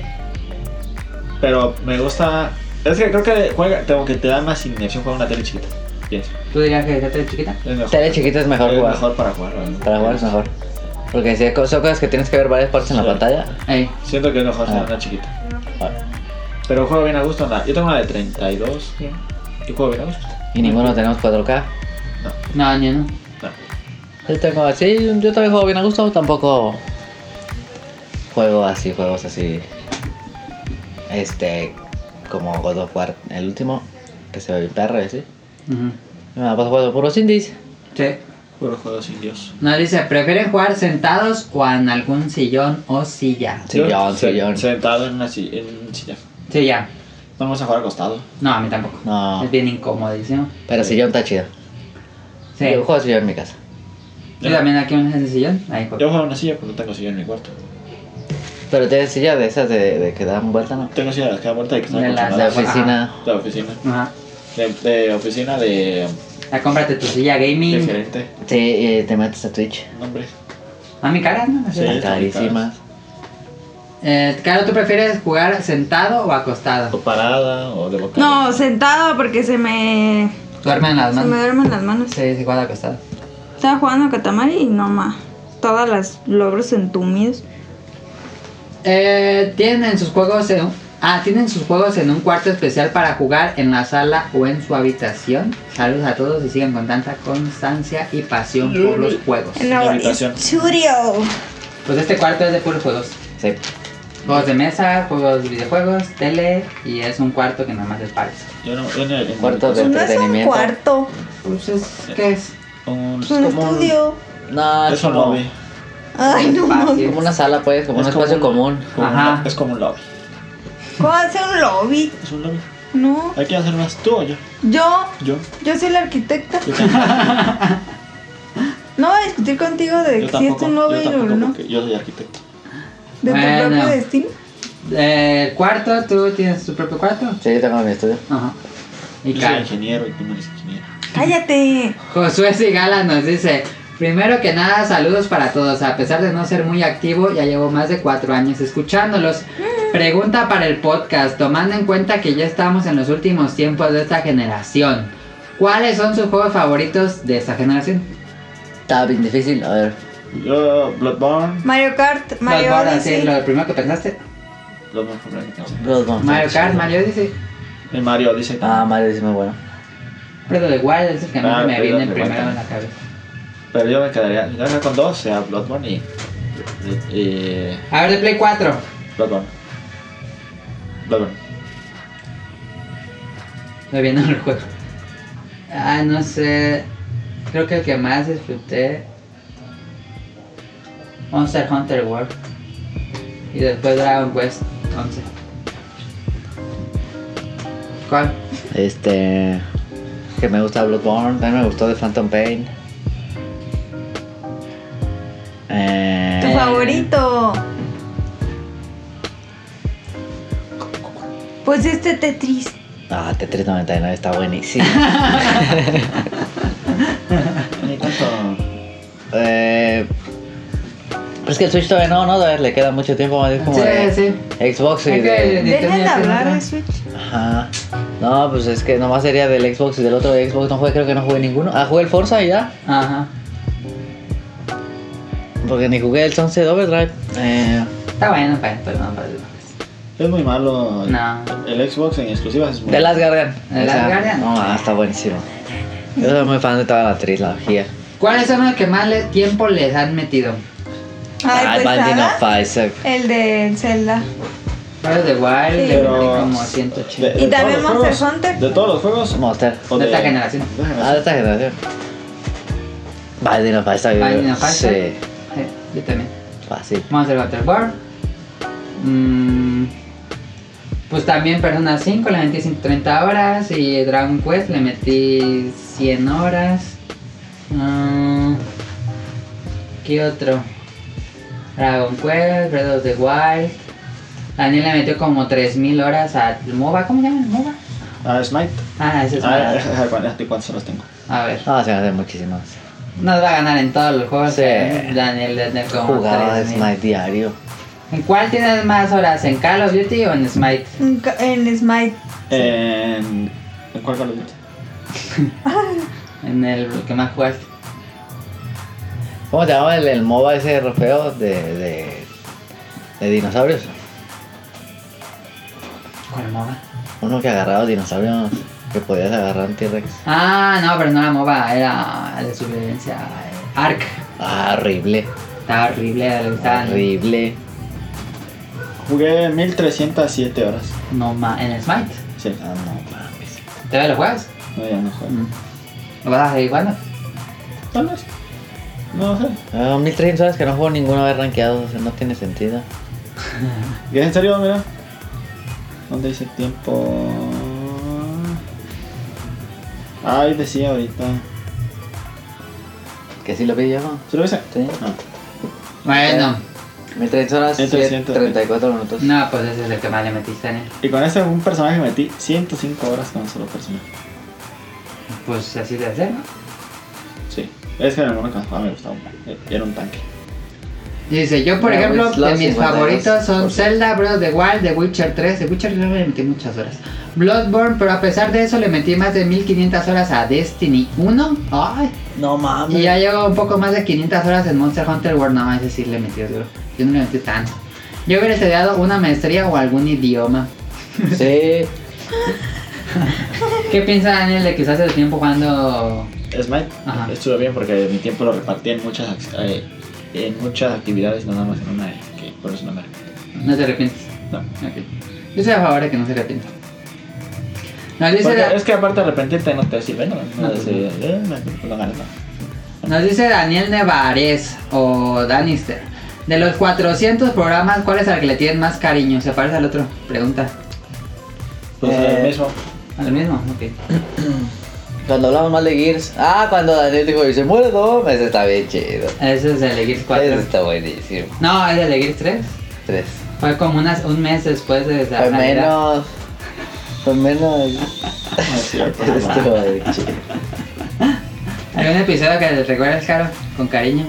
Speaker 1: pero me gusta. Es que creo que juega, como que te da más inmersión jugar una tele chiquita. Pienso.
Speaker 3: ¿Tú dirías que la tele chiquita?
Speaker 1: Es mejor.
Speaker 5: Tele chiquita es mejor
Speaker 1: Es
Speaker 5: jugar.
Speaker 1: mejor para jugar. ¿no?
Speaker 5: Para jugar es mejor. Porque si hay co- son cosas que tienes que ver varias partes en la
Speaker 1: Sí.
Speaker 5: pantalla.
Speaker 3: Ey,
Speaker 1: Siento que es mejor tener
Speaker 5: Ah.
Speaker 1: una chiquita.
Speaker 5: ah,
Speaker 1: Pero juego bien a gusto. anda. Yo tengo una de 32. Y juego bien a gusto.
Speaker 5: Y ninguno tenemos 4K.
Speaker 3: no, yo no.
Speaker 1: No.
Speaker 5: Yo tengo así, yo también juego bien a gusto, tampoco juego así, juegos así. Este, como God of War, el último, que se ve bien perro ¿eh? y así.
Speaker 3: Ujú.
Speaker 5: Me la paso jugando pues, puros indies.
Speaker 3: Sí.
Speaker 1: Puro juego sin Dios.
Speaker 3: Nos dice, ¿prefieren jugar sentados o en algún sillón o silla?
Speaker 5: Sillón,
Speaker 1: Yo se-
Speaker 5: sillón.
Speaker 1: Sentado en una silla. En silla.
Speaker 3: Silla.
Speaker 1: No vamos a jugar acostado.
Speaker 3: No, a mí tampoco.
Speaker 5: No.
Speaker 3: Es bien incomodísimo.
Speaker 5: Pero sillón está chido.
Speaker 3: Sí.
Speaker 5: Yo
Speaker 3: Yo,
Speaker 5: juego sillón en mi casa.
Speaker 3: también aquí en el sillón. Ahí juego.
Speaker 1: Yo juego en una silla porque no tengo silla en mi cuarto.
Speaker 5: Pero tienes silla de esas de, de que dan vuelta, ¿no?
Speaker 1: Tengo silla de las que dan vuelta y que están
Speaker 3: De las-
Speaker 5: La
Speaker 1: acolchonadas.
Speaker 3: Ajá.
Speaker 5: oficina.
Speaker 1: De oficina.
Speaker 3: Ajá.
Speaker 1: De, de oficina de,
Speaker 3: Ya cómprate tu silla
Speaker 1: de
Speaker 3: gaming.
Speaker 1: gerente.
Speaker 5: Sí, eh, te metes a Twitch.
Speaker 1: Nombre.
Speaker 3: A Ah, mi cara, ¿no?
Speaker 1: Sí.
Speaker 5: Están carísimas.
Speaker 3: Eh, claro, ¿tú prefieres jugar sentado o acostado?
Speaker 1: O parada o de boca.
Speaker 2: No, sentado porque se me.
Speaker 3: Duerme en las
Speaker 2: Se me
Speaker 3: manos.
Speaker 2: duermen las manos.
Speaker 3: Sí, se juega acostado.
Speaker 2: Estaba jugando a Katamari y no más. Todas las logros entumidos.
Speaker 3: Eh, tienen sus juegos en... Ah, tienen sus juegos en un cuarto especial para jugar en la sala o en su habitación. Saludos a todos y sigan con tanta constancia y pasión por los juegos.
Speaker 1: En la habitación.
Speaker 2: estudio.
Speaker 3: Pues este cuarto es de puros juegos.
Speaker 5: Sí.
Speaker 3: Juegos de mesa, juegos de videojuegos, tele y es un cuarto que nada más es para eso.
Speaker 1: Yo no, yo en el en
Speaker 5: Cuarto de-
Speaker 2: Pues No es un
Speaker 5: Entretenimiento.
Speaker 2: cuarto,
Speaker 3: Pues es, ¿qué es?
Speaker 1: un-
Speaker 2: es un
Speaker 5: como un-
Speaker 2: estudio.
Speaker 5: No,
Speaker 1: es un
Speaker 5: como-
Speaker 1: lobby.
Speaker 2: Ay, no mames.
Speaker 3: Espacio.
Speaker 5: Como una sala, pues, como
Speaker 1: Es
Speaker 5: un espacio
Speaker 1: como un-
Speaker 5: común.
Speaker 1: Como un
Speaker 3: Ajá.
Speaker 1: lo- es como un lobby.
Speaker 2: ¿Cómo hace un lobby?
Speaker 1: Es un lobby.
Speaker 2: No.
Speaker 1: Hay que hacer unas tú o yo.
Speaker 2: Yo,
Speaker 1: Yo.
Speaker 2: yo soy la arquitecta.
Speaker 1: Yo tampoco.
Speaker 2: No voy a discutir contigo de
Speaker 1: Yo
Speaker 2: si es
Speaker 1: tampoco,
Speaker 2: tu
Speaker 1: yo
Speaker 2: novio o
Speaker 1: tampoco,
Speaker 2: no.
Speaker 1: porque yo soy arquitecto.
Speaker 2: De tu
Speaker 3: Bueno.
Speaker 2: propio destino.
Speaker 3: Eh, cuarto, tú tienes tu propio cuarto.
Speaker 5: Sí, yo tengo mi estudio.
Speaker 3: Ajá. Y
Speaker 1: Yo soy
Speaker 3: Cal.
Speaker 1: ingeniero y tú no eres ingeniero.
Speaker 2: Cállate.
Speaker 3: Josué Sigala nos dice. Primero que nada, saludos para todos. A pesar de no ser muy activo, ya llevo más de cuatro años escuchándolos. Pregunta para el podcast, tomando en cuenta que ya estamos en los últimos tiempos de esta generación. ¿Cuáles son sus juegos favoritos de esta generación?
Speaker 5: Estaba bien difícil, a ver.
Speaker 1: Yo, Bloodborne.
Speaker 2: Mario Kart, Mario
Speaker 3: Bloodborne,
Speaker 2: Odyssey.
Speaker 3: sí, lo primero que pensaste.
Speaker 1: Bloodborne fue el que pensé.
Speaker 5: Bloodborne.
Speaker 3: Mario
Speaker 5: está
Speaker 3: Kart,
Speaker 5: chido.
Speaker 3: Mario Odyssey.
Speaker 1: El Mario dice.
Speaker 5: Ah, Mario es muy bueno.
Speaker 3: Pero de Wild es el que
Speaker 1: Ah,
Speaker 3: más me
Speaker 1: Breath
Speaker 3: viene
Speaker 1: of the
Speaker 3: primero
Speaker 1: Wild.
Speaker 3: en la cabeza.
Speaker 1: Pero yo me quedaría, yo me quedaría con dos, sea Bloodborne y. y, y-
Speaker 3: A ver, de Play 4.
Speaker 1: Bloodborne. Bloodborne.
Speaker 3: Estoy viendo el juego. Ah, no sé. Creo que el que más disfruté. Monster Hunter World. Y después Dragon Quest 11. ¿Cuál?
Speaker 5: Este. Que me gusta Bloodborne, también me gustó de Phantom Pain. Eh,
Speaker 2: Tu favorito. Pues este Tetris.
Speaker 5: Ah, T399 está buenísimo.
Speaker 1: Ni tanto.
Speaker 5: eh, pero es que el Switch todavía no, ¿no? Todavía le queda mucho tiempo más bien como
Speaker 3: Sí,
Speaker 5: de
Speaker 3: sí.
Speaker 5: Xbox y
Speaker 3: Hay que-
Speaker 5: de...
Speaker 2: Dejen de
Speaker 3: Nintendo,
Speaker 2: hablar
Speaker 3: ¿no?
Speaker 2: de Switch.
Speaker 5: Ajá. No, pues es que nomás sería del Xbox y del otro de Xbox no jugué, creo que no jugué ninguno. Ah, jugué el Forza y ya.
Speaker 3: Ajá.
Speaker 5: Porque ni jugué el Sunset Overdrive. Eh,
Speaker 3: Está bueno, para pero pues no para
Speaker 1: Es muy malo.
Speaker 3: No.
Speaker 1: El Xbox en exclusivas es muy
Speaker 5: The Last Guardian.
Speaker 3: The
Speaker 5: O sea,
Speaker 3: Last Guardian.
Speaker 5: No, ah, está buenísimo. Yo soy muy fan de toda la trilogía.
Speaker 3: ¿Cuáles son los que más le- tiempo les han metido?
Speaker 5: Ah,
Speaker 2: Ay, pues
Speaker 5: Binding
Speaker 2: Saga,
Speaker 5: of Isaac.
Speaker 2: El de Zelda.
Speaker 3: Varios de Wild,
Speaker 2: Sí.
Speaker 3: le metí
Speaker 1: Pero-
Speaker 3: como 180.
Speaker 1: De- de
Speaker 2: Y también
Speaker 1: todos los
Speaker 2: Monster
Speaker 1: juegos-
Speaker 2: Hunter.
Speaker 1: De todos los juegos.
Speaker 5: Monster.
Speaker 1: o
Speaker 3: De esta generación.
Speaker 1: de esta
Speaker 5: Ah, de esta generación. Binding of Isaac. yo
Speaker 3: Binding
Speaker 5: creo.
Speaker 3: of Isaac.
Speaker 5: Sí,
Speaker 3: Sí, yo también.
Speaker 5: fácil.
Speaker 3: Monster Hunter World. Mm, pues también Persona 5 le metí 130 horas y Dragon Quest le metí 100 horas. Mm, ¿Qué otro? Dragon Quest, Breath of the Wild. Daniel le metió como 3000 horas a MOBA. ¿Cómo se llama el MOBA?
Speaker 1: Ah, Smite.
Speaker 3: Ah, ese es
Speaker 1: Ah,
Speaker 3: Valorant.
Speaker 1: ¿cuántos- ¿cuántos los tengo?
Speaker 3: A ver,
Speaker 5: No, se me hacen muchísimas.
Speaker 3: nos va a ganar en todos los juegos. eh,
Speaker 5: Sí.
Speaker 3: Daniel le metió como
Speaker 5: Jugaba
Speaker 3: 3000.
Speaker 5: Smite diario.
Speaker 3: ¿En cuál tienes más horas? ¿En Call of Duty o en Smite?
Speaker 2: En ca- En Smite.
Speaker 1: En. ¿En cuál Call of Duty?
Speaker 3: En el que más jugaste.
Speaker 5: ¿Cómo se llama el, el MOBA ese feo de, de, de dinosaurios?
Speaker 3: ¿Cuál MOBA?
Speaker 5: Uno que agarraba dinosaurios que podías agarrar un T-Rex.
Speaker 3: Ah, no, pero no era MOBA, era de supervivencia. eh, Ark.
Speaker 5: Ah, horrible.
Speaker 3: Estaba horrible, le
Speaker 5: Ah,
Speaker 3: gustaban.
Speaker 5: Horrible.
Speaker 1: Jugué 1307 horas.
Speaker 3: No ma- en el Smite.
Speaker 1: Sí.
Speaker 5: Ah, no mames.
Speaker 3: ¿Todavía lo juegas? Mm.
Speaker 1: No, ya no juego.
Speaker 3: ¿Lo vas a seguir jugando?
Speaker 1: Tal vez. No sé.
Speaker 5: Ah, 1300 horas que no juego ninguno de rankeados, o sea, no tiene sentido.
Speaker 1: ¿Y es en serio? Mira. ¿Dónde dice tiempo? Ay, decía ahorita.
Speaker 5: Que sí lo vi yo.
Speaker 1: ¿Se lo Ah. dice?
Speaker 5: Sí.
Speaker 1: No.
Speaker 3: Bueno,
Speaker 5: 1300 horas,
Speaker 1: 1300.
Speaker 5: 34 minutos.
Speaker 3: no, pues ese es el que más le metiste ¿eh? Daniel.
Speaker 1: Y con ese un personaje metí 105 horas con un solo personaje.
Speaker 3: Pues así debe ser, ¿no?
Speaker 1: Sí. Es que en el mono que jugaba me gustaba. Eh, Era un tanque.
Speaker 3: Dice, yo por
Speaker 5: Ya,
Speaker 3: ejemplo,
Speaker 5: Wish Lost
Speaker 3: de mis
Speaker 5: 52,
Speaker 3: favoritos son
Speaker 5: por cierto.
Speaker 3: Zelda, Breath of the Wild, The Witcher 3. The Witcher 3 le metí muchas horas. Bloodborne, pero a pesar de eso le metí más de 1500 horas a Destiny 1. Ay,
Speaker 5: No mames.
Speaker 3: Y ya llevo un poco más de 500 horas en Monster Hunter World. No, ese sí le metí duro. Yo no le metí tanto. Yo hubiera estudiado una maestría o algún idioma.
Speaker 5: Sí.
Speaker 3: ¿Qué piensa Daniel de quizás el tiempo jugando?
Speaker 1: Smite
Speaker 3: Ajá.
Speaker 1: estuvo bien porque mi tiempo lo repartí en muchas, ac- eh, en muchas actividades, no nada más en una, eh, que por eso no me
Speaker 3: No te arrepientes.
Speaker 1: No.
Speaker 3: Ok. Yo soy a favor de que no se arrepienta. Nos dice,
Speaker 1: Porque
Speaker 3: Da-
Speaker 1: es que aparte arrepentirte no te sirve, ¿no?
Speaker 3: No,
Speaker 1: No,
Speaker 3: pues
Speaker 1: es, eh, eh, no, no ganas nada.
Speaker 3: nos dice Daniel Nevarez o Danister. De los 400 programas, ¿cuál es el que le tienen más cariño? ¿Se parece al otro? Pregunta.
Speaker 1: Pues
Speaker 4: Eh,
Speaker 1: el mismo.
Speaker 3: Al mismo, ok.
Speaker 5: Cuando hablamos mal de Gears. Ah, cuando Daniel dijo, y se muere dos ese pues está bien chido.
Speaker 3: Ah, Ese es el de Gears 4.
Speaker 5: Ese está buenísimo.
Speaker 3: No, es el de Gears 3.
Speaker 5: Tres.
Speaker 3: Fue como unas, un mes después de la
Speaker 5: Fue
Speaker 3: salida.
Speaker 5: menos. Fue menos.
Speaker 1: No es cierto.
Speaker 5: Estuvo bien chido.
Speaker 3: ¿Algún episodio que les recuerdes, Caro? Con cariño.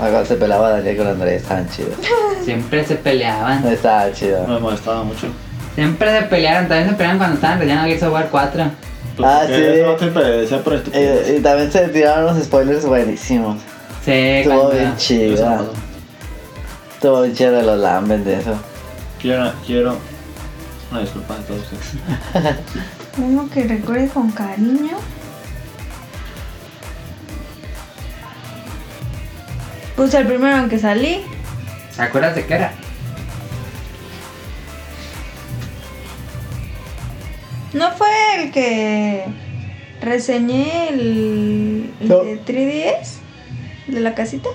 Speaker 5: Ah, cuando se pelaba Daniel con Andrés, estaban chidos.
Speaker 3: Siempre se peleaban.
Speaker 5: Estaban chidos.
Speaker 1: Me molestaba mucho.
Speaker 3: Siempre se pelearon. También se pelearon cuando estaban rellenando Gears of War 4.
Speaker 5: Ah,
Speaker 1: Pues, Porque
Speaker 5: sí.
Speaker 1: Eso siempre decía por estupidez.
Speaker 5: Eh, y también se tiraron unos spoilers buenísimos.
Speaker 3: Sí,
Speaker 5: Estuvo
Speaker 3: cuando...
Speaker 5: bien
Speaker 1: Eso
Speaker 5: chido.
Speaker 1: no.
Speaker 5: Estuvo bien chido de los lambes de eso.
Speaker 1: Quiero, quiero una disculpa a todos ustedes.
Speaker 2: Uno que recuerde con cariño. Pues el primero en que salí.
Speaker 3: ¿Te acuerdas de qué era?
Speaker 2: No fue el que reseñé el, el
Speaker 5: No.
Speaker 2: de 3DS de la casita.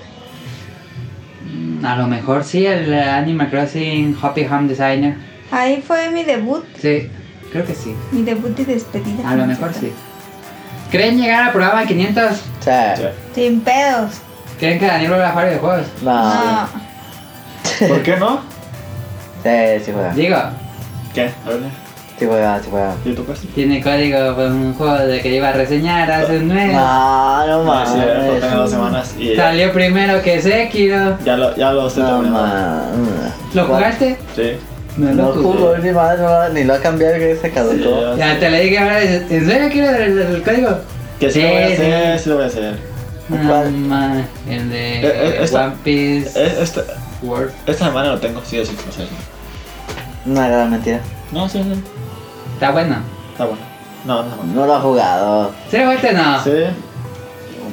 Speaker 3: Mm, A lo mejor sí, el eh, Animal Crossing Happy Home Designer.
Speaker 2: Ahí fue mi debut,
Speaker 3: Sí, creo que sí.
Speaker 2: mi debut y despedida.
Speaker 3: A lo mejor sí. ¿Creen llegar al programa 500?
Speaker 5: O sea,
Speaker 1: Sí.
Speaker 2: Sin pedos.
Speaker 3: ¿Creen que Daniel vuelva a jugar videojuegos?
Speaker 5: no.
Speaker 3: Ah,
Speaker 2: No.
Speaker 1: ¿Por qué no?
Speaker 5: Sí, sí juega.
Speaker 3: Digo,
Speaker 1: ¿Qué? A ver,
Speaker 5: Sí juega, sí juega.
Speaker 1: ¿y tú pues? casi?
Speaker 3: tiene código pues, un juego de que iba a reseñar hace un mes.
Speaker 5: No, no
Speaker 1: Sí, lo tengo dos
Speaker 5: mames.
Speaker 1: semanas y Ah, ya,
Speaker 3: Salió primero que Sekiro.
Speaker 1: ya lo, ya lo estoy
Speaker 5: No
Speaker 1: terminando.
Speaker 5: mames.
Speaker 3: ¿Lo jugaste?
Speaker 1: Sí.
Speaker 3: No
Speaker 5: No jugó ni más, no, ni lo ha cambiado que se
Speaker 1: sí, ya
Speaker 5: caducó.
Speaker 3: Ya
Speaker 1: sé.
Speaker 3: te le dije ahora, dices, ¿en serio quieres el, el- el código?
Speaker 1: Que sí, lo voy a
Speaker 3: Sí,
Speaker 1: hacer, sí lo voy a hacer.
Speaker 5: ¿Cuál?
Speaker 3: No, ma, el de
Speaker 1: Eh, eh, esta- eh.
Speaker 3: One Piece
Speaker 1: Es- Esta,
Speaker 3: World.
Speaker 1: esta semana lo tengo, sí o sí, lo sé.
Speaker 5: Una gran mentira.
Speaker 1: No, sí, sí.
Speaker 3: Está bueno.
Speaker 1: Está bueno. No, no, no.
Speaker 5: No lo ha jugado.
Speaker 3: ¿Sí lo jugaste o no?
Speaker 1: Sí.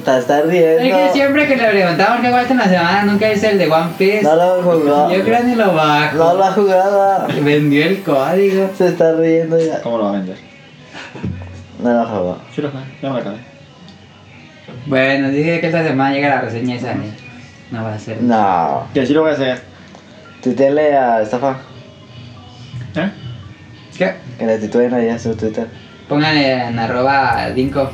Speaker 5: Te está
Speaker 3: Es
Speaker 5: riendo.
Speaker 3: que siempre que le preguntamos qué jugaste en la semana, nunca hice el de One Piece.
Speaker 5: No lo ha jugado.
Speaker 3: Yo creo ni lo bajo.
Speaker 5: No lo ha jugado.
Speaker 3: Vendió el código.
Speaker 5: Se está riendo ya.
Speaker 1: ¿Cómo lo va a vender?
Speaker 5: No lo ha jugado.
Speaker 1: Sí, lo jugué. Ya me lo acabé.
Speaker 3: Bueno, dije que esta semana llega la reseña esa. ¿eh? No va a ser.
Speaker 5: No.
Speaker 1: Que sí lo voy a hacer.
Speaker 5: Tuiteale a Estafa.
Speaker 1: ¿Eh?
Speaker 3: ¿Qué?
Speaker 5: Que le titúen allá en su Twitter.
Speaker 3: Pónganle en arroba Dinko.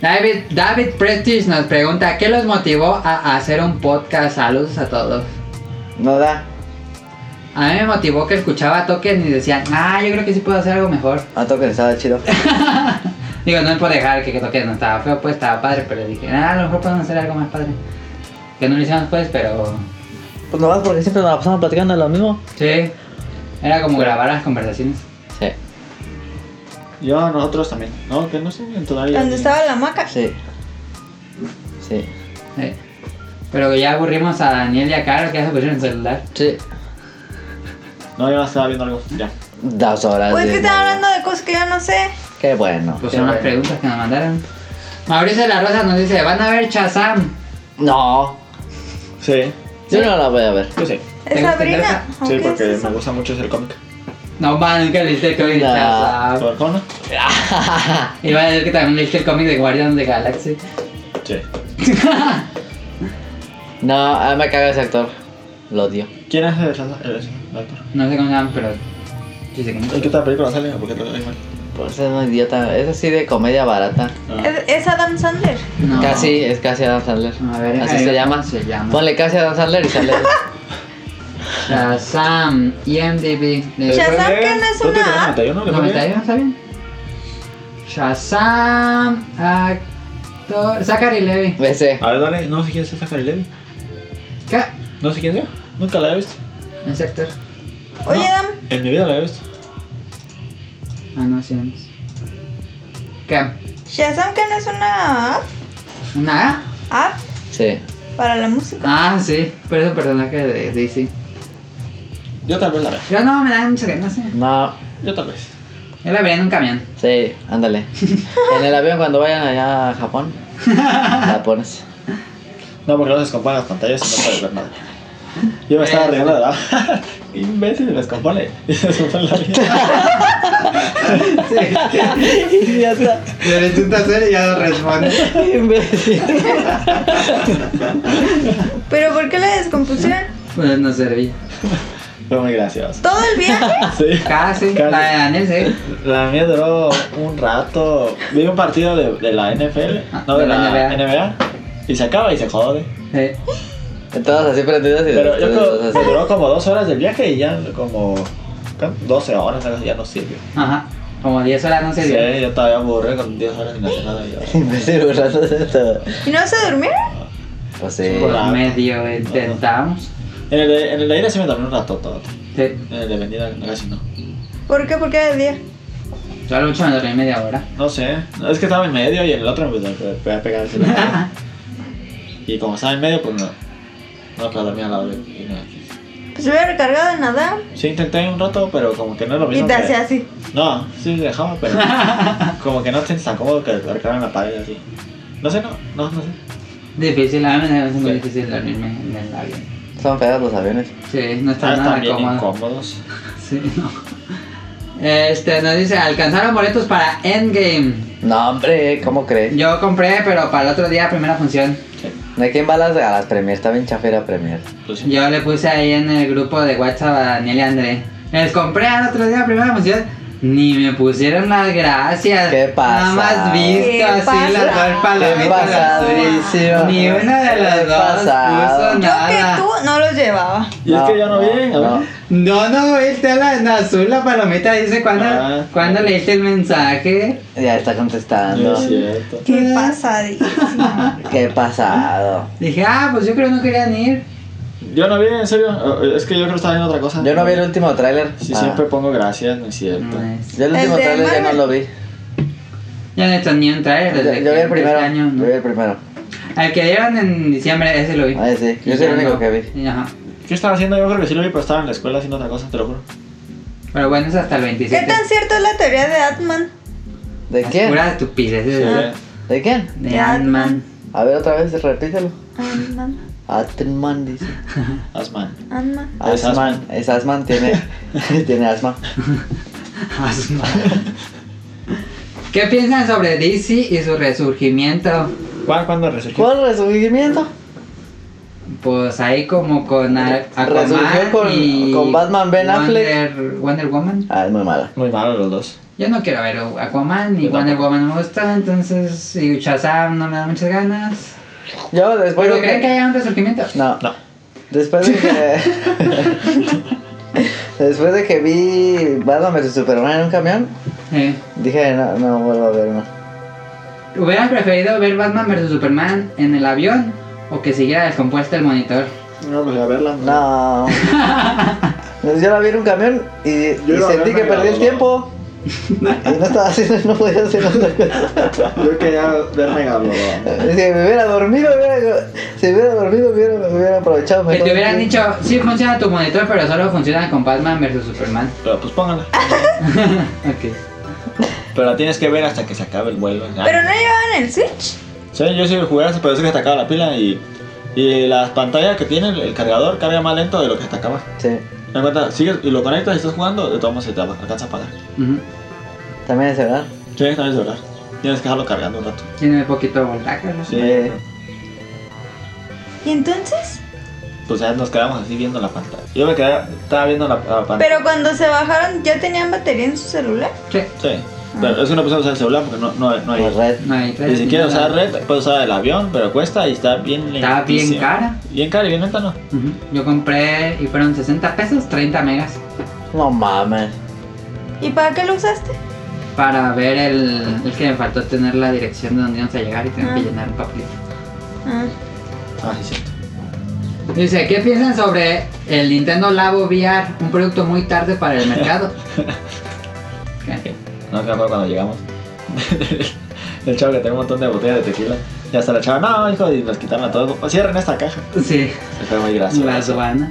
Speaker 3: David, David Prestige nos pregunta, ¿qué los motivó a hacer un podcast? Saludos a todos.
Speaker 5: No da.
Speaker 3: A mí me motivó que escuchaba toques y decían, ah, yo creo que sí puedo hacer algo mejor.
Speaker 5: A toque le estaba chido.
Speaker 3: Digo, no es por dejar que, que toques no estaba feo, pues estaba padre, pero dije, ah, a lo mejor podemos hacer algo más padre. Que no lo hicimos pues, pero
Speaker 5: Pues nomás porque siempre nos la pasamos platicando de lo mismo.
Speaker 3: sí. Era como grabar las conversaciones.
Speaker 5: Sí.
Speaker 1: Yo, nosotros también. No, que no sé en todavía.
Speaker 2: Cuando estaba la maca.
Speaker 5: Sí. Sí.
Speaker 3: sí. Pero ya aburrimos a Daniel y a Caro que ya se pusieron el celular.
Speaker 5: Sí.
Speaker 1: No, yo estaba viendo algo. Ya.
Speaker 5: Dos horas.
Speaker 3: Ah,
Speaker 2: Pues que
Speaker 5: de-
Speaker 2: están hablando de cosas que yo no sé.
Speaker 5: Qué bueno.
Speaker 3: Pues
Speaker 5: qué
Speaker 3: son las
Speaker 5: bueno.
Speaker 3: preguntas que nos mandaron. Mauricio de la Rosa nos dice, ¿van a ver Chazam?
Speaker 5: No.
Speaker 1: Sí.
Speaker 5: Yo no la voy a ver.
Speaker 1: Yo sí.
Speaker 2: Es
Speaker 3: ¿Te gusta el
Speaker 2: Sabrina.
Speaker 3: rosa?
Speaker 2: ¿O
Speaker 1: Sí,
Speaker 2: qué
Speaker 1: porque
Speaker 2: es eso?
Speaker 1: me gusta mucho hacer cómic.
Speaker 3: No, man, nunca leíste el cómic de
Speaker 5: No.
Speaker 3: Chazam.
Speaker 1: ¿Por qué no?
Speaker 3: Iba a decir que también leíste el cómic de Guardian de Galaxy.
Speaker 1: Sí.
Speaker 5: No, a mí me caga ese actor. Lo odio.
Speaker 1: ¿Quién es el, el, el actor?
Speaker 3: No sé cómo se llama, pero... Sí, sé quién es.
Speaker 1: ¿En qué otra película sale? ¿Por qué te lo digo mal?
Speaker 5: Por eso Pues es un idiota. Es así de comedia barata.
Speaker 1: Ah.
Speaker 2: Es, es Adam Sandler.
Speaker 3: No.
Speaker 5: Casi, es casi Adam Sandler.
Speaker 3: A ver,
Speaker 5: Así
Speaker 3: ahí
Speaker 5: se
Speaker 3: va.
Speaker 5: llama.
Speaker 3: Se llama.
Speaker 5: Ponle casi Adam Sandler y sale.
Speaker 3: Shazam, IMDb. de-
Speaker 1: ¿Le fue
Speaker 2: Shazam,
Speaker 1: bien?
Speaker 2: que no es
Speaker 1: ¿Tú te
Speaker 2: una
Speaker 1: crees
Speaker 2: app.
Speaker 1: 91? ¿Le fue bien?
Speaker 3: 91, ¿está bien? Shazam, actor... Zachary Levy.
Speaker 5: Ese.
Speaker 1: A ver, dale. No sé quién es Zachary Levy.
Speaker 3: ¿Qué?
Speaker 1: No sé quién es. Nunca la he visto.
Speaker 3: Ese actor.
Speaker 2: Oye,
Speaker 1: No,
Speaker 2: Adam,
Speaker 1: En mi vida la he visto.
Speaker 3: Ah, no, sí, no. ¿Qué?
Speaker 2: Shazam, que no es una app,
Speaker 3: ¿Una A?
Speaker 2: app
Speaker 5: Sí.
Speaker 2: para la música.
Speaker 3: Ah, sí, pero es un personaje de DC.
Speaker 1: Yo tal vez la vea.
Speaker 3: Yo no, me da mucho que no sé.
Speaker 5: No.
Speaker 1: Yo tal vez.
Speaker 3: Yo la vería en un camión.
Speaker 5: Sí, ándale. En el avión cuando vayan allá a Japón. La pones.
Speaker 1: No, porque no se descompone las pantallas y no puedes ver nada. Yo me estaba
Speaker 3: Eh.
Speaker 1: riendo de la. Imbécil, se descompone. Y se descompone la vida.
Speaker 5: Idiota.
Speaker 3: Yo le intento hacer y ya no responde.
Speaker 5: Imbécil.
Speaker 2: ¿Pero por qué la descompusieron?
Speaker 3: Pues no servía.
Speaker 1: Fue muy gracioso.
Speaker 2: ¿Todo el viaje?
Speaker 1: Sí.
Speaker 3: Casi, la de Daniel, sí.
Speaker 1: La mía duró un rato. Vi un partido de, de la NFL,
Speaker 3: Ah,
Speaker 1: no de,
Speaker 3: de
Speaker 1: la
Speaker 3: la
Speaker 1: NBA.
Speaker 3: NBA.
Speaker 1: y se acaba y se jode.
Speaker 3: sí.
Speaker 5: Todas así prendidas y
Speaker 1: Pero yo creo
Speaker 5: todas
Speaker 1: que
Speaker 5: así.
Speaker 1: duró como dos horas del viaje y ya como ¿cuánto? 12 horas, algo así, ya no sirvió.
Speaker 3: Ajá. Como 10 horas no se
Speaker 1: Sí,
Speaker 3: dio.
Speaker 1: yo todavía aburré con 10 horas sin hacer nada. y yo-
Speaker 5: Me estoy burlando de todo.
Speaker 2: ¿Y no se durmieron?
Speaker 5: Pues sí.
Speaker 1: Por la-
Speaker 3: Medio intentamos.
Speaker 1: En el, de, en el de ida sí me dormí un rato todo.
Speaker 3: Sí.
Speaker 1: En el de venida casi no.
Speaker 2: ¿Por qué? ¿Por qué era el día?
Speaker 3: Yo a lo mucho me dormí media hora.
Speaker 1: No sé, no, es que estaba en medio y en el otro me voy a pegar el celular. Y como estaba en medio, pues no. No, claro, dormí al lado de. y no.
Speaker 2: Pues yo hubiera recargado en nadar
Speaker 1: Sí, intenté un rato, pero como que Pues no es lo
Speaker 2: y
Speaker 1: mismo.
Speaker 2: te
Speaker 1: que-
Speaker 2: hacía así.
Speaker 1: No, sí dejaba, pero como que no te sientes tan cómodo que recargar en la pared así. No sé, no, no, no sé.
Speaker 3: Difícil, a mí me parece muy
Speaker 1: Sí.
Speaker 3: difícil dormirme en el avión.
Speaker 5: Son feos los aviones.
Speaker 3: Sí, no está
Speaker 1: Ah,
Speaker 3: nada
Speaker 1: Están bien
Speaker 3: cómodo.
Speaker 1: incómodos.
Speaker 3: Sí, no. Este, nos dice, alcanzaron boletos para Endgame.
Speaker 5: No, hombre, ¿cómo crees?
Speaker 3: Yo compré, pero para el otro día, primera función.
Speaker 5: ¿De quién va a las, a las premier? Está bien chafa ir a premier.
Speaker 1: Pues, sí.
Speaker 3: Yo le puse ahí en el grupo de WhatsApp a Daniel y André. Les compré al otro día, primera función. Ni me pusieron las gracias.
Speaker 5: ¿Qué pasa?
Speaker 3: Nada más visto
Speaker 2: ¿Qué
Speaker 3: así
Speaker 2: pasa?
Speaker 3: las dos
Speaker 5: Qué
Speaker 3: palomitas.
Speaker 5: pasadrísimo.
Speaker 3: Ni una de las
Speaker 5: Qué
Speaker 3: dos
Speaker 5: pasado.
Speaker 3: puso
Speaker 2: Yo
Speaker 3: nada.
Speaker 2: que tú no los llevaba.
Speaker 1: Y es que yo no vi, a ver.
Speaker 3: No, no, viste la en azul, la palomita dice cuando,
Speaker 1: Ah.
Speaker 3: cuando leíste el mensaje.
Speaker 5: Ya está
Speaker 1: No
Speaker 5: contestando.
Speaker 1: es cierto.
Speaker 2: ¿Qué pasa, Dios?
Speaker 5: Qué pasado.
Speaker 3: Dije, ah, pues yo creo que no querían ir.
Speaker 1: Yo no vi, en serio. Eh, Es que yo creo que estaba viendo otra cosa.
Speaker 5: Yo no vi el último tráiler.
Speaker 1: Sí,
Speaker 5: Ah.
Speaker 1: siempre pongo gracias, no es cierto.
Speaker 3: No es.
Speaker 5: Yo el
Speaker 2: El
Speaker 5: último
Speaker 2: de
Speaker 5: tráiler ya no
Speaker 2: Marvel.
Speaker 5: lo vi.
Speaker 3: Ya no he hecho ni un trailer
Speaker 5: Yo,
Speaker 3: desde
Speaker 5: yo vi
Speaker 3: que
Speaker 5: el primero.
Speaker 3: este año, ¿no?
Speaker 5: Yo vi el primero.
Speaker 3: Al que dieron en diciembre, ese lo vi.
Speaker 5: Ay, sí. Ah, Yo soy el único que vi.
Speaker 3: vi. Ajá.
Speaker 1: ¿Qué estaba haciendo? Yo creo que sí lo vi, pero estaba en la escuela haciendo otra cosa, te lo juro.
Speaker 3: Pero bueno, es hasta el 27.
Speaker 2: ¿Qué tan cierto es la teoría de Atman?
Speaker 5: ¿De
Speaker 3: Las
Speaker 5: quién?
Speaker 3: puras estupideces
Speaker 1: Sí,
Speaker 2: Ah.
Speaker 3: de-
Speaker 5: ¿De quién?
Speaker 3: de Ant-Man.
Speaker 5: A ver otra vez, repítelo.
Speaker 2: Atman,
Speaker 5: Atman dice.
Speaker 1: Asman.
Speaker 2: Atman.
Speaker 1: Es
Speaker 5: Asman. Es Asman, tiene, tiene asma.
Speaker 3: Ant-Man. Ah, ¿Qué piensan sobre DC y su resurgimiento?
Speaker 1: ¿Cuál? ¿Cuándo resurgió?
Speaker 5: ¿Cuál resurgimiento?
Speaker 3: Pues ahí como con Ar- Aquaman
Speaker 5: Resurgió con-
Speaker 3: y
Speaker 5: con Batman Ben Affleck.
Speaker 3: Wonder, Wonder Woman.
Speaker 5: Ah, es muy mala.
Speaker 1: Muy malo los dos.
Speaker 3: Yo no quiero ver Aquaman ni
Speaker 1: Yo
Speaker 3: Wonder
Speaker 1: tampoco.
Speaker 3: Woman no me gusta, entonces y Shazam no me da muchas ganas.
Speaker 5: Yo después
Speaker 3: ¿Pero
Speaker 5: de
Speaker 3: creen que
Speaker 5: que...
Speaker 3: haya un resurgimiento?
Speaker 5: Pues No.
Speaker 1: No.
Speaker 5: Después de que... después de que vi Batman vs Superman en un camión,
Speaker 3: Eh,
Speaker 5: dije, no, no vuelvo a ver más.
Speaker 3: ¿Hubieran preferido ver Batman vs Superman en el avión o que siguiera descompuesto el monitor?
Speaker 1: No, pues a verla.
Speaker 5: No. Pues Yo la vi en un camión y, y
Speaker 1: Yo iba a
Speaker 5: sentí
Speaker 1: verme
Speaker 5: que perdí
Speaker 1: grabado.
Speaker 5: el tiempo. Y no estaba haciendo, no podía hacer otra cosa.
Speaker 1: Yo quería ver Megalodon.
Speaker 5: Si me hubiera dormido, hubiera, si me hubiera dormido, hubiera, hubiera aprovechado.
Speaker 3: Que
Speaker 5: mejor.
Speaker 3: Eh, te hubieran dicho, sí funciona tu monitor, pero solo funciona con Batman vs Superman.
Speaker 1: Pero pues póngala.
Speaker 3: Ok.
Speaker 1: Pero la tienes que ver hasta que se acabe el vuelo. Ah.
Speaker 2: Pero no llevaban el Switch.
Speaker 1: Sí, yo sí jugué hace, pero es que se acaba la pila y, y las pantallas que tiene el, el cargador carga más lento de lo que se te acaba.
Speaker 5: Sí,
Speaker 1: Me cuenta, sigues y lo conectas y estás jugando, de todos modos se te alcanza a apagar.
Speaker 3: Ujú.
Speaker 5: también es verdad.
Speaker 1: Tienes que también verdad. Tienes que dejarlo cargando un rato.
Speaker 3: Tiene muy poquito voltaje. ¿no?
Speaker 1: Sí.
Speaker 5: Eh.
Speaker 2: ¿Y entonces?
Speaker 1: Pues ya nos quedamos así viendo la pantalla. Yo me quedé, estaba viendo la, la pantalla.
Speaker 2: Pero cuando se bajaron, ¿ya tenían batería en su celular?
Speaker 3: Sí.
Speaker 1: Sí. Pero es que no puse a usar el celular porque no, no, no hay.
Speaker 5: Pues red.
Speaker 3: No hay tres.
Speaker 1: Ni siquiera
Speaker 3: nada.
Speaker 1: usar red, puedes usar el avión, pero cuesta y está bien
Speaker 3: Está bien
Speaker 1: lentísimo.
Speaker 3: cara.
Speaker 1: Bien cara y bien lenta, ¿no?
Speaker 3: Ujú. Yo compré y fueron 60 pesos, 30 megas.
Speaker 5: No mames.
Speaker 2: ¿Y para qué lo usaste?
Speaker 3: Para ver el. Es que me faltó tener la dirección de donde íbamos a llegar y tengo que
Speaker 2: Ah.
Speaker 3: llenar un papelito.
Speaker 2: Ah,
Speaker 1: Ah, sí, cierto.
Speaker 3: Dice, ¿qué piensan sobre el Nintendo Labo VR? Un producto muy tarde para el mercado. ¿Qué?
Speaker 1: No me acuerdo cuando llegamos. el chavo que tenía un montón de botellas de tequila. Y hasta la chava, no, hijo, y nos quitaron a todos. "Pues Cierren esta caja.
Speaker 3: Sí,
Speaker 1: Fue muy
Speaker 3: la
Speaker 1: gracioso.
Speaker 3: aduana.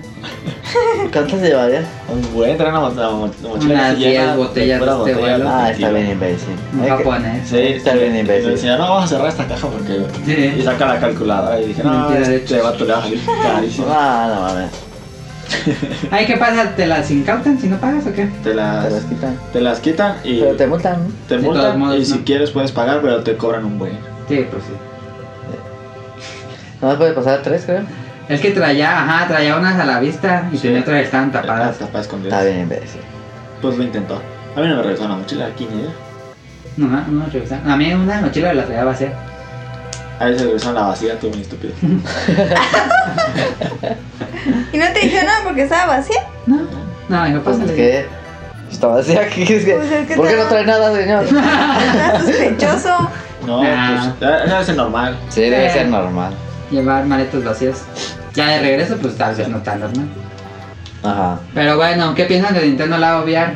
Speaker 5: ¿Cuántas llevarías?
Speaker 1: Un buen tren, una, mo- una mo- mochila
Speaker 3: Unas
Speaker 1: casi llena
Speaker 3: 10 botellas
Speaker 1: puras
Speaker 3: de este
Speaker 1: botellas
Speaker 3: vuelo.
Speaker 1: de
Speaker 5: Ah,
Speaker 1: tequila.
Speaker 5: está bien imbécil.
Speaker 3: Un
Speaker 5: Hay que-
Speaker 3: japonés.
Speaker 1: Sí,
Speaker 5: Está bien
Speaker 1: y-
Speaker 5: imbécil.
Speaker 1: Y decía, no, vamos a cerrar esta caja porque.
Speaker 3: Sí.
Speaker 1: Y saca la calculadora y dije, no,
Speaker 3: Mentira, de
Speaker 1: este
Speaker 3: hecho.
Speaker 1: vato le va a salir carísimo.
Speaker 5: Ah, no mames.
Speaker 3: Ay, ¿qué pasa? ¿Te las incautan si no pagas o qué?
Speaker 1: Te
Speaker 5: Te las
Speaker 1: las,
Speaker 5: quitan.
Speaker 1: te las quitan y
Speaker 5: Pero te
Speaker 1: te,
Speaker 5: multan.
Speaker 3: De todos
Speaker 1: multan.
Speaker 3: modos,
Speaker 1: y
Speaker 3: no.
Speaker 1: si quieres puedes pagar, pero te cobran un buen.
Speaker 3: Sí, pues sí.
Speaker 5: No más puede pasar tres, creo.
Speaker 3: Es que traía, ajá, traía unas a la vista y
Speaker 1: Sí.
Speaker 3: tenía otras que estaban
Speaker 1: Eh,
Speaker 3: tapadas.
Speaker 1: Tapadas escondidas.
Speaker 4: Está bien, imbécil.
Speaker 1: Pues lo intentó. A mí no me regresó la mochila aquí ni idea.
Speaker 3: No, no, no, revisaban. A mí una mochila la traía vacía.
Speaker 1: A veces regresaron la vacía, tú, muy estúpido.
Speaker 2: Y no te dije nada porque estaba vacía.
Speaker 3: No, no, dijo,
Speaker 4: Pues es
Speaker 3: pásale.
Speaker 4: que. Está vacía aquí. Es que,
Speaker 2: Pues es que
Speaker 4: ¿Por qué
Speaker 2: está-
Speaker 4: no trae nada, señor?
Speaker 2: Estás sospechoso.
Speaker 1: No,
Speaker 3: Ah.
Speaker 1: pues ya- ya es el normal.
Speaker 5: Sí, debe ser normal.
Speaker 3: Llevar maletas vacías. Ya de regreso, pues tal vez no tan normal.
Speaker 5: Ajá.
Speaker 3: Pero bueno, ¿qué piensan de Nintendo Labo VR?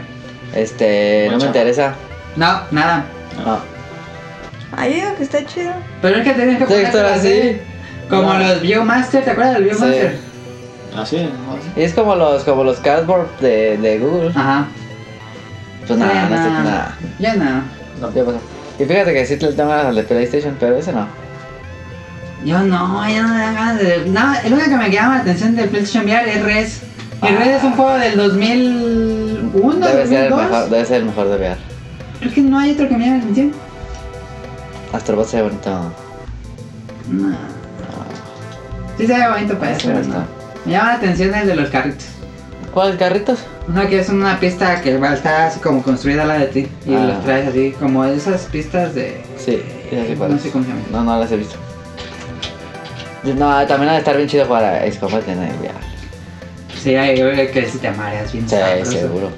Speaker 5: Este, no
Speaker 1: Mucha.
Speaker 5: me interesa.
Speaker 3: No, nada.
Speaker 5: No.
Speaker 2: Ay, yo digo que está chido.
Speaker 3: Pero es que tenías que
Speaker 5: Sí,
Speaker 3: ponerte
Speaker 5: estar así.
Speaker 3: Como
Speaker 5: No.
Speaker 3: los Viewmaster, ¿te acuerdas del Viewmaster?
Speaker 1: Así, Ah, no, así.
Speaker 5: Y es como los, como los cardboard de, de Google.
Speaker 3: Ajá.
Speaker 5: Pues nada, no
Speaker 3: Sí,
Speaker 5: sé,
Speaker 3: no.
Speaker 5: nada.
Speaker 3: Ya no.
Speaker 1: No.
Speaker 5: Ya pasó. Y fíjate que sí te le tengo ganas al de PlayStation, pero ese no.
Speaker 3: Yo no, ya no me dan ganas de. No, el único que me llama la atención del PlayStation VR es Res. Y Res es un juego del 2001,
Speaker 5: Ah. debe ser el mejor,
Speaker 3: 2002.
Speaker 5: debe ser el mejor de VR.
Speaker 3: Creo que no hay otro que me llame la atención.
Speaker 5: Astrobot se ve bonito.
Speaker 3: No. Sí se ve bonito para eso,
Speaker 5: Sí,
Speaker 3: pero
Speaker 5: está.
Speaker 3: no. Me llama la atención el de los carritos.
Speaker 5: ¿Cuál carritos?
Speaker 3: Una que es una pista que va- está así como construida a la de ti. Y
Speaker 5: Ah.
Speaker 3: los traes así, como esas pistas de.
Speaker 5: Sí, ya sé cuál
Speaker 3: No
Speaker 5: es.
Speaker 3: sé cómo se llama.
Speaker 5: No, no las he visto. No, también ha de estar bien chido jugar a Ace Combat en el VR.
Speaker 3: Ah, Sí, ahí yo creo que si te mareas bien.
Speaker 5: Sí,
Speaker 3: sabroso.
Speaker 5: seguro.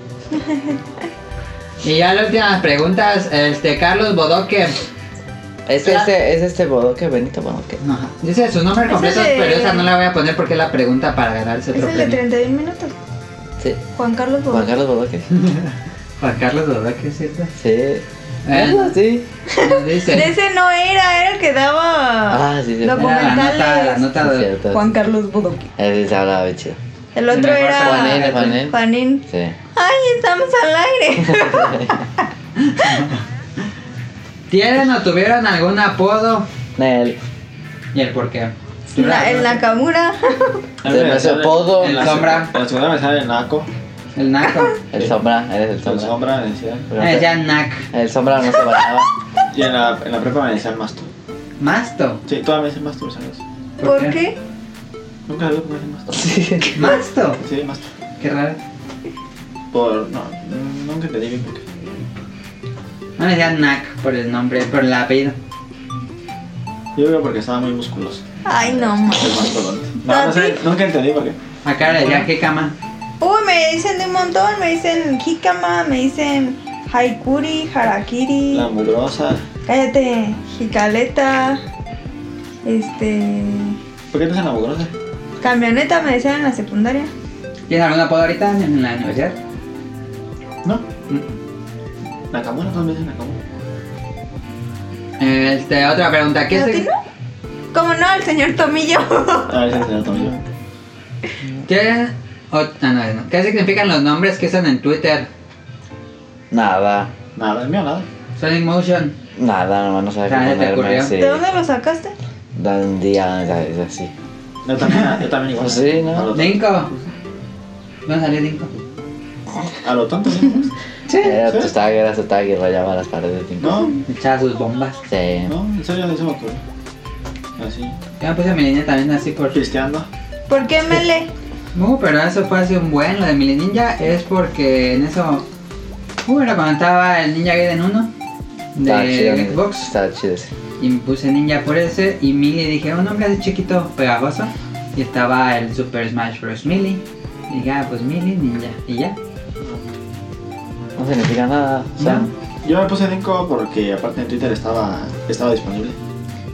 Speaker 3: Y ya las últimas preguntas, este Carlos Bodoque.
Speaker 5: Es
Speaker 3: La-
Speaker 5: este, es este bodoque, Benito Bodoque.
Speaker 3: Ajá. Dice sus nombres
Speaker 2: Ese
Speaker 3: completos,
Speaker 2: de-
Speaker 3: pero esa no la voy a poner porque es la pregunta para ganarse
Speaker 2: Es
Speaker 3: otro
Speaker 2: el de
Speaker 3: premio.
Speaker 2: 31 minutos.
Speaker 5: Sí.
Speaker 2: Juan
Speaker 3: Oh.
Speaker 2: Carlos
Speaker 5: Juan
Speaker 2: Bobo.
Speaker 5: Carlos Bodoque.
Speaker 3: Juan Carlos Bodoque, ¿cierto?
Speaker 5: Sí.
Speaker 3: Eh,
Speaker 5: Ah, sí.
Speaker 3: nos
Speaker 2: De
Speaker 3: dice.
Speaker 2: ese no era, era el que daba.
Speaker 5: Ah, sí, sí.
Speaker 2: Lo-
Speaker 5: sí.
Speaker 3: Era la nota, la nota
Speaker 5: Sí,
Speaker 3: de.
Speaker 5: cierto.
Speaker 2: Juan Carlos Bobo.
Speaker 5: Ese se hablaba bien chido.
Speaker 2: El otro
Speaker 3: mejor
Speaker 2: era.
Speaker 5: Juanín,
Speaker 3: Juanín.
Speaker 5: Juanín.
Speaker 2: Juanín.
Speaker 5: Sí.
Speaker 2: Ay, estamos al aire.
Speaker 3: ¿Tienen o tuvieron algún apodo?
Speaker 5: Nel.
Speaker 3: ¿Y el por qué?
Speaker 2: La- el Nakamura.
Speaker 1: A mí
Speaker 5: Se me hace
Speaker 1: sale-
Speaker 5: apodo,
Speaker 1: en la
Speaker 3: sombra.
Speaker 1: En la segunda me sale Naco.
Speaker 3: El Naco.
Speaker 5: El sombra, eres
Speaker 1: En
Speaker 5: el
Speaker 1: la
Speaker 5: sombra.
Speaker 1: sombra me decían.
Speaker 5: Pero no
Speaker 3: Eh,
Speaker 5: sé-
Speaker 3: ya Nac.
Speaker 5: El sombra no se bañaba.
Speaker 1: Y en la, en la prepa me decían Masto.
Speaker 3: Masto.
Speaker 1: Sí, todavía me dicen Masto, ¿sabes?
Speaker 2: ¿Por qué?
Speaker 1: Nunca lo me dicen Masto.
Speaker 5: Sí.
Speaker 3: Masto.
Speaker 1: Sí, Masto.
Speaker 3: Qué raro.
Speaker 1: Por. No, mm, nunca entendí bien por qué.
Speaker 3: No le decían Nac por el nombre, por el apellido.
Speaker 1: Yo creo porque estaba muy musculoso.
Speaker 2: Ay, no ma.
Speaker 1: El mastodonte. No, no sé, nunca entendí por qué.
Speaker 3: Acá le decían qué cama.
Speaker 2: Uy, me dicen de un montón. Me dicen Hikama, me dicen Haikuri, Harakiri.
Speaker 1: La mugrosa.
Speaker 2: Cállate, Jicaleta. Este.
Speaker 1: ¿Por qué te dicen la mugrosa?
Speaker 2: Camioneta me decían en la secundaria.
Speaker 3: ¿Tienen algún apodo ahorita en la universidad?
Speaker 1: No.
Speaker 3: Mm.
Speaker 1: Nakamura, no me dicen Nakamura.
Speaker 3: Este, otra pregunta. ¿Qué
Speaker 2: ¿Pero a ti
Speaker 3: se...
Speaker 2: no? ¿Cómo no? El señor Tomillo.
Speaker 1: A veces se también.
Speaker 3: ¿Qué? o- ah, no, no. ¿Qué significan los nombres que usan en Twitter?
Speaker 5: Nada.
Speaker 1: Nada, el mío nada.
Speaker 3: Sonic Motion.
Speaker 5: Nada, nomás no sabía
Speaker 3: Ah,
Speaker 5: qué
Speaker 3: ¿te
Speaker 5: ponerme.
Speaker 3: ocurrió?
Speaker 5: Sí.
Speaker 2: ¿De dónde lo sacaste?
Speaker 5: Da un día, da- es así.
Speaker 1: Yo también, yo también igual.
Speaker 5: Pues sí, ¿no?
Speaker 1: A lo, tonto-
Speaker 3: Dinko. ¿Dónde salió Dinko?
Speaker 1: a lo tonto, ¿sí? pues.
Speaker 5: Era
Speaker 1: sí.
Speaker 5: tu tag, era su tag y rayaba las paredes de cinco.
Speaker 1: No,
Speaker 3: Echaba sus bombas.
Speaker 5: Sí.
Speaker 1: no, en serio, no se me ocurre. Así,
Speaker 3: Yo me puse a mi niña también así por...
Speaker 1: pisteando.
Speaker 2: ¿Por qué Mele?
Speaker 3: Uh, pero eso fue hace un buen. Lo de mi ninja es porque en eso... Uh, lo comentaba el Ninja Gaiden 1
Speaker 1: Ah,
Speaker 5: Estaba
Speaker 3: de
Speaker 5: chido.
Speaker 3: Xbox.
Speaker 5: Estaba chido, sí.
Speaker 3: Y me puse ninja por ese y Melee dije, "Oh, un nombre así chiquito, pegajoso. Y estaba el Super Smash Bros. Melee. Y dije, ah, pues Melee, ninja. Y ya.
Speaker 5: No significa nada. O sea,
Speaker 3: No.
Speaker 1: Yo me puse Dinko porque aparte en Twitter estaba, estaba disponible.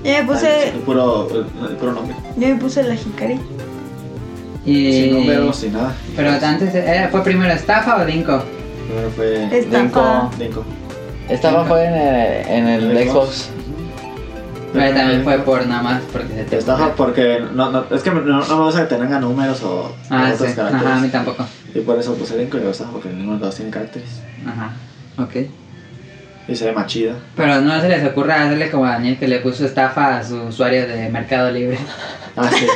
Speaker 2: Yo me puse.
Speaker 1: El puro, el, el puro nombre.
Speaker 2: Yo me puse la Hikari.
Speaker 3: Y...
Speaker 1: Sin números, sin nada.
Speaker 3: Eh,
Speaker 1: Pues,
Speaker 3: Pero antes, eh, ¿fue primero estafa o dinco?
Speaker 1: Primero fue
Speaker 2: Estafa.
Speaker 5: Dinko.
Speaker 1: Dinko.
Speaker 5: Estaba fue en el, en el Xbox.
Speaker 3: Pero también fue por nada más, porque Ah, se te...
Speaker 1: Estafa porque no, no, es que no, no me gusta que tengan números o
Speaker 3: Ah,
Speaker 1: o
Speaker 3: sí.
Speaker 1: otros caracteres.
Speaker 3: Ajá, a mí tampoco.
Speaker 1: Y por eso puse Dinko y lo estaba porque ninguno de los dos tiene caracteres.
Speaker 3: Ajá. Ok.
Speaker 1: Y se ve más chida.
Speaker 3: Pero no se les ocurra hacerle como a Daniel que le puso estafa a su usuario de Mercado Libre.
Speaker 1: Ah, sí.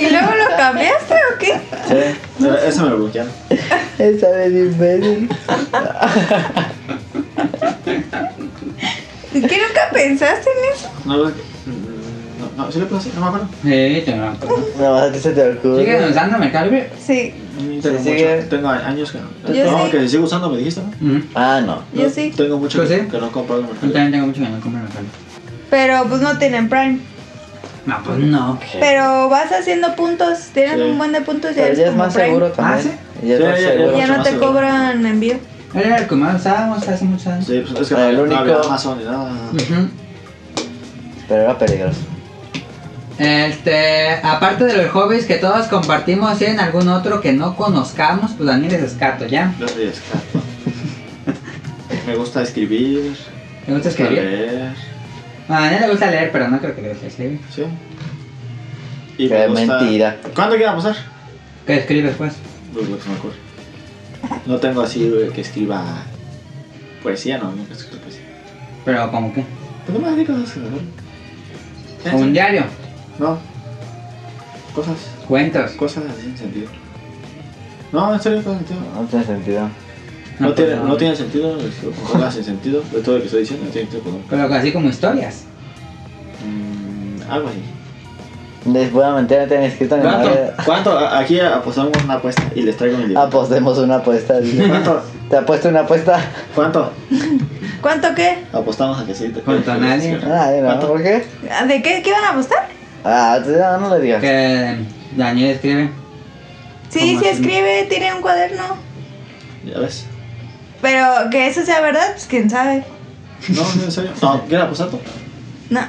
Speaker 2: ¿Y luego lo cambiaste o qué?
Speaker 1: Pero Eso me lo bloquearon.
Speaker 5: Esa vez imbécil.
Speaker 2: ¿Y qué nunca pensaste en eso?
Speaker 1: No, lo- mm, no, no, ¿sí lo puedo hacer? No me acuerdo.
Speaker 3: Sí, te lo acuerdo.
Speaker 4: No, más que se te ocurre.
Speaker 3: Siguen usando Mercado Libre.
Speaker 2: Sí,
Speaker 1: Mm, Tengo,
Speaker 4: Sí, sigue.
Speaker 1: mucho- tengo años que no.
Speaker 2: Yo
Speaker 1: no,
Speaker 2: sí.
Speaker 1: que se sigue usando, me dijiste, ¿no?
Speaker 3: Ujú.
Speaker 4: Ah, no.
Speaker 2: yo
Speaker 1: No,
Speaker 2: sí.
Speaker 1: Tengo mucho
Speaker 3: Yo
Speaker 1: que,
Speaker 3: sí.
Speaker 1: que no he comprado en Mercado
Speaker 3: Yo
Speaker 1: Libre.
Speaker 3: también tengo mucho que no compro Mercado Libre.
Speaker 2: Pero pues no tienen Prime.
Speaker 3: No, pues no.
Speaker 2: Pero vas haciendo puntos, tienes
Speaker 1: Sí.
Speaker 2: un buen de puntos y
Speaker 4: Pero ya es más seguro
Speaker 3: Ah,
Speaker 4: también. Ya es
Speaker 1: Sí,
Speaker 4: más
Speaker 1: ya- ya-
Speaker 4: seguro.
Speaker 2: Ya no
Speaker 1: Más
Speaker 2: te
Speaker 1: seguro.
Speaker 2: cobran envío.
Speaker 3: Era el que más usábamos hace muchos años.
Speaker 1: Sí, pues es que
Speaker 4: El
Speaker 1: no, había- no
Speaker 4: único-
Speaker 1: había Amazon ni nada.
Speaker 3: Ujú.
Speaker 4: Pero era peligroso.
Speaker 3: Este, aparte de los hobbies que todos compartimos, ¿tienen algún otro que no conozcamos? Pues Daniel es escato, ¿ya?
Speaker 1: Yo soy escato. me gusta escribir,
Speaker 3: ¿Le gusta
Speaker 1: me gusta
Speaker 3: escribir?
Speaker 1: leer,
Speaker 3: A Daniel le gusta leer, pero no creo que le guste escribir.
Speaker 1: ¿sí? Y
Speaker 4: Qué mentira.
Speaker 1: ¿Cuándo quiera pasar?
Speaker 3: ¿Qué escribes, pues?
Speaker 1: Pues lo que se me ocurre. No tengo así eh, que escriba poesía, no, nunca he escrito poesía.
Speaker 3: ¿Pero como qué?
Speaker 1: Pero más de cosas que me ocurren.
Speaker 3: ¿Como un diario?
Speaker 1: No. Cosas,
Speaker 3: ¿Cuentos?
Speaker 1: cosas así sin sentido. No, en serio, cosas sin sentido.
Speaker 4: No tiene sentido.
Speaker 1: No,
Speaker 3: pues
Speaker 1: tiene,
Speaker 3: no.
Speaker 1: no tiene sentido, es- cosas sin sentido, de todo lo que estoy diciendo, no tiene sentido. perdón.
Speaker 3: Pero así como historias.
Speaker 1: Mm, algo así.
Speaker 4: Les voy a mentir, no tienen escrito ni
Speaker 1: ¿Cuánto?
Speaker 4: madre.
Speaker 1: Eh, ¿Cuánto? A- Aquí apostamos una apuesta y les traigo mi libro.
Speaker 4: Apostemos una apuesta. dice.
Speaker 1: ¿Cuánto?
Speaker 4: Te apuesto una apuesta.
Speaker 1: ¿Cuánto?
Speaker 2: ¿Cuánto qué?
Speaker 1: Apostamos a que sí. te-
Speaker 3: ¿Cuánto? Nadie.
Speaker 4: Ay, no,
Speaker 1: ¿Cuánto?
Speaker 4: ¿por qué?
Speaker 2: Ah, ¿De qué, qué iban a apostar?
Speaker 4: Ah, tú ya no le digas.
Speaker 3: Que Daniel escribe.
Speaker 2: Sí,
Speaker 3: ¿Cómo
Speaker 2: sí
Speaker 3: así?
Speaker 2: escribe, tiene un cuaderno.
Speaker 1: Ya ves.
Speaker 2: Pero que eso sea verdad, pues quién sabe.
Speaker 1: No, no, en serio. No, ¿quieres apostar tú?
Speaker 2: No.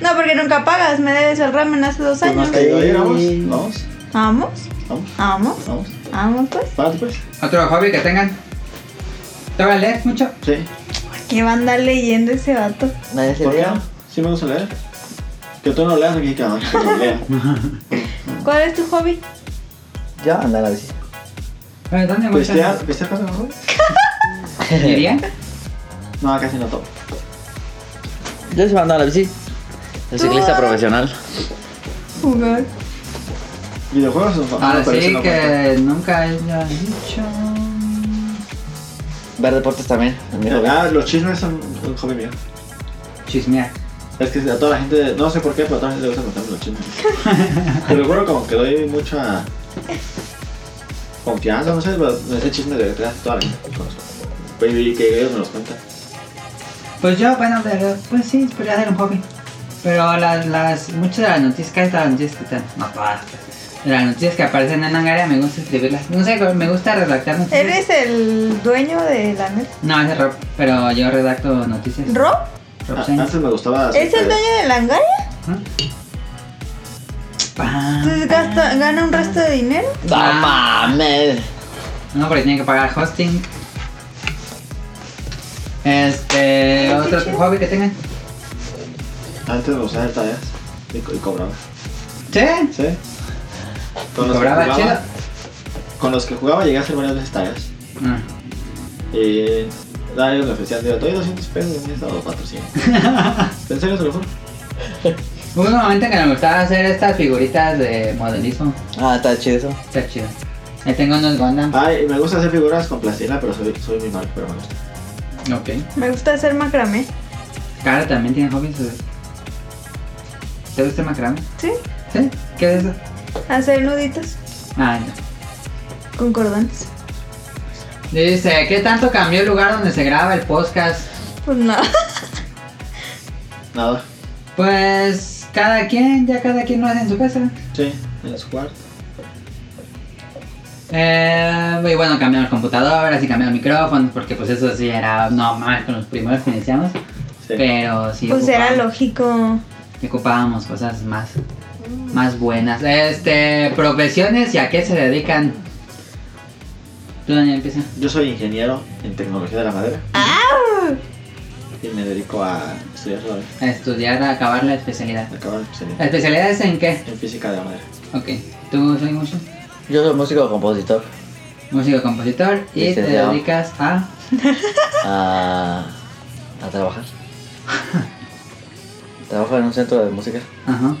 Speaker 2: No, porque nunca pagas, me debes el ramen hace dos
Speaker 1: Pues no has
Speaker 2: años.
Speaker 1: caído ahí, vamos. Vamos,
Speaker 2: Vamos,
Speaker 1: vamos,
Speaker 2: vamos,
Speaker 1: vamos.
Speaker 2: vamos pues.
Speaker 1: Párate pues.
Speaker 3: ¿Otro hobby que tengan? ¿Te va a leer mucho?
Speaker 1: Sí.
Speaker 2: ¿Qué va a andar leyendo ese vato?
Speaker 4: Nadie se
Speaker 1: ¿Por qué no?
Speaker 4: diga.
Speaker 1: Sí me gusta leer. Que tú no leas aquí, cabrón. Que no lea.
Speaker 2: ¿Cuál es tu hobby?
Speaker 4: Yo ando en la bici.
Speaker 3: ¿Pero dónde
Speaker 1: ¿Pistear?
Speaker 3: muchas?
Speaker 1: ¿Pistear cosas mejor?
Speaker 3: ¿Diría?
Speaker 1: Pues No, casi no topo.
Speaker 5: Yo se mando a la bici. El
Speaker 2: Tú,
Speaker 5: ciclista
Speaker 2: ah.
Speaker 5: profesional.
Speaker 2: Jugar.
Speaker 1: ¿Videojuegos? No, no, pero eso
Speaker 3: Así
Speaker 1: no cuenta.
Speaker 3: que nunca haya dicho.
Speaker 4: Ver deportes también. en mi hobby.
Speaker 1: Ah, los chismes son un hobby mío.
Speaker 3: Chismear.
Speaker 1: Es que a toda la gente, no sé por qué, pero a toda la gente le gusta contarme los chismes. Te lo juro como que doy mucha confianza, no sé, pero ese chisme de verdad toda la gente que conozco. Pues, Y que ellos me los cuentan.
Speaker 3: Pues yo, bueno, pero, pues sí, podría ser un hobby. Pero las, las, muchas de las noticias, casi todas las noticias que están, no todas, pues. de las noticias que aparecen en Angaria me gusta escribirlas. No sé, me gusta redactar noticias.
Speaker 2: ¿Eres el dueño de la net?
Speaker 3: No, ese es Rob, pero yo redacto noticias.
Speaker 2: ¿Rob?
Speaker 3: Rob
Speaker 1: A-
Speaker 3: Sainz.
Speaker 1: Antes me gustaba... hacer
Speaker 2: ¿Es el
Speaker 1: tareas.
Speaker 2: dueño de la hangaria?
Speaker 3: Pam.
Speaker 2: Entonces gasta- gana un resto de dinero.
Speaker 5: ¡No
Speaker 3: Ah.
Speaker 5: mames!
Speaker 3: No, porque tiene que pagar hosting. Este, otro hobby que tengan.
Speaker 1: Antes me gustaba hacer tareas y, co- y cobraba.
Speaker 3: ¿Sí?
Speaker 1: ¿Sí? Con los, que
Speaker 3: ¿Cobraba
Speaker 1: jugaba,
Speaker 3: chido?
Speaker 1: con los que jugaba llegué a hacer varias veces tareas.
Speaker 3: Ah.
Speaker 1: Y a ellos me ofrecían, digo, te doy 200 pesos y me han dado 400. ¿En serio se lo juro?
Speaker 3: Hubo un momento que me gustaba hacer estas figuritas de modelismo.
Speaker 4: Ah, está chido eso.
Speaker 3: Está chido. Ahí tengo unos Gundam.
Speaker 1: Ay, me gusta hacer figuras con plastilina, pero soy, soy muy mal, pero me gusta.
Speaker 3: Ok.
Speaker 2: Me gusta hacer macramé.
Speaker 3: Cara también tiene hobbies. güey. ¿Te gusta el macramé?
Speaker 2: Sí,
Speaker 3: ¿Sí? ¿Qué es eso?
Speaker 2: hacer nuditos
Speaker 3: Ah, no.
Speaker 2: con cordones.
Speaker 3: Dice, ¿qué tanto cambió el lugar donde se graba el podcast?
Speaker 2: Pues no.
Speaker 1: Nada.
Speaker 3: Pues cada quien, ya cada quien lo hace en su casa.
Speaker 1: Sí, en su cuarto.
Speaker 3: Eh, y bueno, cambiaron computadoras y cambiaron micrófonos, porque pues eso sí era no más con los primeros que iniciamos.
Speaker 1: Sí.
Speaker 3: Pero sí.
Speaker 2: Pues era
Speaker 3: ocupaba-
Speaker 2: lógico.
Speaker 3: que ocupábamos cosas más, más buenas. Este, profesiones y a qué se dedican. Tú, Daniel, empieza.
Speaker 1: Yo soy ingeniero en tecnología de la madera
Speaker 2: ¡Au!
Speaker 1: y me dedico a estudiar sobre
Speaker 3: A estudiar, a acabar la especialidad.
Speaker 1: acabar la especialidad
Speaker 3: ¿La especialidad es en qué?
Speaker 1: en física de la madera.
Speaker 3: Ok, tú soy músico,
Speaker 4: Yo soy músico compositor.
Speaker 3: músico compositor y te
Speaker 4: Licenciado.
Speaker 3: dedicas a.
Speaker 4: A, a trabajar. Trabajo en un centro de música.
Speaker 3: Ajá.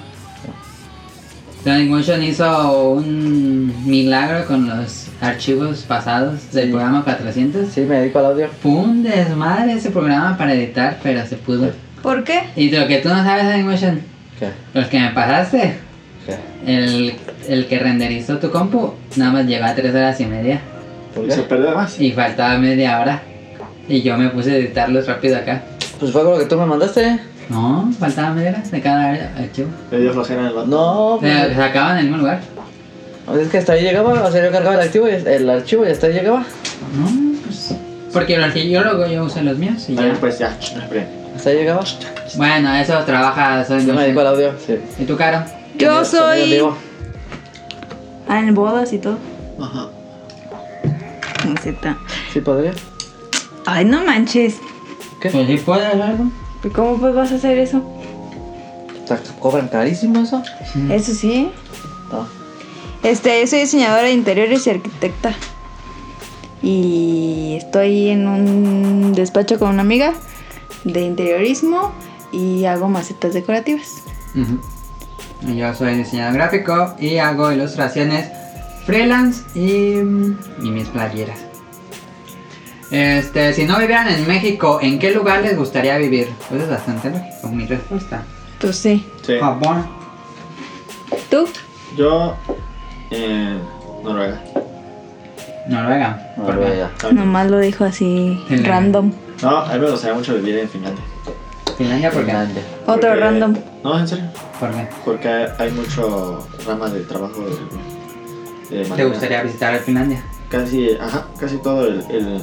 Speaker 3: Sonic Motion hizo un milagro con los archivos pasados del
Speaker 4: Sí.
Speaker 3: programa 400.
Speaker 4: Sí, me dedico al audio.
Speaker 3: Fue un desmadre ese programa para editar, pero se pudo.
Speaker 2: ¿Por qué?
Speaker 3: Y de lo que tú no sabes, Sonic Motion,
Speaker 5: ¿Qué?
Speaker 3: los que me pasaste,
Speaker 5: ¿Qué?
Speaker 3: el, el que renderizó tu compu, nada más llegó a 3 horas y media.
Speaker 5: ¿Por
Speaker 1: Y se
Speaker 5: qué?
Speaker 1: perdió además.
Speaker 3: Y faltaba media hora. Y yo me puse a editarlos rápido acá.
Speaker 5: Pues fue con lo que tú me mandaste.
Speaker 3: No, faltaba media hora de cada ar- archivo.
Speaker 1: Le dio flojera el vato.
Speaker 5: No,
Speaker 3: Se
Speaker 5: pues,
Speaker 3: sacaban en el mismo lugar.
Speaker 5: es que hasta ahí llegaba. O sea, yo cargaba el, activo y, el archivo y hasta ahí llegaba.
Speaker 3: No, pues. Porque los que yo luego yo usé los míos y
Speaker 5: Ah,
Speaker 3: ya.
Speaker 1: También pues ya, no esperé.
Speaker 5: Hasta ahí llegaba.
Speaker 3: Bueno, eso trabaja Sonic
Speaker 5: pues. Yo me dedico
Speaker 3: Motion.
Speaker 5: al audio, sí.
Speaker 3: ¿Y tú, Caro?
Speaker 2: Yo
Speaker 5: Sonido en
Speaker 2: soy.
Speaker 5: vivo.
Speaker 2: Ah, en bodas y todo.
Speaker 1: Ajá.
Speaker 2: No sé, ta-
Speaker 5: Sí, podría.
Speaker 2: Ay, no manches.
Speaker 5: ¿Qué?
Speaker 3: Pues sí puedes algo.
Speaker 2: ¿Y ¿Cómo pues vas a hacer eso?
Speaker 5: O sea, cobran carísimo eso.
Speaker 2: Eso sí.
Speaker 5: No.
Speaker 2: Este, yo soy diseñadora de interiores y arquitecta. Y estoy en un despacho con una amiga de interiorismo y hago macetas decorativas.
Speaker 3: Y Yo soy diseñador gráfico y hago ilustraciones freelance y, mm, y mis playeras. Este, si no vivieran en México, ¿en qué lugar les gustaría vivir? Pues es bastante lógico, mi respuesta.
Speaker 2: Pues sí.
Speaker 1: Sí.
Speaker 3: Japón.
Speaker 2: ¿Tú?
Speaker 1: Yo. Eh, Noruega.
Speaker 3: Noruega. ¿por qué?
Speaker 5: Noruega.
Speaker 1: También.
Speaker 2: Nomás lo dijo así
Speaker 3: Sí.
Speaker 2: random.
Speaker 1: No, a mí me gustaría mucho vivir en Finlandia.
Speaker 3: Finlandia, ¿por qué?
Speaker 5: Finlandia.
Speaker 2: Otro
Speaker 1: Porque-
Speaker 2: random.
Speaker 1: No, en serio.
Speaker 3: ¿Por qué?
Speaker 1: Porque hay mucho rama de trabajo de, de
Speaker 3: ¿Te
Speaker 1: manera-
Speaker 3: gustaría visitar Finlandia?
Speaker 1: Casi, ajá, casi todo el. el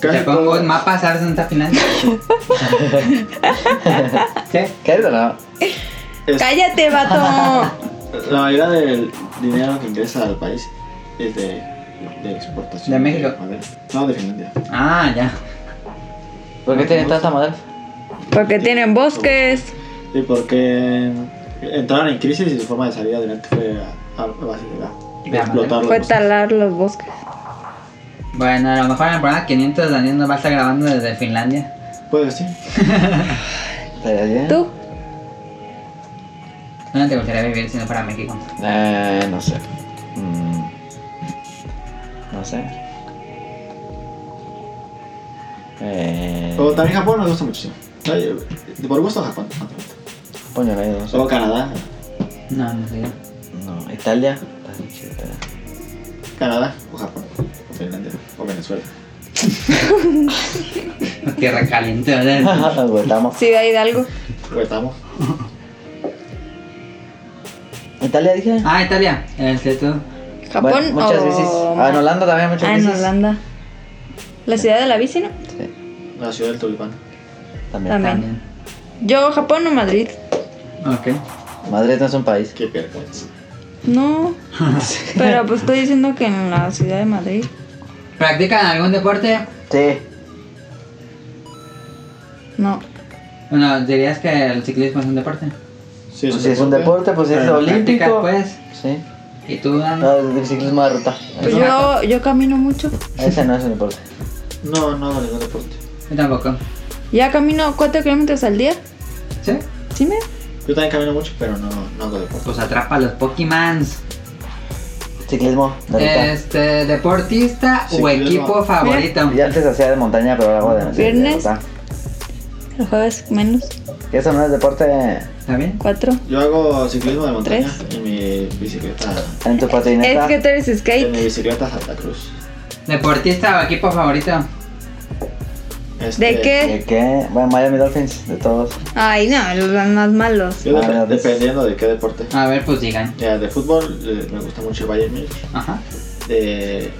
Speaker 3: Te
Speaker 1: casi
Speaker 3: pongo
Speaker 1: todo,
Speaker 3: un mapa, ¿sabes dónde está Finlandia? ¿Qué?
Speaker 5: ¿Qué es no?
Speaker 1: es-
Speaker 2: ¡Cállate, vato!
Speaker 1: La mayoría del dinero que ingresa al país es de, de exportación.
Speaker 3: ¿De México?
Speaker 1: madera. No, de Finlandia.
Speaker 3: Ah, ya.
Speaker 5: ¿Por qué tiene tanta madera?
Speaker 2: Porque tienen bosques.
Speaker 1: Y porque entraron en crisis y su forma de salir adelante fue a, a base de, la- de
Speaker 3: Ya,
Speaker 1: explotar los
Speaker 2: Fue
Speaker 1: bosques.
Speaker 2: talar los bosques.
Speaker 3: Bueno, a lo mejor en el programa 500 Daniel nos va a estar grabando desde Finlandia.
Speaker 1: Puede que Pues sí.
Speaker 5: ¿Estaría bien?
Speaker 2: ¿Tú?
Speaker 3: ¿Dónde te gustaría vivir si no fuera México?
Speaker 5: Eh, no sé. Mm. No sé. Eh.
Speaker 1: O también Japón me gusta muchísimo. Ay, Por gusto Japón.
Speaker 5: Coño, no, Eh, no sé.
Speaker 1: O Canadá.
Speaker 3: No, no sé.
Speaker 5: No, Italia. Está bien chido, Italia.
Speaker 1: Canadá o Japón. O Finlandia. O Venezuela.
Speaker 3: Tierra caliente, ¿verdad?
Speaker 5: Nos votamos.
Speaker 2: Ciudad Hidalgo.
Speaker 1: Porque estamos.
Speaker 5: Italia dije.
Speaker 3: Ah, Italia. Este tú.
Speaker 2: Japón
Speaker 5: Bueno, muchas
Speaker 2: o-
Speaker 5: bicis. Ah, en Holanda también hay muchas
Speaker 2: Ah, en
Speaker 5: bicis.
Speaker 2: Holanda. La ciudad de la bici, ¿no?
Speaker 5: Sí,
Speaker 1: La ciudad del tulipán.
Speaker 5: también.
Speaker 2: También.
Speaker 3: También.
Speaker 2: Yo, Japón o Madrid.
Speaker 3: Ok.
Speaker 5: Madrid no es un país.
Speaker 1: Qué vergüenza.
Speaker 2: No. Pero pues estoy diciendo que en la ciudad de Madrid.
Speaker 3: ¿Practican algún deporte?
Speaker 5: Sí.
Speaker 2: No.
Speaker 3: Bueno, dirías que el ciclismo es un deporte.
Speaker 1: Sí,
Speaker 5: Pues si es un deporte, pues es
Speaker 1: Pero
Speaker 3: Practicas
Speaker 5: olímpico.
Speaker 3: pues.
Speaker 5: Sí.
Speaker 3: ¿Y tú, Dan?
Speaker 5: No, es de ciclismo de ruta.
Speaker 2: Pues yo, yo camino mucho.
Speaker 5: Ese no es un deporte.
Speaker 1: No, no, ningún deporte.
Speaker 3: Yo tampoco.
Speaker 2: Ya camino 4 kilómetros al día.
Speaker 3: ¿Sí?
Speaker 2: ¿Sí me?
Speaker 1: Yo también camino mucho, pero no, no hago deporte.
Speaker 3: Pues atrapa a los Pokémons.
Speaker 5: Ciclismo de ruta.
Speaker 3: Este, deportista o
Speaker 1: Ciclismo.
Speaker 3: equipo favorito.
Speaker 5: Ya antes hacía de montaña, pero ahora hago de, de- de
Speaker 2: Viernes.
Speaker 5: ruta.
Speaker 2: El jueves menos.
Speaker 5: Y eso no es deporte
Speaker 3: ¿Está bien?
Speaker 2: 4.
Speaker 1: Yo hago ciclismo de montaña
Speaker 2: Tres.
Speaker 1: en mi bicicleta.
Speaker 5: en tu patineta.
Speaker 2: Es que tú eres
Speaker 1: En mi
Speaker 2: skate.
Speaker 1: bicicleta Santa Cruz.
Speaker 3: ¿Deportista o equipo favorito?
Speaker 1: Este,
Speaker 2: ¿De qué?
Speaker 5: ¿De qué? Bueno, Miami Dolphins, de todos.
Speaker 2: Ay, no, los más malos.
Speaker 1: Yo dep-
Speaker 5: Ah, de-
Speaker 1: dependiendo de qué deporte.
Speaker 3: A ver, pues digan.
Speaker 1: Ya, de fútbol eh, me gusta mucho el Bayern Munich.
Speaker 3: Ajá.
Speaker 1: De,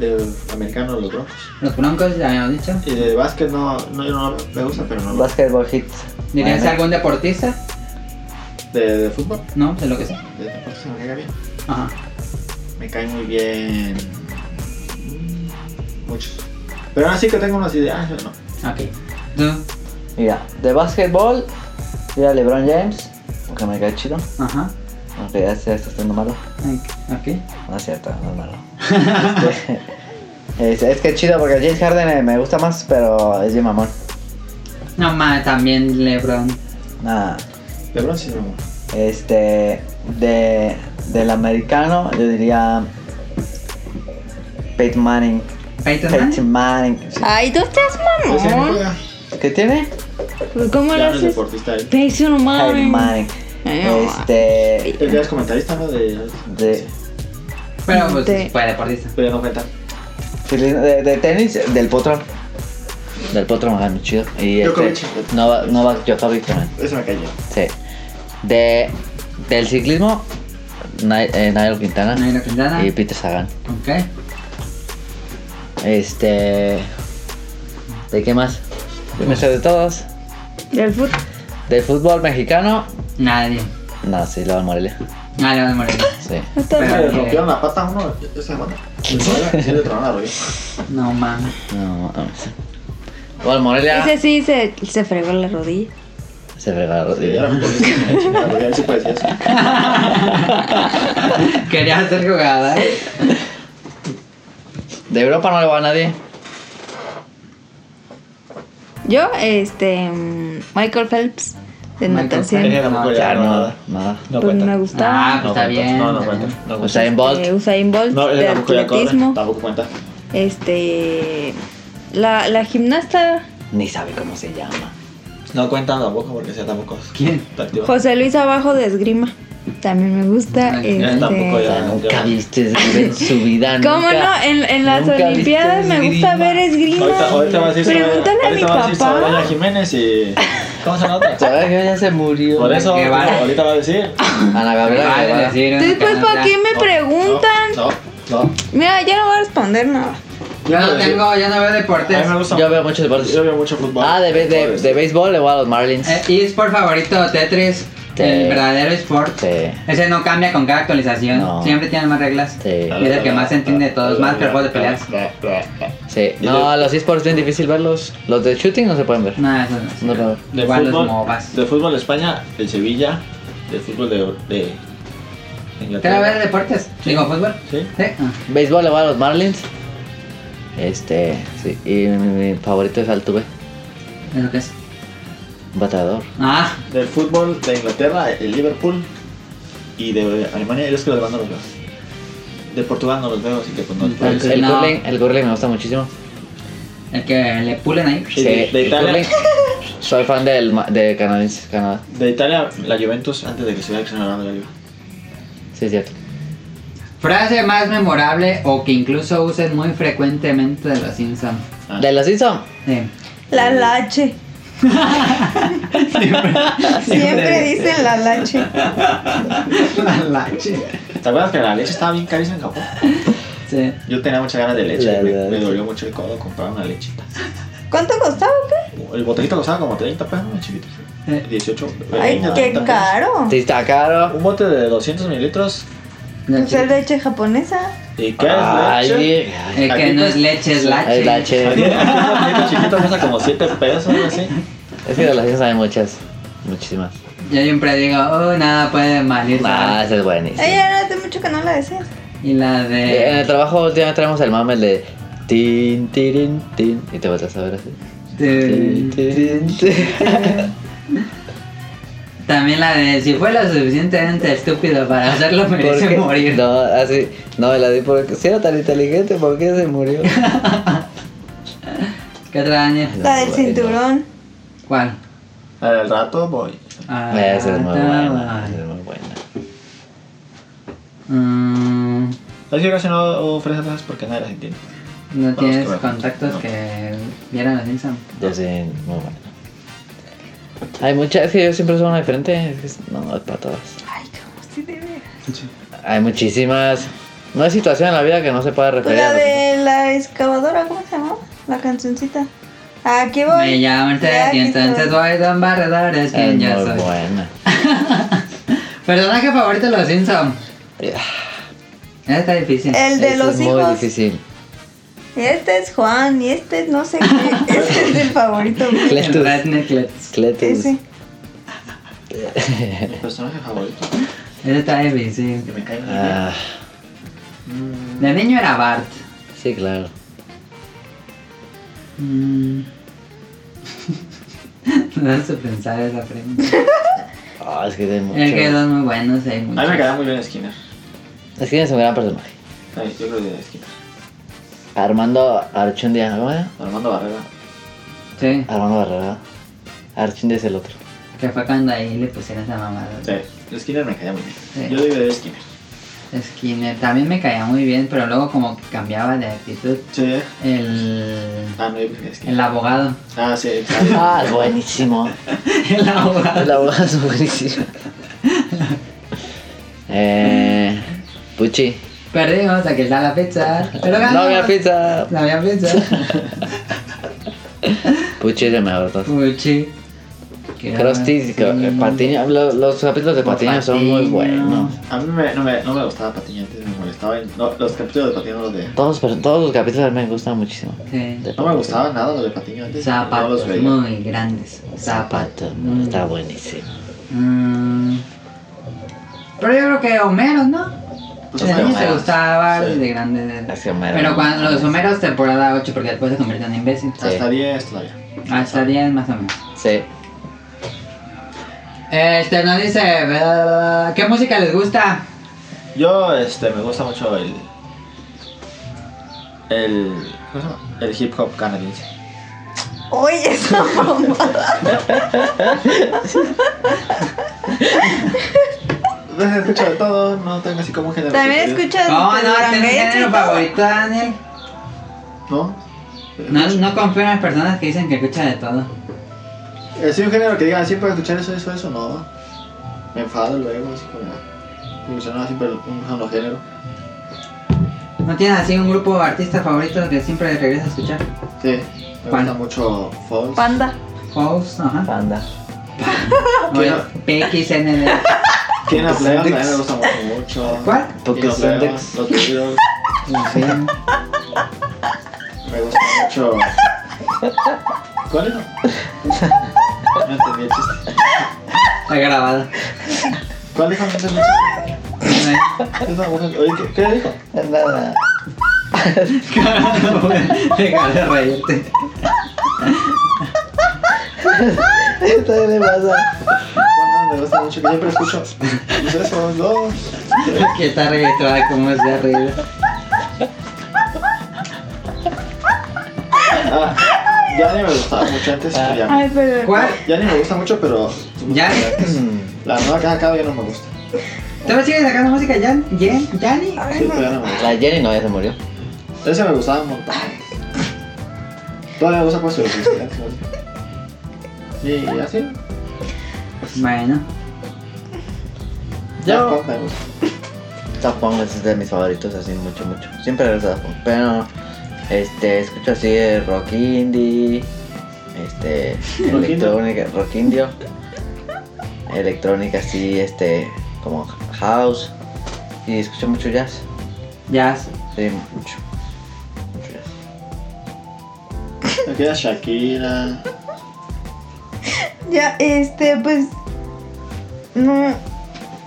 Speaker 1: de americano los Broncos.
Speaker 3: Los Broncos, ya habíamos dicho.
Speaker 1: Y de básquet no, no, yo no me gusta, pero no.
Speaker 5: Basketball hits.
Speaker 3: ¿Dirías
Speaker 5: Miami.
Speaker 3: algún deportista?
Speaker 1: De, de fútbol,
Speaker 3: No, de lo que sea.
Speaker 1: de deporte se me cae bien.
Speaker 3: Ajá.
Speaker 1: Me cae muy bien. mm, Muchos. Pero así que tengo unas ideas, yo no.
Speaker 3: Ok. ¿Tú?
Speaker 5: Mira, de basketball, mira LeBron James, porque me cae chido.
Speaker 3: Ajá.
Speaker 5: Aunque ya se está haciendo malo.
Speaker 3: Ok.
Speaker 5: No es cierto, no es malo. Este, es, es que es chido porque James Harden eh, me gusta más, pero es bien mamón.
Speaker 3: No, ma, también LeBron.
Speaker 5: Nada.
Speaker 1: De bronce no.
Speaker 5: Este.
Speaker 4: de, del americano, yo diría Peyton Manning.
Speaker 3: Peyton Manning.
Speaker 4: Peyton Manning. sí.
Speaker 6: Ay, tú estás
Speaker 1: Pues ya no
Speaker 6: mamón.
Speaker 1: juega.
Speaker 4: ¿Qué tiene?
Speaker 2: Pues,
Speaker 6: ¿Cómo lo
Speaker 1: Ya no es
Speaker 6: haces?
Speaker 1: deportista ¿eh? él.
Speaker 6: Peyton
Speaker 4: Peyton
Speaker 6: Manning.
Speaker 4: Manning.
Speaker 6: Ay,
Speaker 4: Este,
Speaker 1: Él ya es comentarista, ¿no? De,
Speaker 4: de,
Speaker 3: Pero pues
Speaker 6: De-
Speaker 3: fue deportista.
Speaker 1: pero ya no cuenta.
Speaker 4: de, de tenis, del potrón.
Speaker 5: Del potro más muy chido. Y este,
Speaker 1: Djokovic.
Speaker 5: Nova- Novak Djokovic también.
Speaker 1: Eso me cayó.
Speaker 5: Sí. De, del ciclismo, Ni- eh, Nairo Quintana
Speaker 3: Nairo Quintana.
Speaker 5: y Peter Sagan.
Speaker 3: Ok.
Speaker 5: Este. ¿De qué más? Yo me sé de todos.
Speaker 2: ah,
Speaker 6: Del fútbol.
Speaker 5: Del fútbol mexicano,
Speaker 3: Nadie.
Speaker 5: no, sí, lo Morelia.
Speaker 3: Nadie va a morir.
Speaker 5: Sí.
Speaker 6: No está
Speaker 3: Pero-
Speaker 6: mal.
Speaker 1: Le rompieron la pata a uno esa semana. Sí, le tronaron la rodilla.
Speaker 3: No mames.
Speaker 5: No mames. Igual Morelia
Speaker 6: Ese sí se, se fregó la rodilla.
Speaker 5: se fregó la
Speaker 1: Sí, ya
Speaker 5: rodilla.
Speaker 1: era futbolista, la chingada, porque él pues. sí parecía eso.
Speaker 3: Quería ser jugador.
Speaker 5: De Europa no le va a nadie.
Speaker 6: Yo, este. mm, Michael Phelps, de
Speaker 3: Michael
Speaker 6: natación.
Speaker 1: Él
Speaker 3: Phelps.
Speaker 1: era
Speaker 3: No,
Speaker 1: muy
Speaker 5: Ya,
Speaker 1: goleador,
Speaker 5: no,
Speaker 1: nada.
Speaker 5: nada.
Speaker 1: No
Speaker 6: pues
Speaker 1: cuenta.
Speaker 6: me
Speaker 3: Ah,
Speaker 6: gustaba.
Speaker 3: pues está
Speaker 5: No,
Speaker 3: bien.
Speaker 1: No, no
Speaker 3: está
Speaker 1: cuenta.
Speaker 3: bien.
Speaker 1: No
Speaker 5: O
Speaker 1: cuenta.
Speaker 5: sea, en Bolt.
Speaker 6: Eh, Usain Bolt,
Speaker 1: No, él
Speaker 6: de
Speaker 1: tampoco ya corre.
Speaker 6: atletismo.
Speaker 1: Tampoco cuenta.
Speaker 6: Este. La, la gimnasta
Speaker 5: Ni sabe cómo se llama.
Speaker 1: No cuenta tampoco porque sea tampoco.
Speaker 3: ¿Quién?
Speaker 1: Está activo.
Speaker 6: José Luis Abajo de esgrima. También me gusta.
Speaker 3: Ay, ya
Speaker 1: Ya
Speaker 6: este,
Speaker 1: tampoco
Speaker 5: O sea,
Speaker 1: ya.
Speaker 5: nunca
Speaker 1: ya-
Speaker 5: viste esgrima en su vida.
Speaker 6: ¿Cómo
Speaker 5: nunca.
Speaker 6: no? En, en las
Speaker 5: nunca
Speaker 6: Olimpiadas
Speaker 5: viste
Speaker 6: me gusta
Speaker 5: esgrima.
Speaker 6: ver esgrima.
Speaker 1: Ahorita, ahorita va a decir
Speaker 6: Pregúntale a mi
Speaker 1: ahorita va decir
Speaker 6: papá.
Speaker 1: Sabrina Jiménez y. ¿Cómo se nota?
Speaker 5: ¿Sabes que ya se murió?
Speaker 1: Por eso,
Speaker 3: Qué vara.
Speaker 1: ahorita va a decir.
Speaker 5: Ana Gabriela
Speaker 3: Vale,
Speaker 5: Guevara.
Speaker 3: decir una
Speaker 6: Después,
Speaker 3: canasta.
Speaker 6: ¿para pues, qué Ah, me preguntan?
Speaker 1: No, no.
Speaker 6: Mira, ya no voy a responder nada.
Speaker 3: Yo no tengo, yo no veo
Speaker 1: A mí
Speaker 3: deportes.
Speaker 1: me gusta.
Speaker 5: Yo veo muchos deportes.
Speaker 1: Yo veo mucho fútbol.
Speaker 5: Ah, de, be- de, de béisbol le voy a los Marlins.
Speaker 3: Eh, eSport favorito, Tetris.
Speaker 5: Sí.
Speaker 3: El verdadero eSport.
Speaker 5: Sí.
Speaker 3: Ese no cambia con cada actualización.
Speaker 5: No.
Speaker 3: Siempre tiene más reglas.
Speaker 5: Sí.
Speaker 3: Y es el que más se entiende de todos, más que el juego de peleas.
Speaker 5: Sí.
Speaker 1: Y
Speaker 5: No, los esports es bien difícil verlos. Los de shooting no se pueden ver.
Speaker 3: No, eso no.
Speaker 5: No, no.
Speaker 3: De
Speaker 1: De
Speaker 3: Igual los
Speaker 1: fútbol,
Speaker 3: MOBAs.
Speaker 1: de fútbol de España, el Sevilla, de fútbol de, de
Speaker 3: ¿Te la ves
Speaker 1: Inglaterra.
Speaker 3: deportes? Digo, fútbol.
Speaker 1: Sí.
Speaker 3: Sí. Ah.
Speaker 5: Béisbol le voy a los Marlins. Este, sí. Y mi, mi favorito es Altuve,
Speaker 3: ¿Eso qué es?
Speaker 5: un bateador.
Speaker 3: Ah,
Speaker 1: Del fútbol de Inglaterra, el Liverpool y de Alemania, yo es que los demás no los veo. De Portugal no los veo, así que pues no.
Speaker 5: El,
Speaker 3: Sí,
Speaker 5: el
Speaker 3: no.
Speaker 5: curling, el curling me gusta muchísimo.
Speaker 3: el que le pulen ahí.
Speaker 1: Y de- de
Speaker 5: el
Speaker 1: Italia.
Speaker 5: curling. Soy fan del ma- de canadiense, Canadá.
Speaker 1: De Italia, la Juventus, antes de que se vea que se me de la Juve.
Speaker 5: Sí, es cierto.
Speaker 3: Frase más memorable o que incluso usen muy frecuentemente de los Simpsons.
Speaker 1: Ah.
Speaker 5: De los Simpson.
Speaker 3: Sí.
Speaker 2: La lache. Siempre dicen la lache.
Speaker 3: La lache.
Speaker 1: ¿Te acuerdas que la leche estaba bien carísima en Japón?
Speaker 3: Sí.
Speaker 1: Yo tenía muchas ganas de leche,
Speaker 5: La
Speaker 1: me,
Speaker 5: leche.
Speaker 1: me dolió mucho el codo comprar una lechita.
Speaker 2: ¿Cuánto costaba o qué?
Speaker 1: El botellito costaba como 30 pesos, muy chiquito.
Speaker 3: Eh.
Speaker 1: 18.
Speaker 2: Ay,
Speaker 1: 20,
Speaker 2: qué
Speaker 1: 30 pesos.
Speaker 6: Oh.
Speaker 2: caro.
Speaker 5: Sí, está caro.
Speaker 1: Un bote de 200 mililitros.
Speaker 2: Pues es leche japonesa.
Speaker 1: ¿Y qué
Speaker 5: Ay,
Speaker 1: es leche?
Speaker 5: bien. Ay,
Speaker 3: El que no
Speaker 1: pues
Speaker 3: es leche, es lache.
Speaker 5: Es lache.
Speaker 1: Aquí un botelito eh, chiquito cuesta como 7 pesos, algo así.
Speaker 5: Es que de los Simpson hay muchas. Muchísimas.
Speaker 3: Yo siempre digo, oh, nada puede mal ir
Speaker 5: Ah,
Speaker 3: mal.
Speaker 5: ese es buenísimo.
Speaker 2: Ella no hace mucho que no la deseas.
Speaker 3: Y la
Speaker 5: Eh, En
Speaker 3: de.
Speaker 5: el trabajo últimamente traemos el mame el de tin tirin tin y te volteas a ver así. Tin, tirin, tin.
Speaker 3: También la de si fue lo suficientemente estúpido para hacerlo
Speaker 5: ¿Por
Speaker 3: merece
Speaker 5: qué?
Speaker 3: morir.
Speaker 5: No, así, no me la di porque si era tan inteligente, ¿por qué se murió?
Speaker 3: ¿Qué otra daña?
Speaker 5: No,
Speaker 2: La del
Speaker 5: bueno.
Speaker 2: cinturón.
Speaker 3: ¿Cuál?
Speaker 1: Al rato voy.
Speaker 3: Ah,
Speaker 5: Esa es muy buena,
Speaker 3: tal.
Speaker 5: esa es muy buena.
Speaker 3: Mm,
Speaker 1: Es que casi no ofrece cosas porque nadie las entiende.
Speaker 3: no
Speaker 1: Vamos,
Speaker 3: tienes
Speaker 1: que va.
Speaker 3: contactos
Speaker 1: No.
Speaker 3: que vieran los Simpsons.
Speaker 5: Yo sí, muy buena. Hay muchas, es que yo siempre soy una diferente, es que es- no, es para todas.
Speaker 2: Ay, cómo si te veas.
Speaker 5: Hay muchísimas, no hay situación en la vida que no se pueda
Speaker 2: Pues
Speaker 5: referir
Speaker 2: la
Speaker 5: a los-
Speaker 2: de la excavadora, ¿cómo se llamaba? La cancioncita. Aquí voy.
Speaker 3: Me llaman
Speaker 2: Ya
Speaker 3: ustedes y
Speaker 2: aquí
Speaker 3: entonces
Speaker 2: estoy.
Speaker 3: voy don barredores,
Speaker 5: Es
Speaker 3: quien
Speaker 5: muy
Speaker 3: yo soy.
Speaker 5: buena.
Speaker 3: Personaje favorito de los Simpsons. Ese está difícil.
Speaker 2: El de
Speaker 5: Esa
Speaker 2: los
Speaker 5: es muy
Speaker 2: hijos.
Speaker 5: difícil.
Speaker 2: Este es Juan y este es no sé qué. Este es el favorito mío.
Speaker 5: Cletus.
Speaker 3: El Redneck Cletus.
Speaker 5: Cletus.
Speaker 2: Ese.
Speaker 1: Mi personaje favorito.
Speaker 3: Ese está difícil.
Speaker 1: Que me cae mal.
Speaker 5: Ah,
Speaker 1: Mm,
Speaker 3: De niño era Bart.
Speaker 5: sí, claro.
Speaker 3: Mm. No hace pensar esa pregunta.
Speaker 5: Ah, es que tiene mucho.
Speaker 3: Es que son muy buenos, hay
Speaker 1: A mí me
Speaker 3: muchos.
Speaker 1: caía muy bien Skinner.
Speaker 5: Es que es un gran personaje.
Speaker 1: Ay, yo creo que Skinner.
Speaker 5: Armando Archundia, ¿cómo era?
Speaker 1: Armando Barrera.
Speaker 3: Sí,
Speaker 5: Armando Barrera. Archundia es el otro.
Speaker 3: que fue cuando ahí le pusieron esa mamada.
Speaker 1: Sí, Skinner me caía muy bien.
Speaker 3: Sí.
Speaker 1: Yo debí de Skinner.
Speaker 3: Skinner también me caía muy bien, pero luego como que cambiaba de actitud.
Speaker 1: Sí.
Speaker 3: El,
Speaker 1: Ah, no, yo prefería Skinner.
Speaker 3: el abogado.
Speaker 1: Ah, sí, exacto.
Speaker 5: Ah, es buenísimo.
Speaker 3: El abogado.
Speaker 5: El abogado es buenísimo. Eh. Puchi.
Speaker 3: Perdimos, aquí está la pizza. Pero
Speaker 5: No
Speaker 3: ganamos.
Speaker 5: había pizza.
Speaker 3: No había pizza.
Speaker 5: Puchi es el mejor. entonces.
Speaker 3: Puchi.
Speaker 5: Krusty,
Speaker 3: Krusty.
Speaker 5: Patiño, lo- los capítulos de Patiño son muy
Speaker 3: Patiño.
Speaker 5: buenos.
Speaker 1: A mí me- no, me, no me gustaba Patiño antes, me molestaba. y No, los capítulos de Patiño los de.
Speaker 5: Todos, pero todos los capítulos me gustan muchísimo.
Speaker 3: Sí.
Speaker 5: De-
Speaker 1: No me gustaban nada los de Patiño antes. No los
Speaker 3: Zapatos
Speaker 1: veía.
Speaker 3: muy grandes.
Speaker 5: Zapato,
Speaker 3: Zapatos.
Speaker 5: no, está buenísimo.
Speaker 3: Mm. Pero yo creo que Homeros, ¿no?
Speaker 1: Pues
Speaker 3: De
Speaker 5: es que
Speaker 3: niños te
Speaker 5: Homeros.
Speaker 3: gustaba y
Speaker 1: Sí.
Speaker 3: de grandes. era.
Speaker 5: Es que Homero-
Speaker 3: Pero cuando los Homeros, temporada 8, porque después se convierten en imbécil.
Speaker 5: Sí.
Speaker 1: Hasta 10 todavía.
Speaker 3: Hasta 10 más o menos.
Speaker 5: Sí.
Speaker 3: Este nos dice, eh, ¿qué música les gusta?
Speaker 1: Yo, este, me gusta mucho el. El. ¿Cómo se llama? El hip hop canadiense.
Speaker 2: Oye, esa mamá.
Speaker 1: Escucho de todo, no tengo así como un género.
Speaker 2: También
Speaker 1: preferido.
Speaker 2: escuchas.
Speaker 3: Oh,
Speaker 2: este,
Speaker 3: no,
Speaker 2: Duran
Speaker 3: ¿tienes
Speaker 2: Gates y
Speaker 3: género
Speaker 2: todo.
Speaker 3: favorito, Daniel?
Speaker 1: ¿No?
Speaker 3: No, no confío en las personas que dicen que escucha de todo.
Speaker 1: Eh, sí, un género que digan, siempre escuchar eso, eso, eso, no. Me enfado luego, así como. Me gusta siempre un solo género.
Speaker 3: ¿No tienes así un grupo artista favorito que siempre regresas a escuchar?
Speaker 1: Sí. Me
Speaker 3: ¿Cuál?
Speaker 1: gusta mucho Falls.
Speaker 6: Panda.
Speaker 3: House, ajá.
Speaker 5: Panda.
Speaker 1: Ah,
Speaker 3: O el PXNL.
Speaker 1: Tiene a Players, a mí
Speaker 5: Sundex.
Speaker 1: me gusta mucho. mucho.
Speaker 3: ¿Cuál?
Speaker 5: Porque
Speaker 1: Tiene a Players,
Speaker 5: Sundex.
Speaker 1: Los Beatles.
Speaker 3: Sí.
Speaker 1: Me gusta mucho. ¿Cuál era? No entendí el chiste.
Speaker 3: Está grabado.
Speaker 1: ¿Cuál dijo? No entendí el chiste. Es una mujer- Oye, ¿qué, qué dijo?
Speaker 5: Nada.
Speaker 3: Deja de reírte.
Speaker 5: Esto le pasa.
Speaker 1: Bueno, me gusta mucho, que siempre escucho. Pues eso, no.
Speaker 3: Que está registrada como es de arriba.
Speaker 1: Ah, ya ni me gustaba mucho antes, pero ya.
Speaker 2: Ay, pero.
Speaker 3: ¿Cuál?
Speaker 1: Ya ni me gusta mucho, pero.
Speaker 3: ¿Ya?
Speaker 1: La nueva que han sacado ya no me gusta.
Speaker 3: ¿Tú sigues sacando música, Jan? ¿Jan? ¿Yanni?
Speaker 1: Sí, pero ya no me gusta.
Speaker 5: La Jenny no, ya se murió.
Speaker 1: Ese me gustaba un montón. Todavía pues me gusta por su felicidad. Y así.
Speaker 3: Bueno.
Speaker 1: Ya.
Speaker 5: Yo-
Speaker 1: Me gusta.
Speaker 5: Daft Punk es de mis favoritos, así mucho, mucho. Siempre regreso a Daft Punk, pero este, escucho así de rock indie, este,
Speaker 1: Rock
Speaker 5: electrónica, rock indio, electrónica así, este, como house, y escucho mucho jazz,
Speaker 3: Jazz.
Speaker 5: sí, mucho, mucho jazz.
Speaker 1: Me queda Shakira.
Speaker 2: Ya, este, pues. No.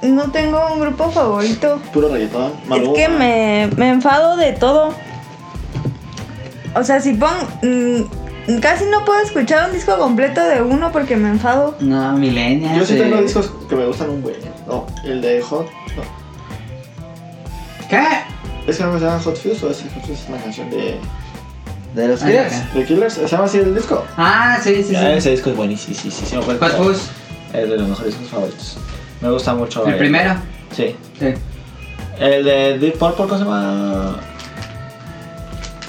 Speaker 2: No tengo un grupo favorito.
Speaker 1: Puro reggaetón. Maluma.
Speaker 2: Es que me, me enfado de todo. O sea, si pon. mm, casi no puedo escuchar un disco completo de uno porque me enfado.
Speaker 3: No, Millennial.
Speaker 1: Yo sí
Speaker 3: eh.
Speaker 1: tengo discos que me gustan un buen. No, el de Hot. No.
Speaker 3: ¿Qué?
Speaker 1: ¿Es que no se llama Hot Fuse o es Hot Fuse? Es una canción de.
Speaker 5: De los
Speaker 3: Ah,
Speaker 5: Killers,
Speaker 3: ya.
Speaker 1: ¿De Killers? ¿Se llama así el disco?
Speaker 3: Ah, sí, sí, Pues, sí.
Speaker 1: ese disco es buenísimo. Sí, sí, sí, me acuerdo.
Speaker 3: Hot Fuzz,
Speaker 1: Es de los mejores discos favoritos. Me gusta mucho.
Speaker 3: el primero.
Speaker 1: Sí.
Speaker 3: Sí.
Speaker 1: El de Deep Purple, ¿cómo se llama?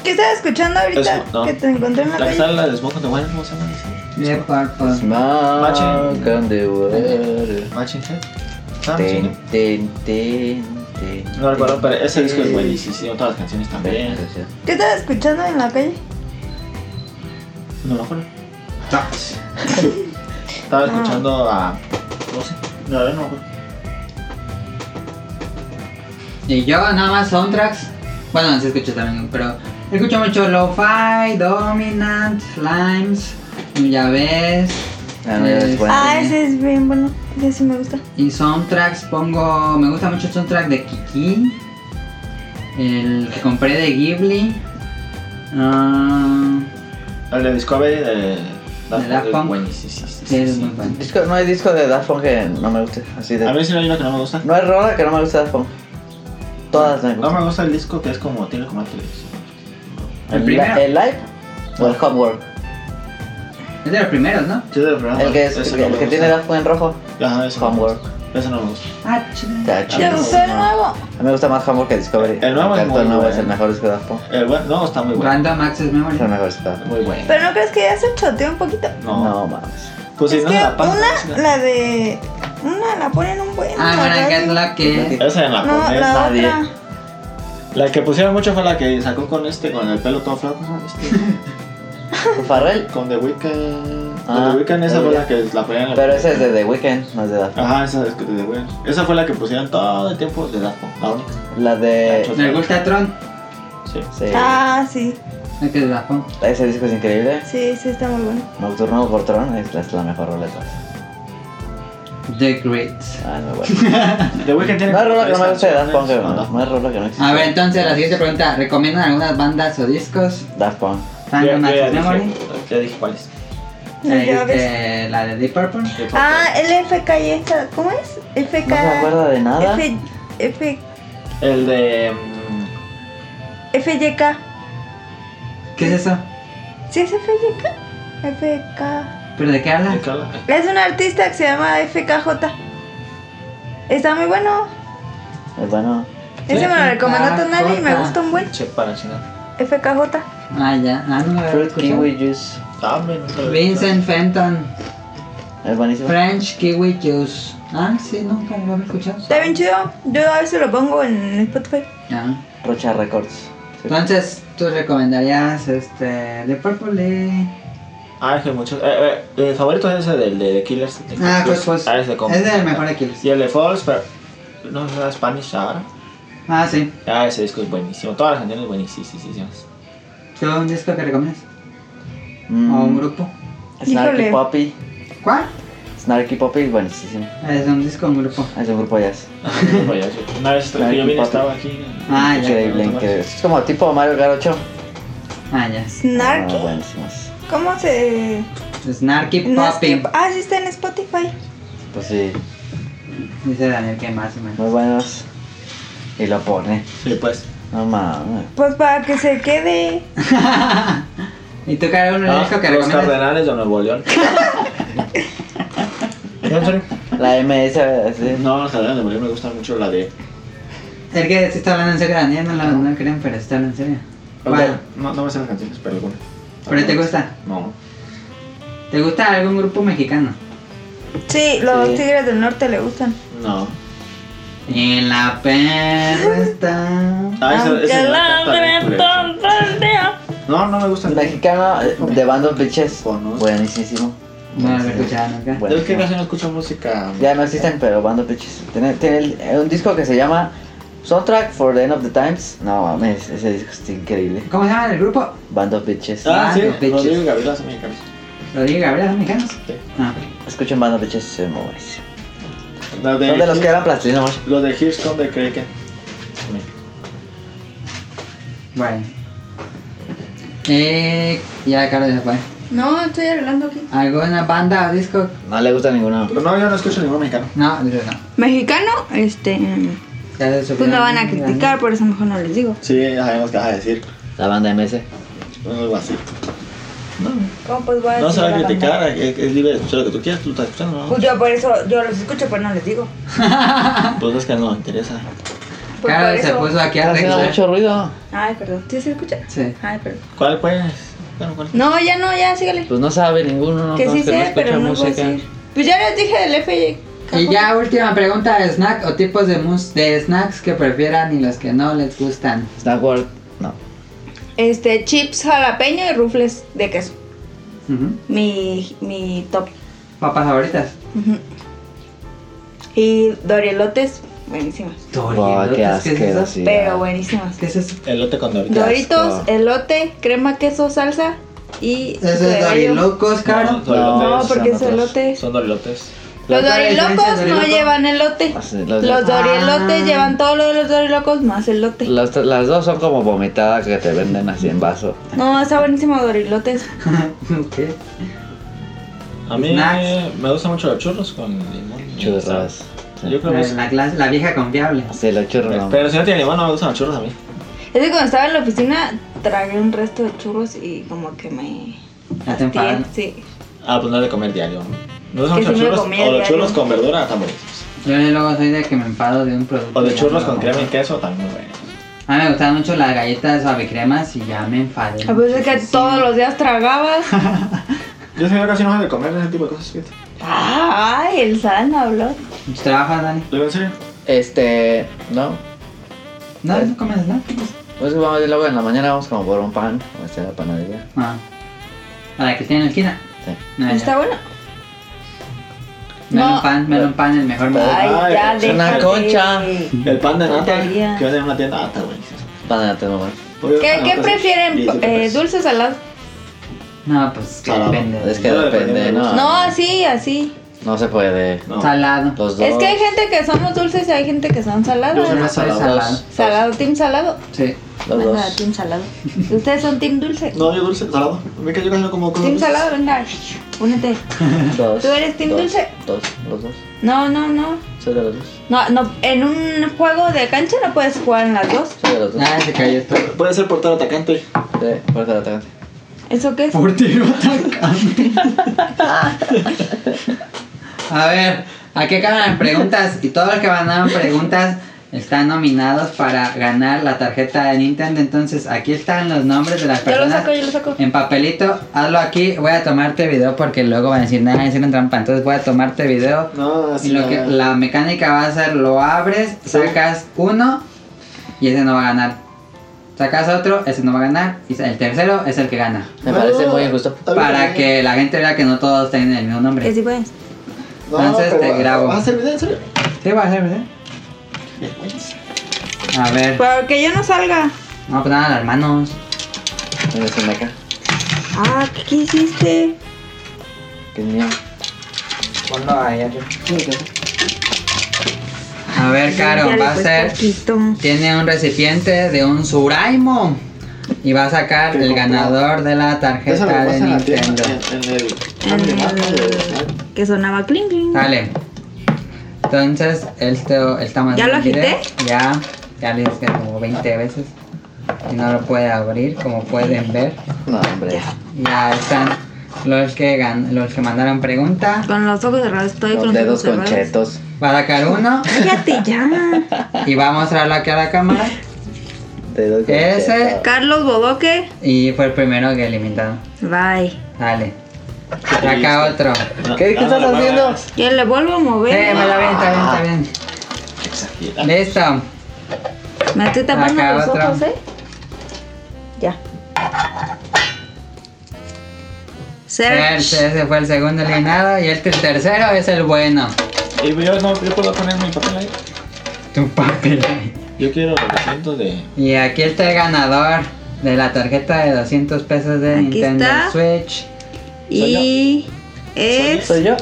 Speaker 2: ¿Qué estás escuchando ahorita?
Speaker 1: Eso, no.
Speaker 2: Que te encontré en la
Speaker 1: La que
Speaker 2: calle.
Speaker 1: sale la de Smoke on the Water, ¿cómo se llama? ese?
Speaker 3: Deep Purple.
Speaker 5: Smack
Speaker 1: Machi.
Speaker 5: on the water,
Speaker 1: Matching Head. Ah,
Speaker 5: tin,
Speaker 1: sí.
Speaker 5: tin, tin, tin.
Speaker 1: No recuerdo, pero ese disco es buenísimo. Todas las canciones también.
Speaker 2: ¿Qué estás escuchando en la calle?
Speaker 1: No me acuerdo. Estaba escuchando a. No sé. La verdad no me acuerdo.
Speaker 3: Y yo nada más soundtracks. Bueno, se escucho también, pero escucho mucho Lo-Fi, Dominant, Limes, ya ves.
Speaker 5: Ah, no, ya ves, bueno.
Speaker 2: ah,
Speaker 3: sí.
Speaker 2: ese es bien bueno. Ese sí me gusta.
Speaker 3: Y soundtracks pongo. Me gusta mucho el soundtrack de Kiki. El que compré de Ghibli. ah,
Speaker 1: El de Discovery de
Speaker 3: De Daft Punk. Sí,
Speaker 1: buenísimo.
Speaker 3: es muy bueno.
Speaker 5: Disco- no hay disco de Daft Punk que no me guste. Así de,
Speaker 1: A mí sí no hay una que no me gusta.
Speaker 5: No hay rola que no me guste Daft Punk. Todas me
Speaker 1: No
Speaker 5: gustan.
Speaker 1: me gusta el disco que es como tiene como antes.
Speaker 3: ¿El
Speaker 5: li-
Speaker 3: primero?
Speaker 5: el live o el homework.
Speaker 3: Es de los primeros, ¿no?
Speaker 1: Yo de verdad,
Speaker 5: El que, es,
Speaker 1: Ah, ese
Speaker 5: el,
Speaker 1: no me
Speaker 5: que
Speaker 1: gusta.
Speaker 5: tiene Daft Punk en rojo.
Speaker 1: Ajá, ese no me
Speaker 5: Homework.
Speaker 1: gusta. Ese no me gusta.
Speaker 3: Ah, chido.
Speaker 5: Está chido.
Speaker 6: ¿Te gustó el nuevo?
Speaker 5: A mí me gusta más Homework que Discovery.
Speaker 1: El nuevo
Speaker 5: Me
Speaker 1: es
Speaker 5: encanta
Speaker 1: muy
Speaker 5: el nuevo, es el
Speaker 1: bueno.
Speaker 5: mejor disco de Daft Punk.
Speaker 1: El Eh, bueno, no, está muy bueno.
Speaker 3: Random Access Memory.
Speaker 5: Es el mejor disco de Daft Punk.
Speaker 1: Muy bueno.
Speaker 2: Pero no crees que ya se choteó un poquito.
Speaker 1: No.
Speaker 5: No mames.
Speaker 1: Pues si
Speaker 2: es
Speaker 1: no
Speaker 2: que
Speaker 1: se la pasan.
Speaker 2: una, la de. Una la ponen un buen.
Speaker 3: Ah, bueno, Get Lucky.
Speaker 1: Esa en la
Speaker 2: No,
Speaker 1: ponen.
Speaker 2: la
Speaker 5: nadie.
Speaker 2: otra.
Speaker 1: La que pusieron mucho fue la que sacó con este, con el pelo todo flaco, ¿no? Este,
Speaker 5: Farrell.
Speaker 1: con The Weeknd.
Speaker 5: Ah,
Speaker 1: The Weeknd esa
Speaker 5: pero
Speaker 1: fue
Speaker 5: ya.
Speaker 1: la que la ponían en la
Speaker 5: Pero ese es de The Weeknd, no es de Daft Punk.
Speaker 1: Ajá, esa es de The Weeknd. Esa fue la que pusieron todo el tiempo de Daft Punk, la única.
Speaker 5: La de.
Speaker 1: La
Speaker 3: Me gusta Tron.
Speaker 1: Sí.
Speaker 5: Sí.
Speaker 2: Ah, sí.
Speaker 3: La que es la pongo.
Speaker 5: Ese disco es increíble.
Speaker 2: Sí, sí, está muy bueno.
Speaker 5: Nocturno por Tron es la, es la mejor rola de todas.
Speaker 3: The Great.
Speaker 5: Ah, no, bueno.
Speaker 1: The Weeknd tiene.
Speaker 5: No hay rola que no
Speaker 1: tres
Speaker 5: me guste de Daft Punk,
Speaker 1: canciones.
Speaker 5: no, no, hay rola que no existe.
Speaker 3: A ver, entonces la siguiente pregunta. ¿Recomiendan algunas bandas o discos?
Speaker 5: Daft Punk.
Speaker 1: Ya-
Speaker 3: Random
Speaker 1: ya dije-
Speaker 3: Access Memory.
Speaker 1: Ya dije cuál es.
Speaker 2: Ya ves.
Speaker 3: Este, la de Deep Purple.
Speaker 2: Ah, LFK y esa. ¿Cómo es? FK.
Speaker 5: No se acuerda de nada.
Speaker 2: F, F,
Speaker 1: El de. mm,
Speaker 2: FYK.
Speaker 3: ¿Qué es eso?
Speaker 2: ¿Sí es FYK? FK.
Speaker 3: ¿Pero de qué
Speaker 1: ¿de
Speaker 3: habla?
Speaker 1: qué habla?
Speaker 2: Es un artista que se llama FKJ. Está muy bueno.
Speaker 5: Es bueno.
Speaker 2: Ese me lo recomendó
Speaker 3: FKJ.
Speaker 2: Tonali y me gusta un buen.
Speaker 1: Che, para chingar.
Speaker 2: FKJ.
Speaker 3: Ah, ya. Ah, no me había
Speaker 5: Fruit
Speaker 3: escuchado.
Speaker 5: Kiwi Juice.
Speaker 1: Dame, nunca lo he
Speaker 3: Vincent Fenton.
Speaker 5: Es buenísimo.
Speaker 3: French Kiwi Juice. Ah, sí, nunca lo había escuchado.
Speaker 2: Está bien chido. Yo a veces lo pongo en Spotify.
Speaker 3: Ya.
Speaker 5: Rocha Records.
Speaker 3: Ah, Entonces, ¿tú recomendarías este The Purple? eh? y-
Speaker 1: visto. Ah, es que muchos. Eh, eh, el favorito es ese del de, The Killers. de
Speaker 3: Ah, pues,
Speaker 1: Killers.
Speaker 3: pues.
Speaker 1: Ah, es de compa.
Speaker 3: Es del mejor de Kills.
Speaker 1: Y el de Falls, pero. No se da Spanish ahora.
Speaker 3: Ah, sí.
Speaker 1: Ah, ese disco es buenísimo. Todas las canciones buenísimas. Pues
Speaker 3: ¿Tú un disco que recomiendas?
Speaker 5: Mm,
Speaker 3: ¿O un grupo?
Speaker 5: Snarky
Speaker 2: Híjole.
Speaker 5: Poppy.
Speaker 3: ¿Cuál?
Speaker 5: Snarky Poppy es buenísimo.
Speaker 3: Es un disco, un grupo.
Speaker 5: Es un grupo de jazz.
Speaker 1: Una vez que yo vine estaba aquí.
Speaker 3: Ah, ya.
Speaker 5: Increíble, increíble. Es como tipo Mario Garocho.
Speaker 3: Ah, ya.
Speaker 2: Snarky.
Speaker 5: Ah, buenísimas.
Speaker 2: ¿Cómo se.?
Speaker 3: Snarky
Speaker 2: no es
Speaker 3: Poppy.
Speaker 2: que- Ah, sí está en Spotify.
Speaker 5: Pues sí,
Speaker 3: Dice Daniel que más o menos.
Speaker 5: muy buenos. Y lo pone.
Speaker 1: Sí, pues.
Speaker 5: No mames.
Speaker 2: Pues para que se quede.
Speaker 3: ¿Y tú, Carol, un
Speaker 1: Ah,
Speaker 3: disco que
Speaker 1: los
Speaker 3: recomiendas?
Speaker 1: Cardenales de Nuevo León. ¿No, en serio?
Speaker 5: La MS, así.
Speaker 1: Eh, No, los Cardenales de Nuevo León me gusta mucho la de.
Speaker 3: El que sí está hablando en serio, Daniel, no lo no lo creen, pero está hablando en serio. Bueno,
Speaker 1: No, no me sé las canciones, pero alguna.
Speaker 3: ¿Pero te gusta?
Speaker 1: No.
Speaker 3: ¿te gusta algún grupo mexicano?
Speaker 2: Sí, los
Speaker 5: Sí.
Speaker 2: tigres del norte le gustan.
Speaker 1: No.
Speaker 3: Y la perra está.
Speaker 1: Ah, esa-
Speaker 2: Aunque
Speaker 1: esa me
Speaker 2: la
Speaker 1: encanta,
Speaker 2: ladren
Speaker 1: por eso.
Speaker 2: todo el día.
Speaker 1: No, no me gusta.
Speaker 5: Mexicano eh, de Band of Bitches.
Speaker 1: Conozco.
Speaker 5: Buenísimo.
Speaker 3: No lo he escuchado nunca.
Speaker 5: Bueno.
Speaker 1: Es que casi no escucho música.
Speaker 5: Ya no existen, pero Band of Bitches. Tiene, tiene el- eh, un disco que se llama Soundtrack for the End of the Times. No mames, ese disco está increíble.
Speaker 3: ¿Cómo se llama el grupo?
Speaker 5: Band of Bitches.
Speaker 1: Ah, sí,
Speaker 3: Ah, de
Speaker 1: Rodrigo
Speaker 3: bitches.
Speaker 1: Gabriel hace mi cabeza.
Speaker 3: ¿Lo dije Gabriel, los mexicanos?
Speaker 1: Sí.
Speaker 3: Ah,
Speaker 5: Escuchen Band of Bitches, es muy buenísimo.
Speaker 1: La
Speaker 5: Son de los que
Speaker 1: Here's-
Speaker 5: eran plastilina, amor.
Speaker 1: Los de Here's Come the Kraken.
Speaker 3: bueno. Eh, ya Carol se fue.
Speaker 2: No, estoy arreglando aquí.
Speaker 3: ¿Alguna banda o disco?
Speaker 5: No le gusta ninguno.
Speaker 1: Pero no, yo no escucho ningún mexicano.
Speaker 3: No, yo no.
Speaker 6: Mexicano, este.
Speaker 3: Ya se
Speaker 6: Pues me
Speaker 3: supieron.
Speaker 6: van a criticar, por eso mejor no les digo.
Speaker 1: Sí, ya sabemos qué vas a decir.
Speaker 5: La banda MS.
Speaker 1: Algo así.
Speaker 2: ¿Cómo pues voy a
Speaker 1: No se va
Speaker 2: decir
Speaker 1: a
Speaker 2: la
Speaker 1: criticar, es, es libre de escuchar lo que tú quieras, tú estás escuchando,
Speaker 2: banda?
Speaker 1: ¿no?
Speaker 2: Pues yo por eso, yo los escucho, pero no les digo.
Speaker 1: Pues es que no me interesa.
Speaker 2: Pues por
Speaker 3: Carol se
Speaker 2: eso.
Speaker 3: puso aquí a
Speaker 5: Hace
Speaker 3: arreglar.
Speaker 1: eh.
Speaker 5: mucho ruido.
Speaker 2: Ay, perdón. ¿Sí se escucha?
Speaker 3: Sí.
Speaker 2: Ay, perdón.
Speaker 1: ¿Cuál pues? Bueno, ¿cuál?
Speaker 6: No, ya no, ya, sígale.
Speaker 5: Pues no sabe ninguno. No,
Speaker 2: que sí
Speaker 5: conoce, no
Speaker 2: sé,
Speaker 5: escucha
Speaker 2: pero no puedo
Speaker 5: música.
Speaker 2: decir. Pues ya les dije del FK.
Speaker 3: Y ya última pregunta, snack o tipos de mus de snacks que prefieran y los que no les gustan.
Speaker 5: Snack World. No.
Speaker 6: Este, chips jalapeño y rufles de queso.
Speaker 3: Ujú.
Speaker 6: Mi, mi top.
Speaker 3: Papas favoritas.
Speaker 6: Ujú. Y dorielotes, buenísimas.
Speaker 5: Buah, qué
Speaker 3: Doritos, ¿qué es eso?
Speaker 5: asquerosidad.
Speaker 6: Pero buenísimas.
Speaker 3: ¿Qué es eso?
Speaker 1: Elote con Doritos.
Speaker 6: Doritos,
Speaker 5: asco.
Speaker 6: elote, crema, queso, salsa y chico
Speaker 3: ¿Eso
Speaker 6: de
Speaker 3: es
Speaker 6: gallo.
Speaker 3: dorilocos, Carol?
Speaker 6: No,
Speaker 1: Dorilotes,
Speaker 6: porque
Speaker 5: son
Speaker 6: es
Speaker 5: otros.
Speaker 6: elote.
Speaker 1: Son Dorilotes.
Speaker 6: Los
Speaker 3: ¿Cuál es la diferencia
Speaker 6: dorilocos
Speaker 3: de
Speaker 6: no
Speaker 3: doriloco?
Speaker 6: llevan elote.
Speaker 5: Así, los-
Speaker 6: Los
Speaker 3: Ah.
Speaker 6: dorilotes llevan todo lo de los dorilocos más elote.
Speaker 5: las, las dos son como vomitadas que te venden así en vaso.
Speaker 6: No, está buenísimo dorilotes.
Speaker 3: ¿Qué?
Speaker 1: A mí
Speaker 3: Snacks.
Speaker 1: me gusta mucho los churros con limón. y sal.
Speaker 5: Churros. Sí.
Speaker 1: Yo creo que
Speaker 3: La,
Speaker 1: es.
Speaker 3: la clase- la vieja confiable.
Speaker 5: Sí, los churros. no.
Speaker 1: Pero si no tiene limón, no me gustan los churros a mí.
Speaker 2: Es que cuando estaba en la oficina tragué un resto de churros y como que me...
Speaker 3: Ya te enfadas.
Speaker 2: Sí.
Speaker 1: Ah, pues no es de comer diario. No
Speaker 2: Que
Speaker 1: gustan mucho los
Speaker 2: sí me
Speaker 1: churros.
Speaker 2: comía
Speaker 1: O los
Speaker 2: diario.
Speaker 1: churros con verdura también. buenos.
Speaker 3: Yo luego soy de que me enfado de un producto.
Speaker 1: O
Speaker 3: y
Speaker 1: de
Speaker 3: ya
Speaker 1: churros
Speaker 3: no lo
Speaker 1: con crema y
Speaker 3: compro.
Speaker 1: queso también muy buenos.
Speaker 3: A mí me gustaban mucho las galletas suavecremas y ya me enfadé.
Speaker 2: A veces Ah, pues que
Speaker 3: muchísimo.
Speaker 2: todos los días tragabas.
Speaker 1: Yo soy casi no soy de comer ese tipo de cosas, fíjate.
Speaker 2: Ay, el San habló.
Speaker 3: Mucho trabajo, Pues, Dani.
Speaker 1: Lo digo en serio.
Speaker 5: Este, no.
Speaker 3: No, no comes, ¿no?
Speaker 5: Pues vamos a ir luego en la mañana, vamos como por un pan. O sea, la panadería.
Speaker 3: Ah. A la que tiene en la esquina.
Speaker 5: Sí.
Speaker 3: No, Ah, ya.
Speaker 2: Está bueno.
Speaker 3: Melon
Speaker 2: No.
Speaker 3: pan, melon pan, el mejor melon
Speaker 2: Ay,
Speaker 1: Ay,
Speaker 2: ya
Speaker 1: es
Speaker 2: déjate.
Speaker 5: una concha.
Speaker 1: El pan de nata
Speaker 2: Tontería.
Speaker 1: que venden en una tienda ah, de nata, güey.
Speaker 5: Pan de mamá.
Speaker 1: Obvio,
Speaker 2: ¿Qué,
Speaker 1: ah,
Speaker 2: qué
Speaker 1: pues,
Speaker 2: prefieren?
Speaker 1: 17
Speaker 2: Eh,
Speaker 1: pesos.
Speaker 2: ¿Dulce o salado?
Speaker 3: No, pues que
Speaker 1: Salado.
Speaker 3: depende.
Speaker 5: Es que
Speaker 1: Yo
Speaker 5: depende,
Speaker 1: dependiendo.
Speaker 5: no.
Speaker 2: No, así, así.
Speaker 5: No se puede.
Speaker 1: No.
Speaker 3: Salado.
Speaker 5: Los dos.
Speaker 2: Es que hay gente que somos dulces y hay gente que son
Speaker 1: Yo
Speaker 2: salados.
Speaker 1: soy
Speaker 3: no
Speaker 1: más
Speaker 3: soy
Speaker 1: salado.
Speaker 3: salado.
Speaker 2: Salado, team salado.
Speaker 3: Sí.
Speaker 5: Los
Speaker 2: Venga,
Speaker 5: dos.
Speaker 2: team salado. ¿Ustedes son team dulce?
Speaker 1: No, yo dulce, salado. A mí que yo casi no como cosas.
Speaker 2: Team
Speaker 1: dulces.
Speaker 2: salado, venga, únete.
Speaker 5: Dos.
Speaker 2: ¿Tú eres team
Speaker 5: dos,
Speaker 2: dulce?
Speaker 5: Dos, los dos.
Speaker 2: No, no, no.
Speaker 5: Soy de los dos.
Speaker 2: No, no, en un juego de cancha no puedes jugar en las dos.
Speaker 5: Soy de los dos.
Speaker 3: Ah, se cayó esto.
Speaker 1: Este, Puede ser portero atacante.
Speaker 5: Sí, fuerza de atacante.
Speaker 2: ¿Eso qué es?
Speaker 3: Por tiro atacante. A ver, aquí acaban las preguntas. Y todos los que ganaron preguntas están nominados para ganar la tarjeta de Nintendo. Entonces, aquí están los nombres de las
Speaker 2: Yo lo
Speaker 3: personas.
Speaker 2: saco, yo lo saco.
Speaker 3: En papelito, hazlo aquí. Voy a tomarte video porque luego van a decir, nada, hicieron trampa. Entonces, voy a tomarte video.
Speaker 1: No,
Speaker 3: Y
Speaker 1: así.
Speaker 3: lo que,
Speaker 1: no.
Speaker 3: la mecánica va a ser, lo abres, sacas uno y ese no va a ganar. Sacas otro, ese no va a ganar. Y el tercero es el que gana.
Speaker 5: Me
Speaker 1: No,
Speaker 5: parece muy injusto.
Speaker 1: a mí
Speaker 3: Para
Speaker 1: también.
Speaker 3: que la gente vea que no todos tienen el mismo nombre.
Speaker 2: Que sí puedes.
Speaker 1: No,
Speaker 3: Entonces
Speaker 1: pero,
Speaker 3: te grabo.
Speaker 1: ¿Vas a hacer video en serio?
Speaker 3: Sí, va a ser, ¿verdad? A ver.
Speaker 2: Pero que yo no salga.
Speaker 3: No, pues nada, las manos.
Speaker 5: Mira, es una acá.
Speaker 2: Ah, ¿qué hiciste?
Speaker 5: Que es mío.
Speaker 3: Ponlo ahí arriba. A ver, Caro,
Speaker 2: Ya le
Speaker 3: va a
Speaker 2: cuesta
Speaker 3: ser.
Speaker 2: poquito.
Speaker 3: Tiene un recipiente de un Suraimo. Y va a sacar
Speaker 1: Que
Speaker 3: el
Speaker 1: compró.
Speaker 3: ganador de la
Speaker 1: Eso lo
Speaker 3: tarjeta
Speaker 1: pasa
Speaker 3: de
Speaker 1: en la
Speaker 3: Nintendo.
Speaker 1: tienda. En, en el.
Speaker 2: El- Que sonaba cling cling.
Speaker 3: Dale. Entonces, este está más
Speaker 2: ¿Ya lo
Speaker 3: grande.
Speaker 2: agité?
Speaker 3: Ya, ya le dije como 20 veces. Y no lo puede abrir, como pueden ver.
Speaker 5: No, hombre.
Speaker 3: Ya están los que gan los que mandaron pregunta.
Speaker 2: Con los ojos cerrados estoy
Speaker 5: Los
Speaker 2: con los ojos
Speaker 5: dedos con
Speaker 2: cerrados.
Speaker 5: chetos.
Speaker 3: Va a sacar uno
Speaker 2: Cállate ya.
Speaker 3: y va a mostrarlo aquí a la cámara.
Speaker 5: Dedos con
Speaker 3: Ese.
Speaker 5: chetos.
Speaker 2: Carlos Bodoque.
Speaker 3: Y fue el primero que eliminado.
Speaker 2: Bye.
Speaker 3: Dale. Saca otro.
Speaker 1: Ah,
Speaker 5: ¿Qué- qué estás haciendo? Ah.
Speaker 2: Ya le vuelvo a mover.
Speaker 3: Eh, me la ven, está bien, está bien. Listo.
Speaker 2: Me estoy tapando
Speaker 3: Acá
Speaker 2: los
Speaker 3: otra.
Speaker 2: ojos, ¿eh? Ya.
Speaker 3: Ese,
Speaker 2: Search.
Speaker 3: ese fue el segundo eliminado y este, el ter- tercero es el bueno.
Speaker 1: Y yo no, yo puedo poner mi papel ahí.
Speaker 3: Tu papel. ahí.
Speaker 1: Yo quiero los 200 de.
Speaker 3: Y aquí está el ganador de la tarjeta de 200 pesos de
Speaker 2: Aquí
Speaker 3: Nintendo
Speaker 2: está.
Speaker 3: Switch.
Speaker 2: Y es
Speaker 5: ¿Soy yo?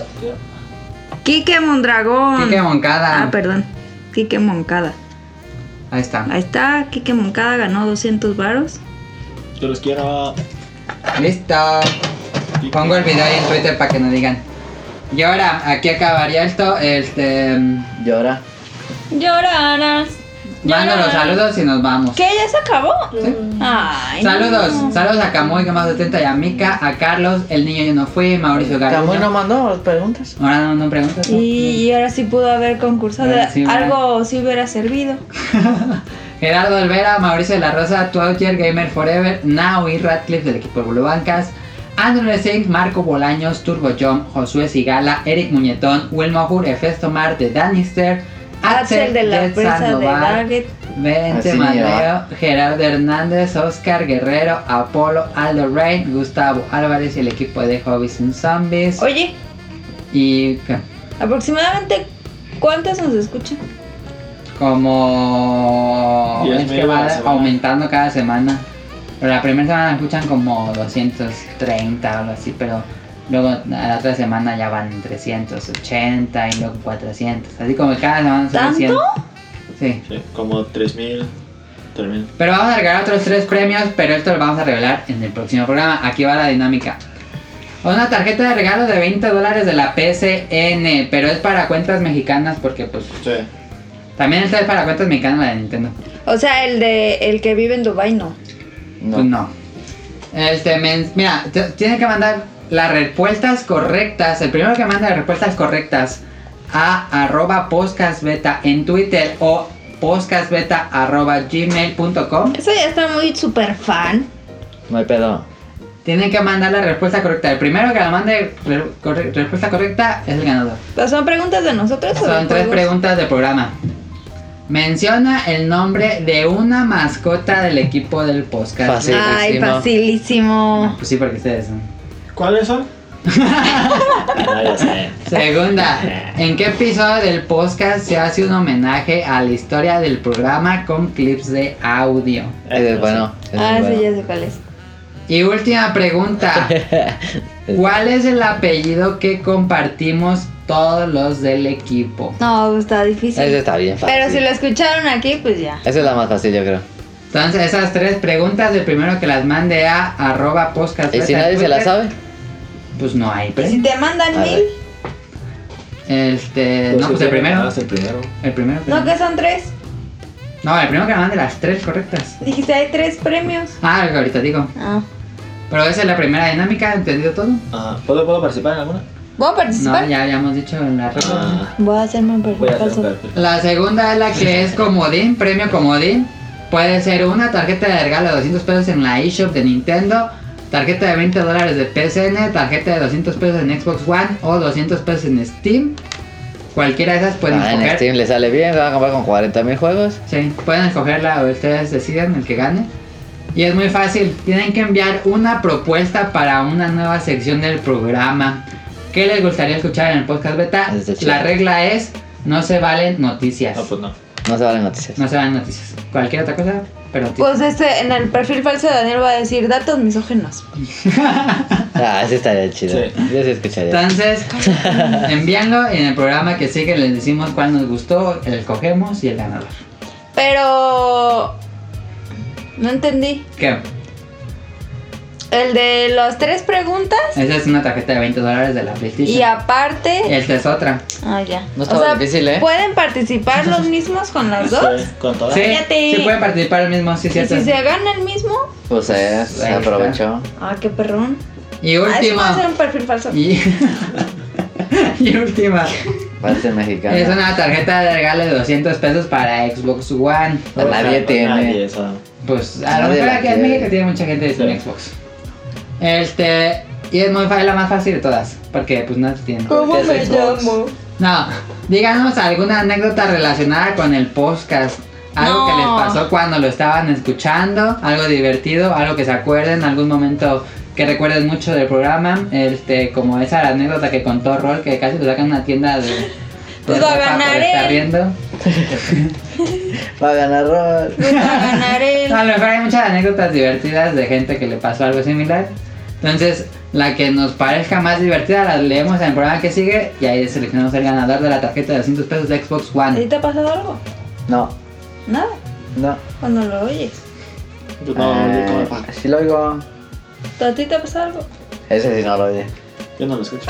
Speaker 2: Quique Mondragón.
Speaker 3: Quique Moncada.
Speaker 2: Ah, perdón. Quique Moncada.
Speaker 3: Ahí está.
Speaker 2: Ahí está, Quique Moncada ganó 200 varos.
Speaker 1: Yo los quiero.
Speaker 3: Listo. Pongo el video ahí en Twitter para que no digan. Y ahora, aquí acabaría esto. Este.
Speaker 5: Llora.
Speaker 2: Llorarás.
Speaker 3: Mando los saludos y nos vamos.
Speaker 2: ¿Qué? ¿Ya se acabó?
Speaker 3: Sí.
Speaker 2: Ay,
Speaker 3: Saludos,
Speaker 2: no.
Speaker 3: saludos a Camuy, que más 70, y a Mica, a Carlos, el niño yo no fui, Mauricio García.
Speaker 5: Camuy no mandó las preguntas.
Speaker 3: Ahora no, no preguntas. ¿no?
Speaker 2: Y, y ahora sí pudo haber concursado.
Speaker 3: Ahora sí, ¿verdad?
Speaker 2: Algo sí hubiera servido.
Speaker 3: Gerardo Olvera, Mauricio de la Rosa, Twoucher, Gamer Forever, Naui Radcliffe del equipo Blue Bancas, Andrew Singh, Marco Bolaños, Turbo Jump, Josué Sigala, Eric Muñetón, Wilmo Hur, Efesto Mar de Danister,
Speaker 2: Axel de la
Speaker 3: Jet
Speaker 2: presa de
Speaker 3: Sandoval,
Speaker 2: Target.
Speaker 3: Vente
Speaker 5: Así
Speaker 3: Mateo,
Speaker 5: ya.
Speaker 3: Gerardo Hernández, Oscar Guerrero, Apolo, Aldo Rain, Gustavo Álvarez y el equipo de Hobbies and Zombies.
Speaker 2: Oye,
Speaker 3: Y ¿qué?
Speaker 2: aproximadamente cuántas nos escuchan?
Speaker 3: como
Speaker 1: Diez
Speaker 3: es
Speaker 1: mil
Speaker 3: que
Speaker 1: a
Speaker 3: va
Speaker 1: la semana.
Speaker 3: aumentando cada semana. Pero la primera semana escuchan como 230 o algo así, pero luego a la otra semana ya van 380 y luego 400. Así como que cada semana son
Speaker 2: ¿Tanto?
Speaker 3: 100. Sí.
Speaker 1: Sí, como 3000. 3000.
Speaker 3: Pero vamos a regalar otros tres premios, pero esto lo vamos a revelar en el próximo programa. Aquí va la dinámica. Una tarjeta de regalo de 20 dólares de la PSN, pero es para cuentas mexicanas porque pues
Speaker 1: Sí.
Speaker 3: también esta es para cuentas mexicanas la de Nintendo.
Speaker 6: O sea, el de el que vive en Dubai no.
Speaker 3: Pues no. Este, men- mira, t- tiene que mandar las respuestas correctas. El primero que manda las respuestas correctas a arroba podcastbeta en Twitter o podcastbeta arroba gmail.com.
Speaker 6: Eso ya está muy super fan.
Speaker 5: No hay pedo.
Speaker 3: Tienen que mandar la respuesta correcta. El primero que la mande re- corre- respuesta correcta es el ganador.
Speaker 6: Pero Pues, son preguntas de nosotros. o de
Speaker 3: Son tres
Speaker 6: juegos?
Speaker 3: preguntas del programa. Menciona el nombre de una mascota del equipo del podcast.
Speaker 5: Fácil. pues,
Speaker 6: Ay,
Speaker 5: Sí, no.
Speaker 6: facilísimo.
Speaker 3: Pues sí, porque ustedes son.
Speaker 1: ¿Cuáles son?
Speaker 6: Ah,
Speaker 5: No, ya sé.
Speaker 3: Segunda, ¿en qué episodio del podcast se hace un homenaje a la historia del programa con clips de audio?
Speaker 5: Ese es bueno. ese es
Speaker 6: Ah, sí,
Speaker 5: bueno.
Speaker 6: ya sé cuál es.
Speaker 3: Y última pregunta, ¿cuál es el apellido que compartimos todos los del equipo?
Speaker 6: No, está difícil.
Speaker 5: Ese está bien fácil.
Speaker 6: Pero si lo escucharon aquí, pues ya.
Speaker 5: Esa es la más fácil, yo creo.
Speaker 3: Entonces, esas tres preguntas, el primero que las mande a arroba podcast.
Speaker 5: Y si nadie se la sabe,
Speaker 3: Pues no hay
Speaker 2: Si
Speaker 3: premio.
Speaker 2: te mandan
Speaker 5: A
Speaker 2: mil,
Speaker 5: ver.
Speaker 3: Este, no, pues el primero.
Speaker 1: Ah, el primero.
Speaker 3: El primero. que-
Speaker 2: no que son tres.
Speaker 3: No, el primero que mande las tres correctas.
Speaker 2: Dijiste hay tres premios.
Speaker 3: Ah, ahorita digo.
Speaker 6: Ah.
Speaker 3: Pero esa es la primera dinámica, ¿entendido todo?
Speaker 1: Ajá. ¿Puedo, ¿Puedo participar en alguna?
Speaker 6: ¿Voy a
Speaker 2: Pues
Speaker 6: participar?
Speaker 3: No, ya habíamos dicho en la ronda.
Speaker 1: Ah,
Speaker 6: Voy a hacerme un perfil
Speaker 1: voy a hacer
Speaker 6: falso.
Speaker 1: un perfil.
Speaker 3: La segunda es la que es comodín, premio comodín. Puede ser una tarjeta de regalo de 200 pesos en la eShop de Nintendo, tarjeta de 20 dólares de PSN, tarjeta de 200 pesos en Xbox One o 200 pesos en Steam. Cualquiera de esas pueden
Speaker 5: ah, en
Speaker 3: escoger.
Speaker 5: Steam le sale bien, se va a comprar con 40 mil juegos.
Speaker 3: Sí, pueden escogerla o ustedes deciden el que gane. Y es muy fácil, tienen que enviar una propuesta para una nueva sección del programa. ¿Qué les gustaría escuchar en el podcast beta?
Speaker 5: Eso está Este chido. Ah,
Speaker 3: La regla es, no se valen noticias.
Speaker 1: No, pues no.
Speaker 5: No se valen noticias.
Speaker 3: No se valen noticias. Cualquier otra cosa, pero noticias.
Speaker 6: Pues este, en el perfil falso de Daniel va a decir datos misógenos.
Speaker 5: Ah, ese estaría chido.
Speaker 1: Sí.
Speaker 5: Yo sí escucharía.
Speaker 3: Entonces, envíanlo y en el programa que sigue les decimos cuál nos gustó, el cogemos y el ganador.
Speaker 6: Pero. No entendí.
Speaker 3: ¿Qué?
Speaker 6: El de las tres preguntas
Speaker 3: Esa es una tarjeta de 20 dólares de la PlayStation.
Speaker 6: y aparte.
Speaker 3: Esta es otra.
Speaker 6: Ah, ya.
Speaker 5: No estaba difícil, ¿eh?
Speaker 6: ¿Pueden participar los mismos con las dos?
Speaker 1: Sí, con todas.
Speaker 3: Sí,
Speaker 6: Cállate.
Speaker 3: sí pueden participar el mismo, sí,
Speaker 6: ¿Y
Speaker 3: cierto.
Speaker 6: si se gana el mismo?
Speaker 5: Pues eh, se
Speaker 3: Ahí está.
Speaker 5: aprovechó.
Speaker 6: Ah, qué perrón.
Speaker 3: Y
Speaker 6: Ah, sí, voy a hacer
Speaker 3: última.
Speaker 6: un perfil falso.
Speaker 3: Y, y última.
Speaker 5: Parece mexicano.
Speaker 3: Es una tarjeta de regalo de 200 pesos para Xbox One.
Speaker 1: No, o sea,
Speaker 5: Nadie tiene.
Speaker 1: Nadie, esa.
Speaker 3: Pues a lo
Speaker 5: Nadie
Speaker 3: mejor
Speaker 5: la
Speaker 3: aquí en
Speaker 5: quiere.
Speaker 3: México tiene mucha gente
Speaker 1: Sí.
Speaker 3: en Xbox. Este. Y es muy fa- la más fácil de todas. Porque pues no tiene.
Speaker 2: ¿Cómo
Speaker 5: ¿Por qué
Speaker 2: me
Speaker 5: es Xbox?
Speaker 2: llamo?
Speaker 3: No, díganos alguna anécdota relacionada con el podcast. Algo que les
Speaker 6: No.
Speaker 3: pasó cuando lo estaban escuchando, algo divertido, algo que se acuerden, algún momento que recuerden mucho del programa, este, como esa anécdota que contó Rol, que casi lo sacan una tienda de, de
Speaker 6: Pues lo
Speaker 3: ropa por
Speaker 6: ganaré.
Speaker 3: estar riendo.
Speaker 5: Va a ganar Rol.
Speaker 6: Pues va a ganar él.
Speaker 3: A lo mejor hay muchas anécdotas divertidas de gente que le pasó algo similar. Entonces, la que nos parezca más divertida la leemos en el programa que sigue y ahí seleccionamos el ganador de la tarjeta de 200 pesos de Xbox
Speaker 6: ¿A
Speaker 3: One.
Speaker 6: ti te ha pasado algo?
Speaker 5: No,
Speaker 6: Nada.
Speaker 5: no.
Speaker 6: Cuando lo oyes.
Speaker 1: Pues no, yo, como pa-
Speaker 5: eh, sí lo oigo.
Speaker 6: ¿Tú ¿A ti te ha pasado algo?
Speaker 5: Ese sí no lo oye.
Speaker 1: yo no lo escucho.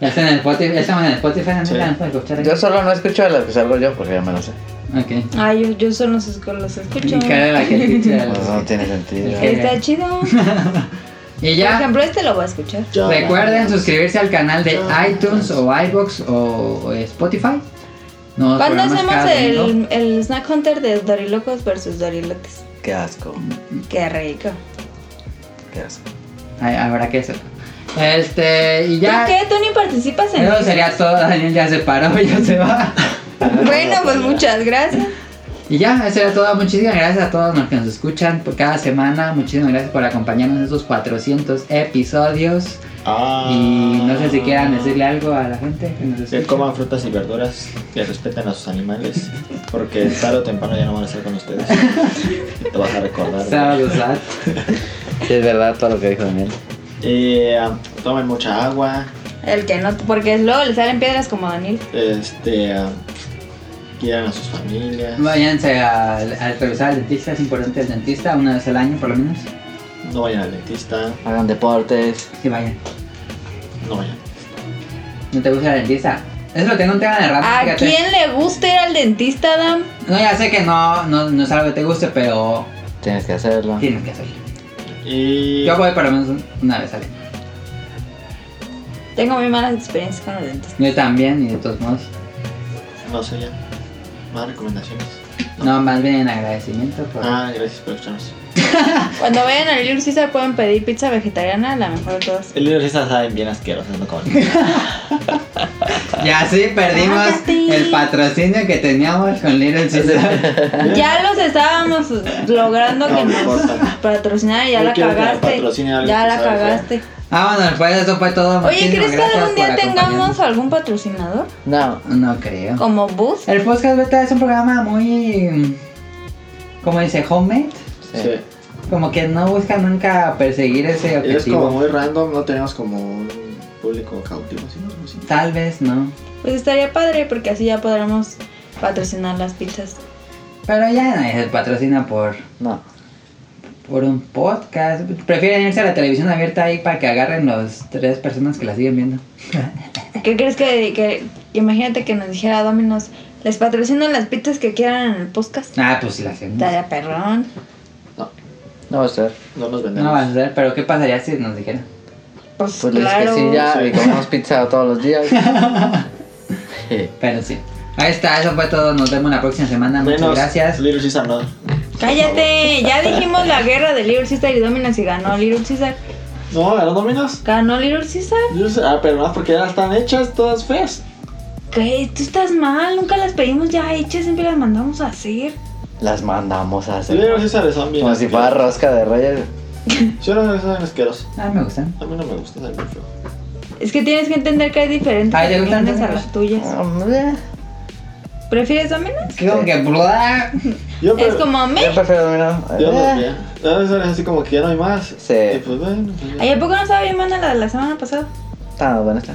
Speaker 3: Ya está en el Spotify, ya estamos en el Spotify, ¿no?
Speaker 1: Sí.
Speaker 3: Ya nos puedes escuchar ahí.
Speaker 5: Yo solo no escucho a las que salgo yo porque ya me lo sé.
Speaker 3: Ok.
Speaker 6: Ay, Ah, yo, yo solo los escu- los escucho.
Speaker 3: Y cara la que escucha
Speaker 5: Pues no
Speaker 3: los-
Speaker 5: tiene sentido.
Speaker 3: Sí.
Speaker 6: Está chido.
Speaker 3: Y
Speaker 6: Por
Speaker 3: ya,
Speaker 6: ejemplo, este lo voy a escuchar.
Speaker 1: Ya.
Speaker 3: recuerden suscribirse al canal de iTunes o iBox o o Spotify. Nos
Speaker 6: ¿Cuándo
Speaker 3: programas
Speaker 6: hacemos
Speaker 3: cada domingo.
Speaker 6: el, el Snack Hunter de Dorilocos versus Dorilotes?
Speaker 5: Qué asco.
Speaker 6: Qué rico.
Speaker 5: Qué asco.
Speaker 3: Ay, habrá que hacer. Este, y
Speaker 6: ¿Tú
Speaker 3: ya.
Speaker 6: qué? ¿Tú ni participas en
Speaker 3: Eso sería todo, Daniel ya se paró, ya se va.
Speaker 6: Bueno, pues muchas gracias.
Speaker 3: Y ya, eso era todo. Muchísimas gracias a todos los que nos escuchan por cada semana. Muchísimas gracias por acompañarnos en estos 400 episodios.
Speaker 1: Ah.
Speaker 3: Y no sé si quieran decirle algo a la gente que nos
Speaker 1: Que
Speaker 3: escucha.
Speaker 1: coman frutas y verduras, que respeten a sus animales, porque tarde o temprano ya no van a estar con ustedes. Y Te vas a recordar.
Speaker 3: Sábado, sábado.
Speaker 5: Sí, es verdad todo lo que dijo Daniel.
Speaker 1: Eh, um, tomen mucha agua,
Speaker 6: El que no, porque luego le salen piedras como a Daniel.
Speaker 1: este, um, quieran a sus familias.
Speaker 3: Váyanse al, al revisar al dentista, es importante el dentista una vez al año por lo menos.
Speaker 1: no vayan al dentista,
Speaker 5: Hagan deportes.
Speaker 3: Sí, vaya.
Speaker 1: no vayan.
Speaker 3: ¿No te gusta la dentista? Eso lo tengo un tema de rato.
Speaker 2: ¿A
Speaker 3: Ah, fíjate.
Speaker 2: quién le gusta ir al dentista, Adam?
Speaker 3: No, ya sé que no, no, no es algo que te guste, pero
Speaker 5: Tienes que hacerlo.
Speaker 3: tienes que hacerlo.
Speaker 1: Y
Speaker 3: Yo voy por lo menos una vez al año.
Speaker 2: Tengo muy malas experiencias con los dentistas.
Speaker 3: Yo también, y de todos modos.
Speaker 1: no sé ya, más recomendaciones.
Speaker 3: No, más bien agradecimiento por.
Speaker 1: Ah, gracias por escucharnos.
Speaker 2: Cuando vayan al Little Caesar pueden pedir pizza vegetariana, la mejor de todas.
Speaker 1: El líder sí saben bien asquerosos, no comen.
Speaker 3: Y así perdimos
Speaker 2: Cállate.
Speaker 3: el patrocinio que teníamos con Little Caesar.
Speaker 2: Ya los estábamos logrando que
Speaker 1: No me
Speaker 2: nos
Speaker 1: importa.
Speaker 2: patrocinaran y ya
Speaker 1: Yo
Speaker 2: la
Speaker 1: quiero que me
Speaker 2: cagaste.
Speaker 1: patrocine algo
Speaker 2: Ya
Speaker 1: que
Speaker 2: la
Speaker 1: sabe feo.
Speaker 2: cagaste.
Speaker 3: Vámonos, pues eso fue todo.
Speaker 2: Oye,
Speaker 3: Muchísimas
Speaker 2: ¿crees que
Speaker 3: gracias
Speaker 2: algún día
Speaker 3: por acompañarnos.
Speaker 2: tengamos algún patrocinador?
Speaker 5: No.
Speaker 3: No creo.
Speaker 2: Como Boost.
Speaker 3: El podcast beta es un programa muy. mm, ¿Cómo dice? Homemade.
Speaker 5: Sí.
Speaker 1: Sí.
Speaker 3: Como que no busca nunca perseguir ese
Speaker 1: Es
Speaker 3: objetivo.
Speaker 1: como muy random, no tenemos como un público cautivo, sino algo así.
Speaker 3: Tal vez no.
Speaker 2: Pues estaría padre porque así ya podremos patrocinar las pizzas.
Speaker 3: Pero ya nadie se patrocina por,
Speaker 5: No.
Speaker 3: por un podcast. Prefieren irse a la televisión abierta ahí para que agarren las tres personas que la siguen viendo.
Speaker 2: ¿Qué crees que, que- imagínate que nos dijera Dominos, les patrocinan las pizzas que quieran en el podcast?
Speaker 3: Ah, pues si la hacemos.
Speaker 2: Estaría perrón.
Speaker 5: No va a ser.
Speaker 1: No nos vendemos.
Speaker 3: No va a ser, pero ¿qué pasaría si nos dijeran?
Speaker 2: Pues,
Speaker 5: Pues les
Speaker 2: claro.
Speaker 5: que sí ya y comemos pizza todos los días.
Speaker 3: Pero sí. Ahí está, eso fue todo. Nos vemos la próxima semana. Muchas
Speaker 1: Menos
Speaker 3: gracias.
Speaker 1: Little Caesar no.
Speaker 2: Cállate, ya dijimos la guerra de Little Caesar y Dominos y ganó Little Caesar.
Speaker 1: No, eran dominos.
Speaker 2: ¿Ganó Little Caesar?
Speaker 1: Yo sé- Ah, pero más porque ya están hechas todas feas.
Speaker 2: ¿Qué? Tú estás mal, nunca las pedimos ya hechas, siempre las mandamos a hacer.
Speaker 5: Las mandamos a
Speaker 1: Little
Speaker 5: hacer.
Speaker 1: Caesar son bien.
Speaker 5: Como si fuera
Speaker 1: asquerosos.
Speaker 5: rosca de reyes.
Speaker 1: Yo no sé, son asquerosos.
Speaker 3: Ah, me gustan.
Speaker 1: A mí no me gusta, saben bien feo.
Speaker 2: Es que tienes que entender que hay diferentes
Speaker 3: Ay, ¿te gustan
Speaker 2: opiniones a
Speaker 3: Dominos?
Speaker 2: las
Speaker 3: Ah.
Speaker 2: tuyas. ¿Prefieres Dominos?
Speaker 3: Creo que. bla.
Speaker 1: Yo,
Speaker 2: Es
Speaker 1: pero-
Speaker 2: como me.
Speaker 5: Yo prefiero mira,
Speaker 1: Yo no
Speaker 5: eh,
Speaker 1: sé. Little Caesar es así como que ya no hay más.
Speaker 5: Sí.
Speaker 1: Y pues bueno. pues ya.
Speaker 2: Ay, ¿a poco no estaba bien buena la de la semana pasada?
Speaker 5: Está Ah, bueno está.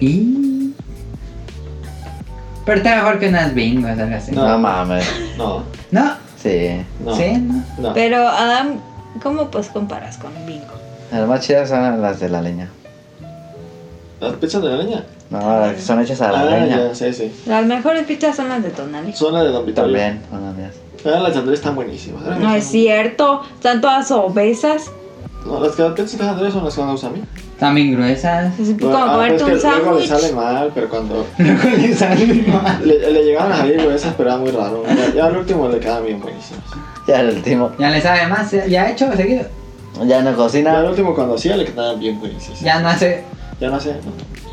Speaker 3: Y. Pero está mejor que unas bingos, algo así.
Speaker 1: No.
Speaker 5: No, mames.
Speaker 1: No,
Speaker 3: ¿No?
Speaker 5: Sí.
Speaker 1: no.
Speaker 3: ¿Sí? ¿No?
Speaker 1: No.
Speaker 2: Pero Adam, ¿cómo pues comparas con Bingo?
Speaker 5: Las más chidas son las de la leña.
Speaker 1: Las pizzas de la leña.
Speaker 5: No, las que son hechas a la
Speaker 1: ah,
Speaker 5: leña.
Speaker 1: ya, sí, sí.
Speaker 2: Las mejores pizzas son las de Tonali.
Speaker 1: Son las de Don Vittorio.
Speaker 5: También, son las mías.
Speaker 1: Ah, las de Andrés están buenísimas. Ah,
Speaker 2: No es cierto, están todas obesas.
Speaker 1: No, las que las pizzas de Andrés son las que me gustan a mí.
Speaker 3: También gruesas.
Speaker 2: Es como
Speaker 1: Ah,
Speaker 2: comerte
Speaker 1: pero
Speaker 2: un
Speaker 1: es que Luego le sale
Speaker 2: sándwich.
Speaker 1: mal, pero cuando
Speaker 3: Luego le sale mal.
Speaker 1: le, le llegaban a salir gruesas, pero era muy raro. Ya, ya al último le quedaban bien buenísimas.
Speaker 5: Ya el último.
Speaker 3: Ya le sabe más, ya- ya ha hecho seguido.
Speaker 5: Ya
Speaker 1: Ya
Speaker 5: no
Speaker 1: al
Speaker 5: cocina.
Speaker 1: último cuando hacía le quedaban bien buenísimas.
Speaker 3: Ya no hace.
Speaker 1: Ya no sé, ¿no?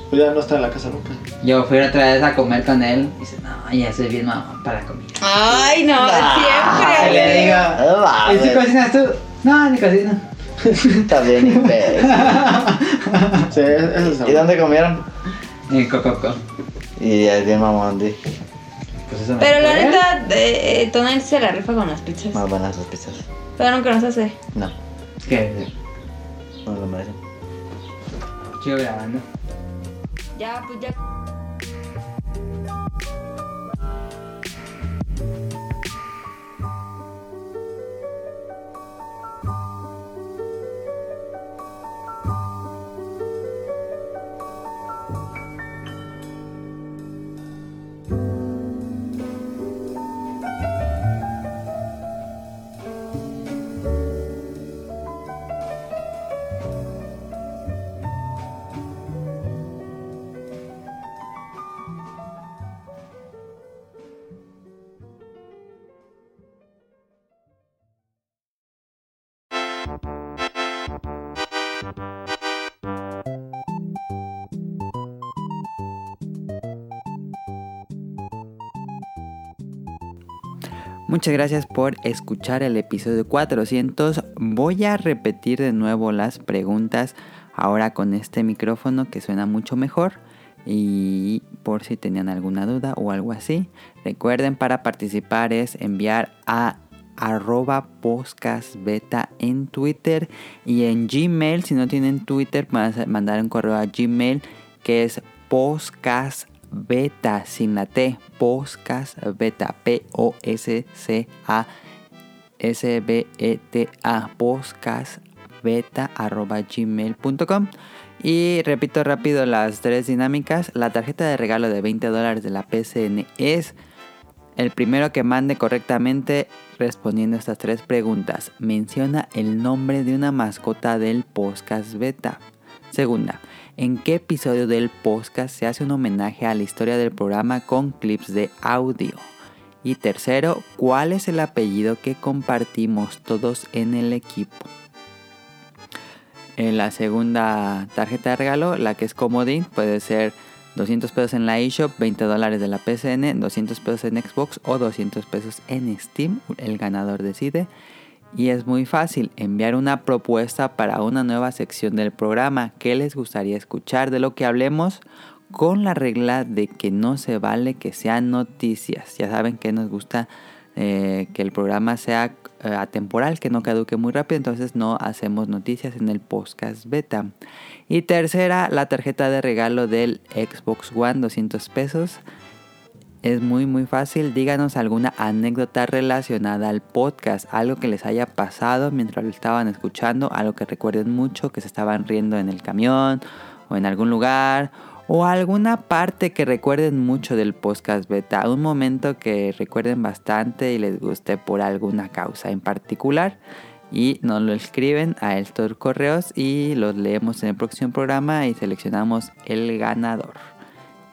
Speaker 1: Pues ya no está en la casa nunca.
Speaker 3: Yo fui otra vez a comer con él y dice, no, ya soy bien mamón para la comida.
Speaker 2: Ay, no,
Speaker 3: Y
Speaker 2: siempre.
Speaker 3: le digo,
Speaker 5: No
Speaker 3: ¿y si
Speaker 5: mames.
Speaker 3: cocinas tú? No, ni cocino.
Speaker 5: Ah, Está bien imbécil.
Speaker 1: Sí, eso es
Speaker 5: ¿Y dónde comieron?
Speaker 3: Y cococo.
Speaker 5: Y es bien mamón, di.
Speaker 3: Pues eso me
Speaker 2: Pero la
Speaker 3: fue.
Speaker 2: neta, eh, eh, Tonali se la rifa con las pizzas.
Speaker 5: Más buenas sus pizzas.
Speaker 2: Pero eh. nunca nos hace.
Speaker 5: No,
Speaker 3: Que
Speaker 5: no lo merecen.
Speaker 3: sigo grabando.
Speaker 2: Ya, pues ya.
Speaker 3: Muchas gracias por escuchar el episodio 400. Voy a repetir de nuevo las preguntas ahora con este micrófono que suena mucho mejor. Y por si tenían alguna duda o algo así, recuerden para participar es enviar a arroba podcastbeta en Twitter y en Gmail. Si no tienen Twitter, pueden hacer- mandar un correo a Gmail que es podcast beta sin la T, podcast beta, P-O-S-C-A E S-B-E-T-A, podcast beta arroba gmail.com. Y repito rápido las tres dinámicas. La tarjeta de regalo de 20 dólares de la PCN es el primero que mande correctamente respondiendo estas tres preguntas. Menciona el nombre de una mascota del podcast beta. Segunda, ¿en qué episodio del podcast se hace un homenaje a la historia del programa con clips de audio? Y tercero, ¿cuál es el apellido que compartimos todos en el equipo? En la segunda tarjeta de regalo, la que es comodín, puede ser 200 pesos en la eShop, 20 dólares de la PCN, 200 pesos en Xbox o 200 pesos en Steam. El ganador decide. Y es muy fácil enviar una propuesta para una nueva sección del programa. ¿Qué les gustaría escuchar de lo que hablemos? Con la regla de que no se vale que sean noticias. Ya saben que nos gusta eh, que el programa sea eh, atemporal, que no caduque muy rápido, entonces no hacemos noticias en el podcast beta. Y tercera, la tarjeta de regalo del Xbox One, 200 pesos. Es muy muy fácil, díganos alguna anécdota relacionada al podcast, algo que les haya pasado mientras lo estaban escuchando, algo que recuerden mucho, que se estaban riendo en el camión o en algún lugar, o alguna parte que recuerden mucho del podcast beta, un momento que recuerden bastante y les guste por alguna causa en particular. Y nos lo escriben a estos correos y los leemos en el próximo programa y seleccionamos el ganador.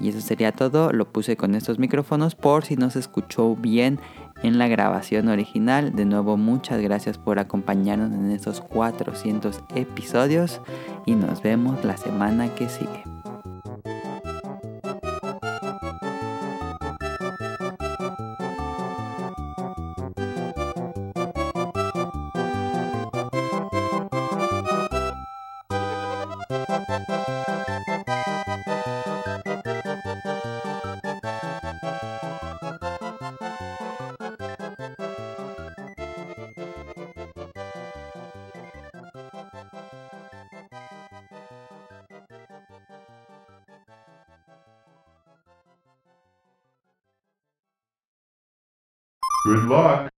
Speaker 3: Y eso sería todo, lo puse con estos micrófonos por si no se escuchó bien en la grabación original. De nuevo, muchas gracias por acompañarnos en estos 400 episodios y nos vemos la semana que sigue.
Speaker 7: Good luck.